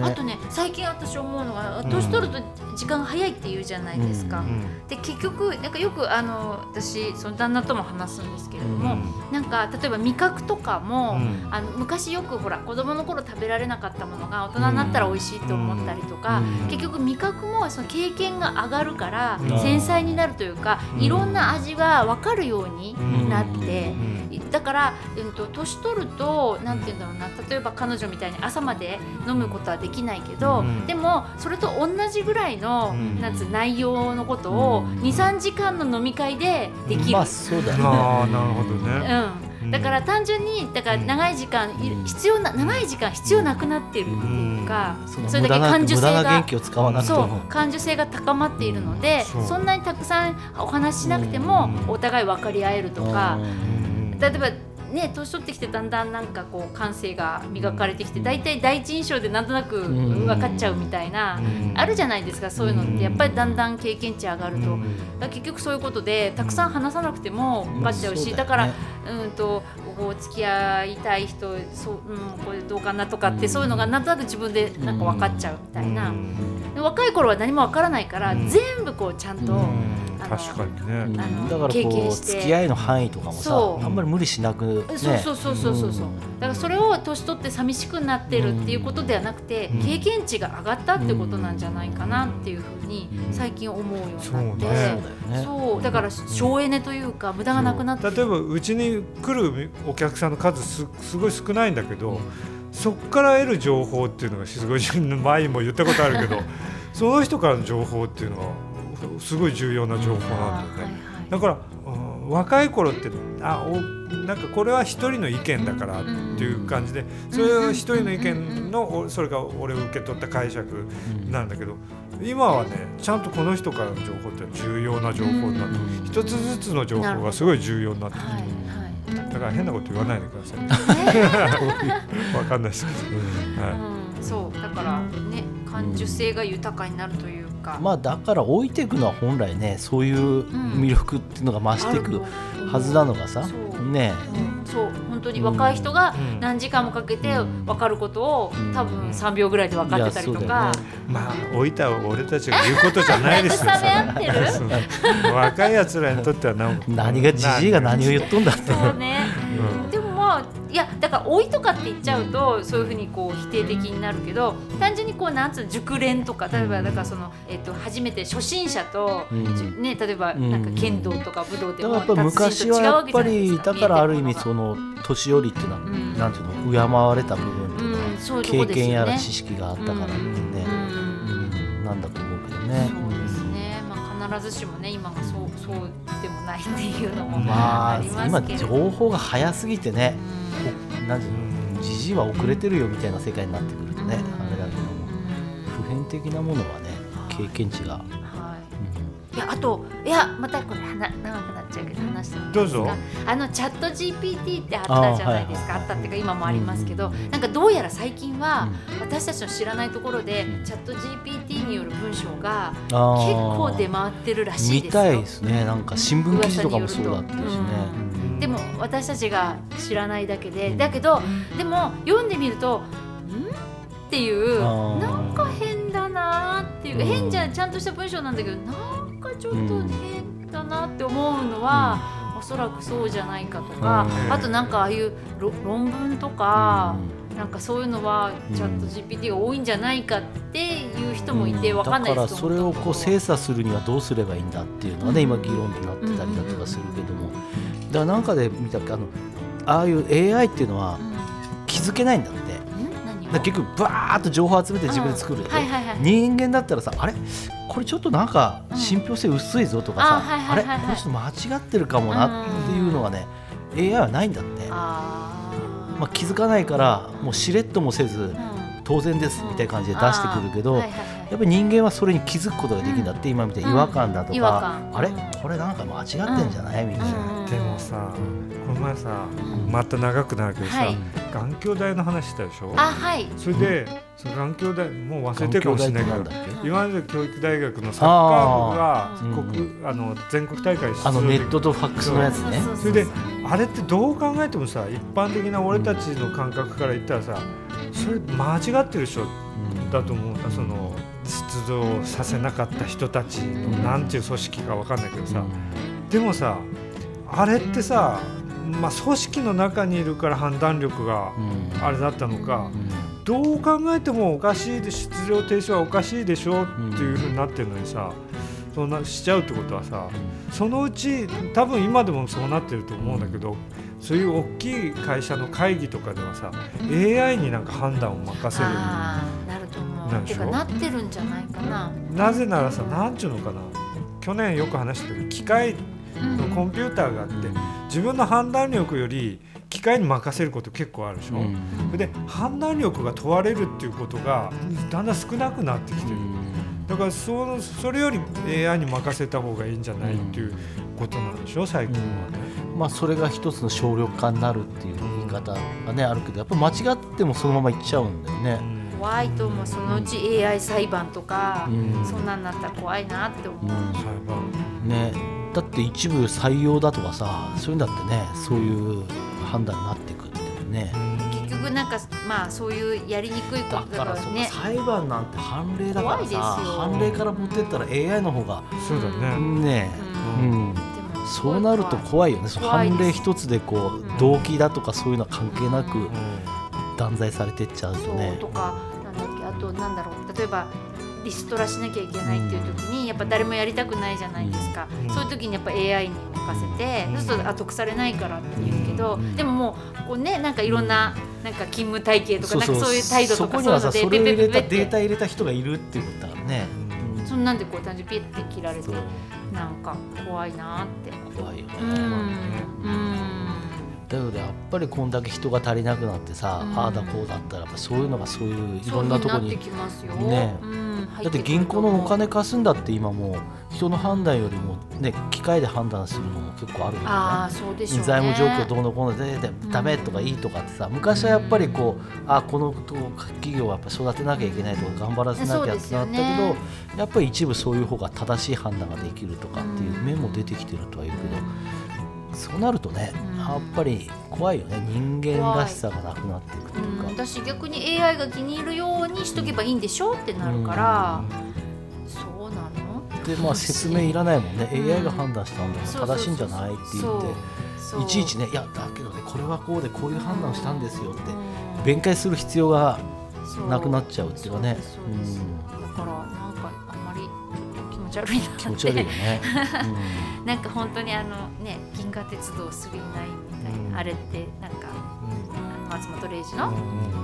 B: あ
C: ね
B: とね最近私思うのが
D: うん
B: 年取ると時間が早いって言うじゃないですか、
C: う
D: うん
B: で結局なんかよくあの私その旦那とも話すんですけれども、なんか例えば味覚とかも、
D: うん
B: あの昔よくほら子供の頃食べられなかったものが大人になったら美味しいと思ったりとか、
C: うん
B: 結局味覚もその経験が上がるから
D: うん
B: 繊細になるというか、
C: うん
B: いろんな味が分かるようになって
D: う。ん
B: だから、うん、と年取るとなんて言うんだろうな例えば彼女みたいに朝まで飲むことはできないけど、
D: うん
B: でもそれと同じぐらいの、
D: うん
B: なんつう内容のことを
C: うん
B: 23時間の飲み会でできる、
C: まあそうだよね
D: ああなるほどね、
B: うん、だから単純にだから
D: うん
B: 長い時間い必要な長い時間必要なくなってるっていうか、
C: その
B: それ
C: 無
B: だけ
C: 駄な
B: 感
C: 無
B: 受性
C: 駄な元
B: が
C: 気を使わなくて
B: そう
C: も
B: 感受性が高まっているの
D: う
B: で、
D: んそう
B: そんなにたくさんお話ししなくても
D: うん
B: お互い分かり合えると
C: う
B: か、
C: ん
B: 例えばね年取ってきてだんだんなんかこう感性が磨かれてきて
C: うん
B: 大体第一印象でなんとなく
C: うん
B: 分かっちゃうみたいな、
D: うん
B: あるじゃないですかそういうのっ
D: うん
B: てやっぱりだんだん経験値上がると。
D: うん
B: だから結局そういうことでたくさん話さなくても分かっちゃうし、
C: うん
B: だから
C: そう
B: うんとこう付き合いたい人そう、うん、これどうかなとかって、
C: うん
B: そういうのがなんとなく自分でなんか分かっちゃうみたいな、
D: うん
B: で若い頃は何も分からないから、
D: うん
B: 全部こうちゃんと、
C: う
D: うん
B: あの
D: 確かに
C: う
D: ね
C: ん
B: あの
C: だから
B: 経
C: こ
B: 験
C: う
B: して
C: 付き合いの範囲とかもさ
B: そう
C: あんまり無理しなくね
B: そうそうそうそうそうそう
C: うん
B: だからそれを年取って寂しくなってるっていうことではなくて、
D: うん
B: 経験値が上がったってことなんじゃないかなっていうふうに最近思うようになって、
D: そうね
C: まあそうだよね
B: そうだから省エネというか無駄がなくなってる
D: 例えばうちに来るお客さんの数すすごい少ないんだけど、そこから得る情報っていうのがすごい前にも言ったことあるけ どその人からの情報っていうのがすごい重要な情報なんだよね。だから、うん若い頃ってあおなんかこれは一人の意見だからっていう感じで、それは一人の意見のおそれが俺を受け取った解釈なんだけど今はねちゃんとこの人からの情報って重要な情報になって一つずつの情報がすごい重要になってる
B: はいはい
D: だから変なこと言わないでくださ いわかんないですけど、は
B: うんそうだからね感受性が豊かになるというか、
C: まあだから置いていくのは本来ねそういう魅力っていうのが増していくはずなのがさ
B: そう
C: ね
B: うんそう本当に若い人が
D: うん
B: 何時間もかけて
C: うん
B: 分かることを
C: うん
B: 多分3秒ぐらいで分かってたりと
C: いや
B: か
C: そう
D: い、まあ老いた俺たちが言うことじゃないですよ
B: 慰め合ってる
D: それそう若いやつらにとってはなん
C: 何がじじいが何を言っとんだって
B: そうね
D: うん
B: でもまあいやだから老いとかって言っちゃうとそういうふうにこう否定的になるけど単純にこうなんつうの熟練とか例えばだからその、えっと初めて初心者と、
C: うん
B: じね例えば
C: うん
B: なんか剣道とか武道で
C: だか
B: も
C: らやっぱ昔はやっぱりだからある意味
B: う
C: その年寄りっていうのは
B: ん
C: なんていうの敬われた部分と
B: うんそういうと
C: 経
B: こですよね
C: 験やら知識があったからってね
B: うん
C: うんなんだと思うけどね
B: そうですね、まあ、必ずしもね今がそうそうでもないっていうのも
C: ま
B: あ
C: あ
B: りま
C: 今
B: すけれど、
C: 情報が早すぎてね
B: うん
C: なんていうのじじいは遅れてるよみたいな世界になってくるとね
B: うん
C: あれだけども普遍的なものはね経験値が、
B: うんはい
C: うん
B: いやあといやまたこれはな長くなっちゃうけど話してもいい
D: ど
B: で
D: う
B: すか
D: ぞ
B: あのチャット GPT ってあったじゃないですか
C: あ
B: あ,、
C: はいはいはい
B: ったっていうか今もありますけど、
C: うん
B: なんかどうやら最近は、私たちの知らないところでチャット GPT による文章が
C: あー
B: 結構出回ってるらしい
C: 見
B: ですよ
C: たいですねなんか新聞記事とかもそうだったしね、
B: 噂による
C: うん
B: でも私たちが知らないだけで、
C: うん
B: だけどでも読んでみると「ん?」っていう
C: あー
B: なんか変だなーっていう、
C: うん
B: 変じゃちゃんとした文章なんだけどなんかちょっと変だなって思うのは、おそらくそうじゃないかとか、
D: うん
B: あとなんかああいうろ論文とか、なんかそういうのはチャット GPT が多いんじゃないかっていう人もいて、
C: うん
B: わかんないです
C: だからそれをこう精査するにはどうすればいいんだっていうのはね、今議論になってたりだとかするけども、だからなんかで見たっけあのああいう AI っていうのは
B: うん
C: 気づけないんだってだか
B: ん何を
C: ら結局バーッと情報集めて自分で作るでしょ
B: はいはいはい
C: 人間だったらさあれこれちょっとなんか
B: うん
C: 信憑性薄いぞとか
B: あ
C: さ
B: はい
C: あ
B: は
C: れ
B: い
C: こ
B: はいはい
C: れちょっと間違ってるかもなっていうのがね AI はないんだって、ま
B: あー
C: あ、気づかないからもうしれっともせず
B: うん
C: 当然ですみたいな感じで出してくるけ
B: うん
C: ど
B: あーはいはいはい
C: やっぱり人間はそれに気づくことができるんだって、今みたいに違和感だと
B: 違和
C: か、あれこれなんか間違ってんじゃない、みたいな、
D: でもさこの前さ
C: ん
D: また長くなるけどさ、
B: はい
D: 眼鏡台の話したでしょ
B: あはい
D: それで、その眼鏡大もう忘れてるかもしれないけ
C: 環
D: ど
C: 境大ってなんだっけ
D: 今まで教育大学のサッカー部
C: あ
D: が国あの全国大会に出場でき
C: あのネットとファックスのやつね。
D: それであれってどう考えてもさ一般的な俺たちの感覚から言ったらさそれ間違ってるでしょだと思うなその出場させなかった人たちのなんていう組織かわかんないけどさ、でもさあれってさ、まあ、組織の中にいるから判断力が
C: うん
D: あれだったのか、どう考えてもおかしいで出場停止はおかしいでしょっていうふうになってるのにさ、そんなしちゃうってことはさそのうち多分今でもそうなってると思うんだけど、そういう大きい会社の会議とかではさ、AI になんか判断を任せる
B: あーなると
D: な
B: 思
D: る
B: う
D: で
B: て
D: しょ
B: かなってるんじゃないかな
D: なぜならさなんちゅうのかな去年よく話してる機械のコンピューターがあって、自分の判断力より機械に任せること結構あるでしょ、
C: うん
D: それで判断力が問われるっていうことがだんだん少なくなってきてるだからそのそれより AI に任せた方がいいんじゃないっていうことなんでしょ最近はね、
C: まあ、それが一つの省力化になるっていう言い方が、ね、あるけどやっぱ間違ってもそのままいっちゃうんだよね。
B: 怖いと思うそのうち AI 裁判とか、
C: うん
B: そんなんなったら怖いなって思う、
C: うん
D: 裁判
C: ね、だって一部採用だとかさそういうんだってねそういう判断になってくっていうね
B: 結局なんかまあそういうやりにくいこ
C: だ
B: とだか
C: か
B: らら
C: その
B: ね
C: 裁判なんて判例だか
B: 怖い
C: ら
B: です
C: さ
B: よ
C: 判例から持ってったら AI の方が
D: そうだね、
C: ねうん
B: でも
C: そうなると怖いよねその
B: 怖いです
C: 判例一つでこう動機だとかそういうのは関係なく断罪されてっちゃうと
B: そう
C: ね
B: とかなんだっけあとなんだろう例えばリストラしなきゃいけないっていう時にやっぱ誰もやりたくないじゃないですか、
D: うん
B: そういう時にやっぱ AI に任せて、
D: うん
B: そうするとあ得されないからっていうけど、
C: うん
B: でももうこうねなんかいろんななんか勤務体系とかなんかそういう態度と
C: そこ
B: か
C: に
B: そうい
C: は
B: うの
C: さ
B: で
C: それを入れた
B: ペペペペペ
C: デ
B: っ
C: ー
B: て
C: タ入れた人がいるっていうことだからね、うん
B: そんなんでこう単純にピッて切られて
C: そう
B: なんか怖いなって。
C: 怖いよね、
B: うんうん
C: だけどやっぱりこんだけ人が足りなくなってさ、
B: うん
C: ああだこうだったらやっぱそういうのがそういういろんなとこ
B: そういう風になって
C: に
B: きますよ。
C: ね
B: うん入
C: だっ
B: てく
C: て
B: る
C: 銀
B: と
C: 行
B: 思う
C: のお金貸すんだって今もう人の判断よりもね機械で判断するのも結構あるん
B: あ
C: だ
B: あそうで
C: よ
B: しょうね。
C: ね財務状況どうのこうのででダメとかいいとかってさ昔はやっぱりこうあこの企業はやっぱ育てなきゃいけないとか頑張らせなきゃ
B: そう
C: ってなったけど、
B: ですよね
C: やっぱり一部そういう方が正しい判断ができるとかっていう面も出てきてるとは言うけど、そうなるとね
B: うん
C: やっぱり怖いよね人間らしさがなくなっていくという
B: うん、
C: か。
B: 私逆に AI が気に入るようにしとけばいいんでしょってなるから、そうなの
C: でまあ説明いらないもんね、
B: うん
C: AI が判断したんだ
B: そう
C: か
B: そうそう
C: ら正しいんじゃないって言って
B: そう
C: いちいちねいやだけどねこれはこうでこういう判断をしたんですよって
B: うん
C: 弁解する必要が
B: そう
C: なくなっちゃうっていうかね
B: そうですそうですだからなんかあんまりちょっと気持ち悪いなって
C: 気持ち悪いよね。
B: なんか本当にあのね銀河鉄道スリーナインみたいな、
D: うん
B: あれってなんか松本零士
D: う
B: の、
D: ん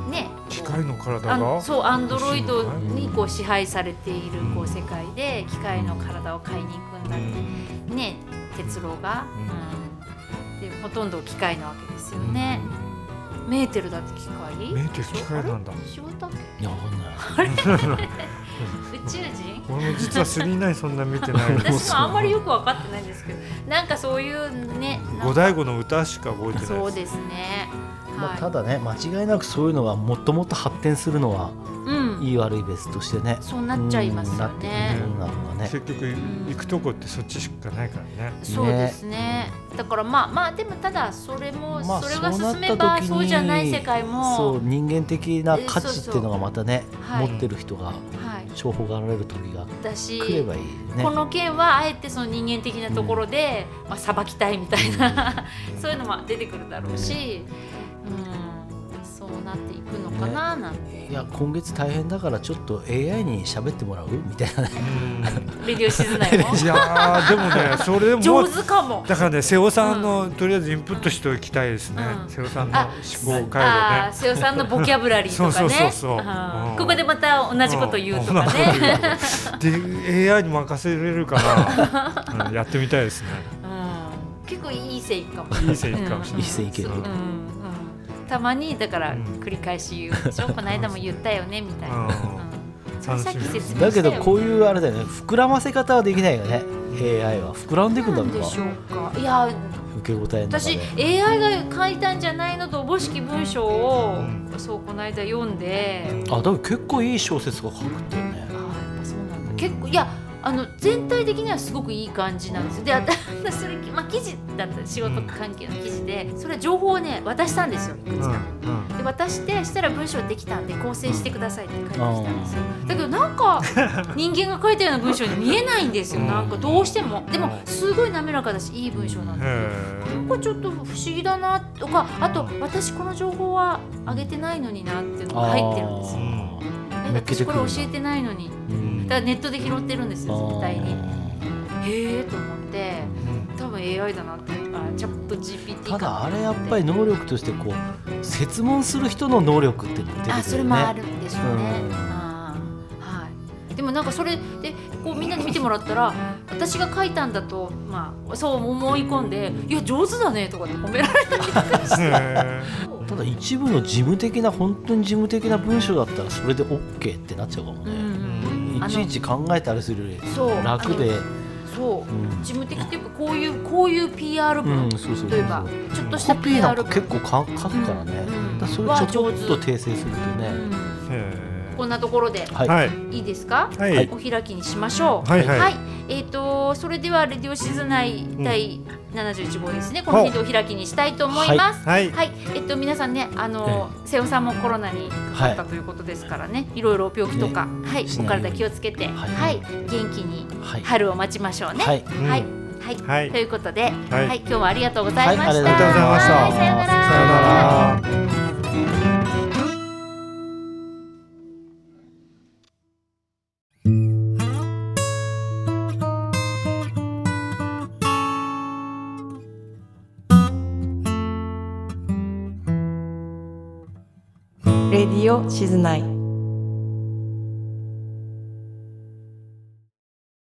D: うん
B: ね
D: 機械の体が
B: あのそうアンドロイドにこ
C: う
B: う支配されているこ
D: うん
B: う世界で機械の体を買いに行くんだ
D: う
B: っ
D: ん
B: てね哲郎が、うんでほとんど機械なわけですよね、メーテルだって機械
D: メーテル機械なんだ
B: でしょあれ違ったっけ
C: いやわかんな
B: 宇
C: い
B: 宙人
D: 俺も実はスリーナインそんな見てないの
B: 私もあんまりよく分かってないんですけどなんかそういうねなんか
D: 五醍醐の歌しか覚えてないです
B: そうですね
C: ま
B: は
C: あ、
B: い、
C: ただね間違いなくそういうのがもっともっと発展するのは
B: うん
C: いい悪い別としてね。
B: そうなっちゃいますよ
C: うんなって
B: ね
C: くるなのがね。
D: 結局行くとこってそっちしかないからね
B: そうですねだからまあまあでもただそれも、
C: まあ
B: それが
C: そうなった
B: 進めば
C: 時に
B: そうじゃない世界も
C: そう人間的な価値っていうのがまたね
B: そうそうはい
C: 持ってる人が
B: はい
C: 重宝がられる時が
B: だし
C: 来ればいいね。
B: この件はあえてその人間的なところで、まあ、裁きたいみたいな、そういうのも出てくるだろうし、うん、そうなっていくのかななんて、
C: いや今月大変だからちょっと AI に喋ってもらうみたいなね
B: レディオ静内も
D: いやーでもねそれでも
B: 上手かも。
D: だからね瀬尾さんの、とりあえずインプットしておきたいですね、
B: うん
D: 瀬尾さんの
B: あ
D: 思考回路
B: ああ
D: ね
B: 瀬尾さんのボキャブラリーとかね
D: そうそうそうそう
B: あー
D: うん
B: ここでまた同じこと言うとかね、
D: で AI に任せれるか な、うんやってみたいですね
B: うん、結構いい線いくかも
D: いい線いくかもしれ
C: 一斉いける
D: う。ん
B: うんうんたまにだから
D: うん
B: 繰り返し言うでしょ、この間も言ったよねみたいな、
D: うん
B: うん
D: 楽しみ
B: さっき説明
C: だけどこういうあれだよね膨らませ方はできないよね AI は膨らんでいくんだ
B: なん
C: ろう
B: で
C: か
B: しょうかいや
C: 受け答えの中
B: 私
C: で
B: AI が書いたんじゃないのとおぼしき文章を、
D: う
B: そうこの間読んで、
C: あだから結構いい小説が書くっていうね
B: あーやっぱそうなんだ結構いやあの全体的にはすごくいい感じなんですよであた私それ、まあ、記事だった仕事関係の記事でそれ情報をね渡したんですよいくつか。
D: うんうん
B: で渡してしたら文章できたんで構成してくださいって書いてきたんですよ
D: うん
B: だけどなん か人間が書いたような文章に見えないんですよ
D: うん
B: なんかどうしてもでもすごい滑らかだしいい文章なん
D: へ
B: で
D: ー
B: なんかちょっと不思議だなとかあと私この情報は上げてないのになっていうのが入ってるんですよ
D: よ
B: え
C: 抜け
B: 私
C: てく
B: こ
C: る
B: れ
C: んだ
B: 教えてないのに
C: うん
B: だからネットで拾ってるんですよ絶対にへえと思って多分 AI だなってあチャット GPT か
C: ただあれやっぱり能力としてこう説問する人の能力っていうのも出てくるよね
B: あそれもあるんでしょうね、
C: うん
B: あーはいでもなんかそれでこうみんなに見てもらったら私が書いたんだと、まあ、そう思い込んで「いや上手だね」とかって褒められ
C: ただ一部の事務的な本当に事務的な文章だったらそれで OK ってなっちゃうかも
B: る、
C: ね、
B: あの
C: いちいち考えたりするより
B: そう
C: 楽で、
B: そう
C: うん
B: 事務的っていうかこういうこういう PR
C: う
B: 文
C: ん、そうそうそう
B: 例え
C: そ
B: ば
C: う
B: ちょっとした
C: コピーな
B: PR
C: んか
B: 文
C: 結構か書くからね、
B: うん
C: だから
B: は
C: そ
B: 上
C: れち
B: 手
C: ょこっと訂正するとね、
B: うんこ
D: は
B: んなところで
C: はい、
D: い
B: いいですか
D: はい
C: はい
B: お開きにしましょう
D: はいはい
B: えっ、とそれではレディオシズナイ第71号ですね、この日でお開きにしたいと思います
D: はい
B: はい、えっと皆さんね、あの、瀬尾さんもコロナにかかったということですからね、い、ろいろ病気とか、はい、
C: し
B: お
C: ないように
B: 体気をつけて、は、
C: はいい
B: 元気に
C: はい
B: 春を待ちましょうね。は
C: はいい、
D: うん
B: はい、は
D: は
B: い
D: い
B: ということで、は、
D: はいい
B: 今日もありがとうございました。
C: はいありがとうございました
B: はいさようなら。
D: さよなら。
I: レディオシズナイ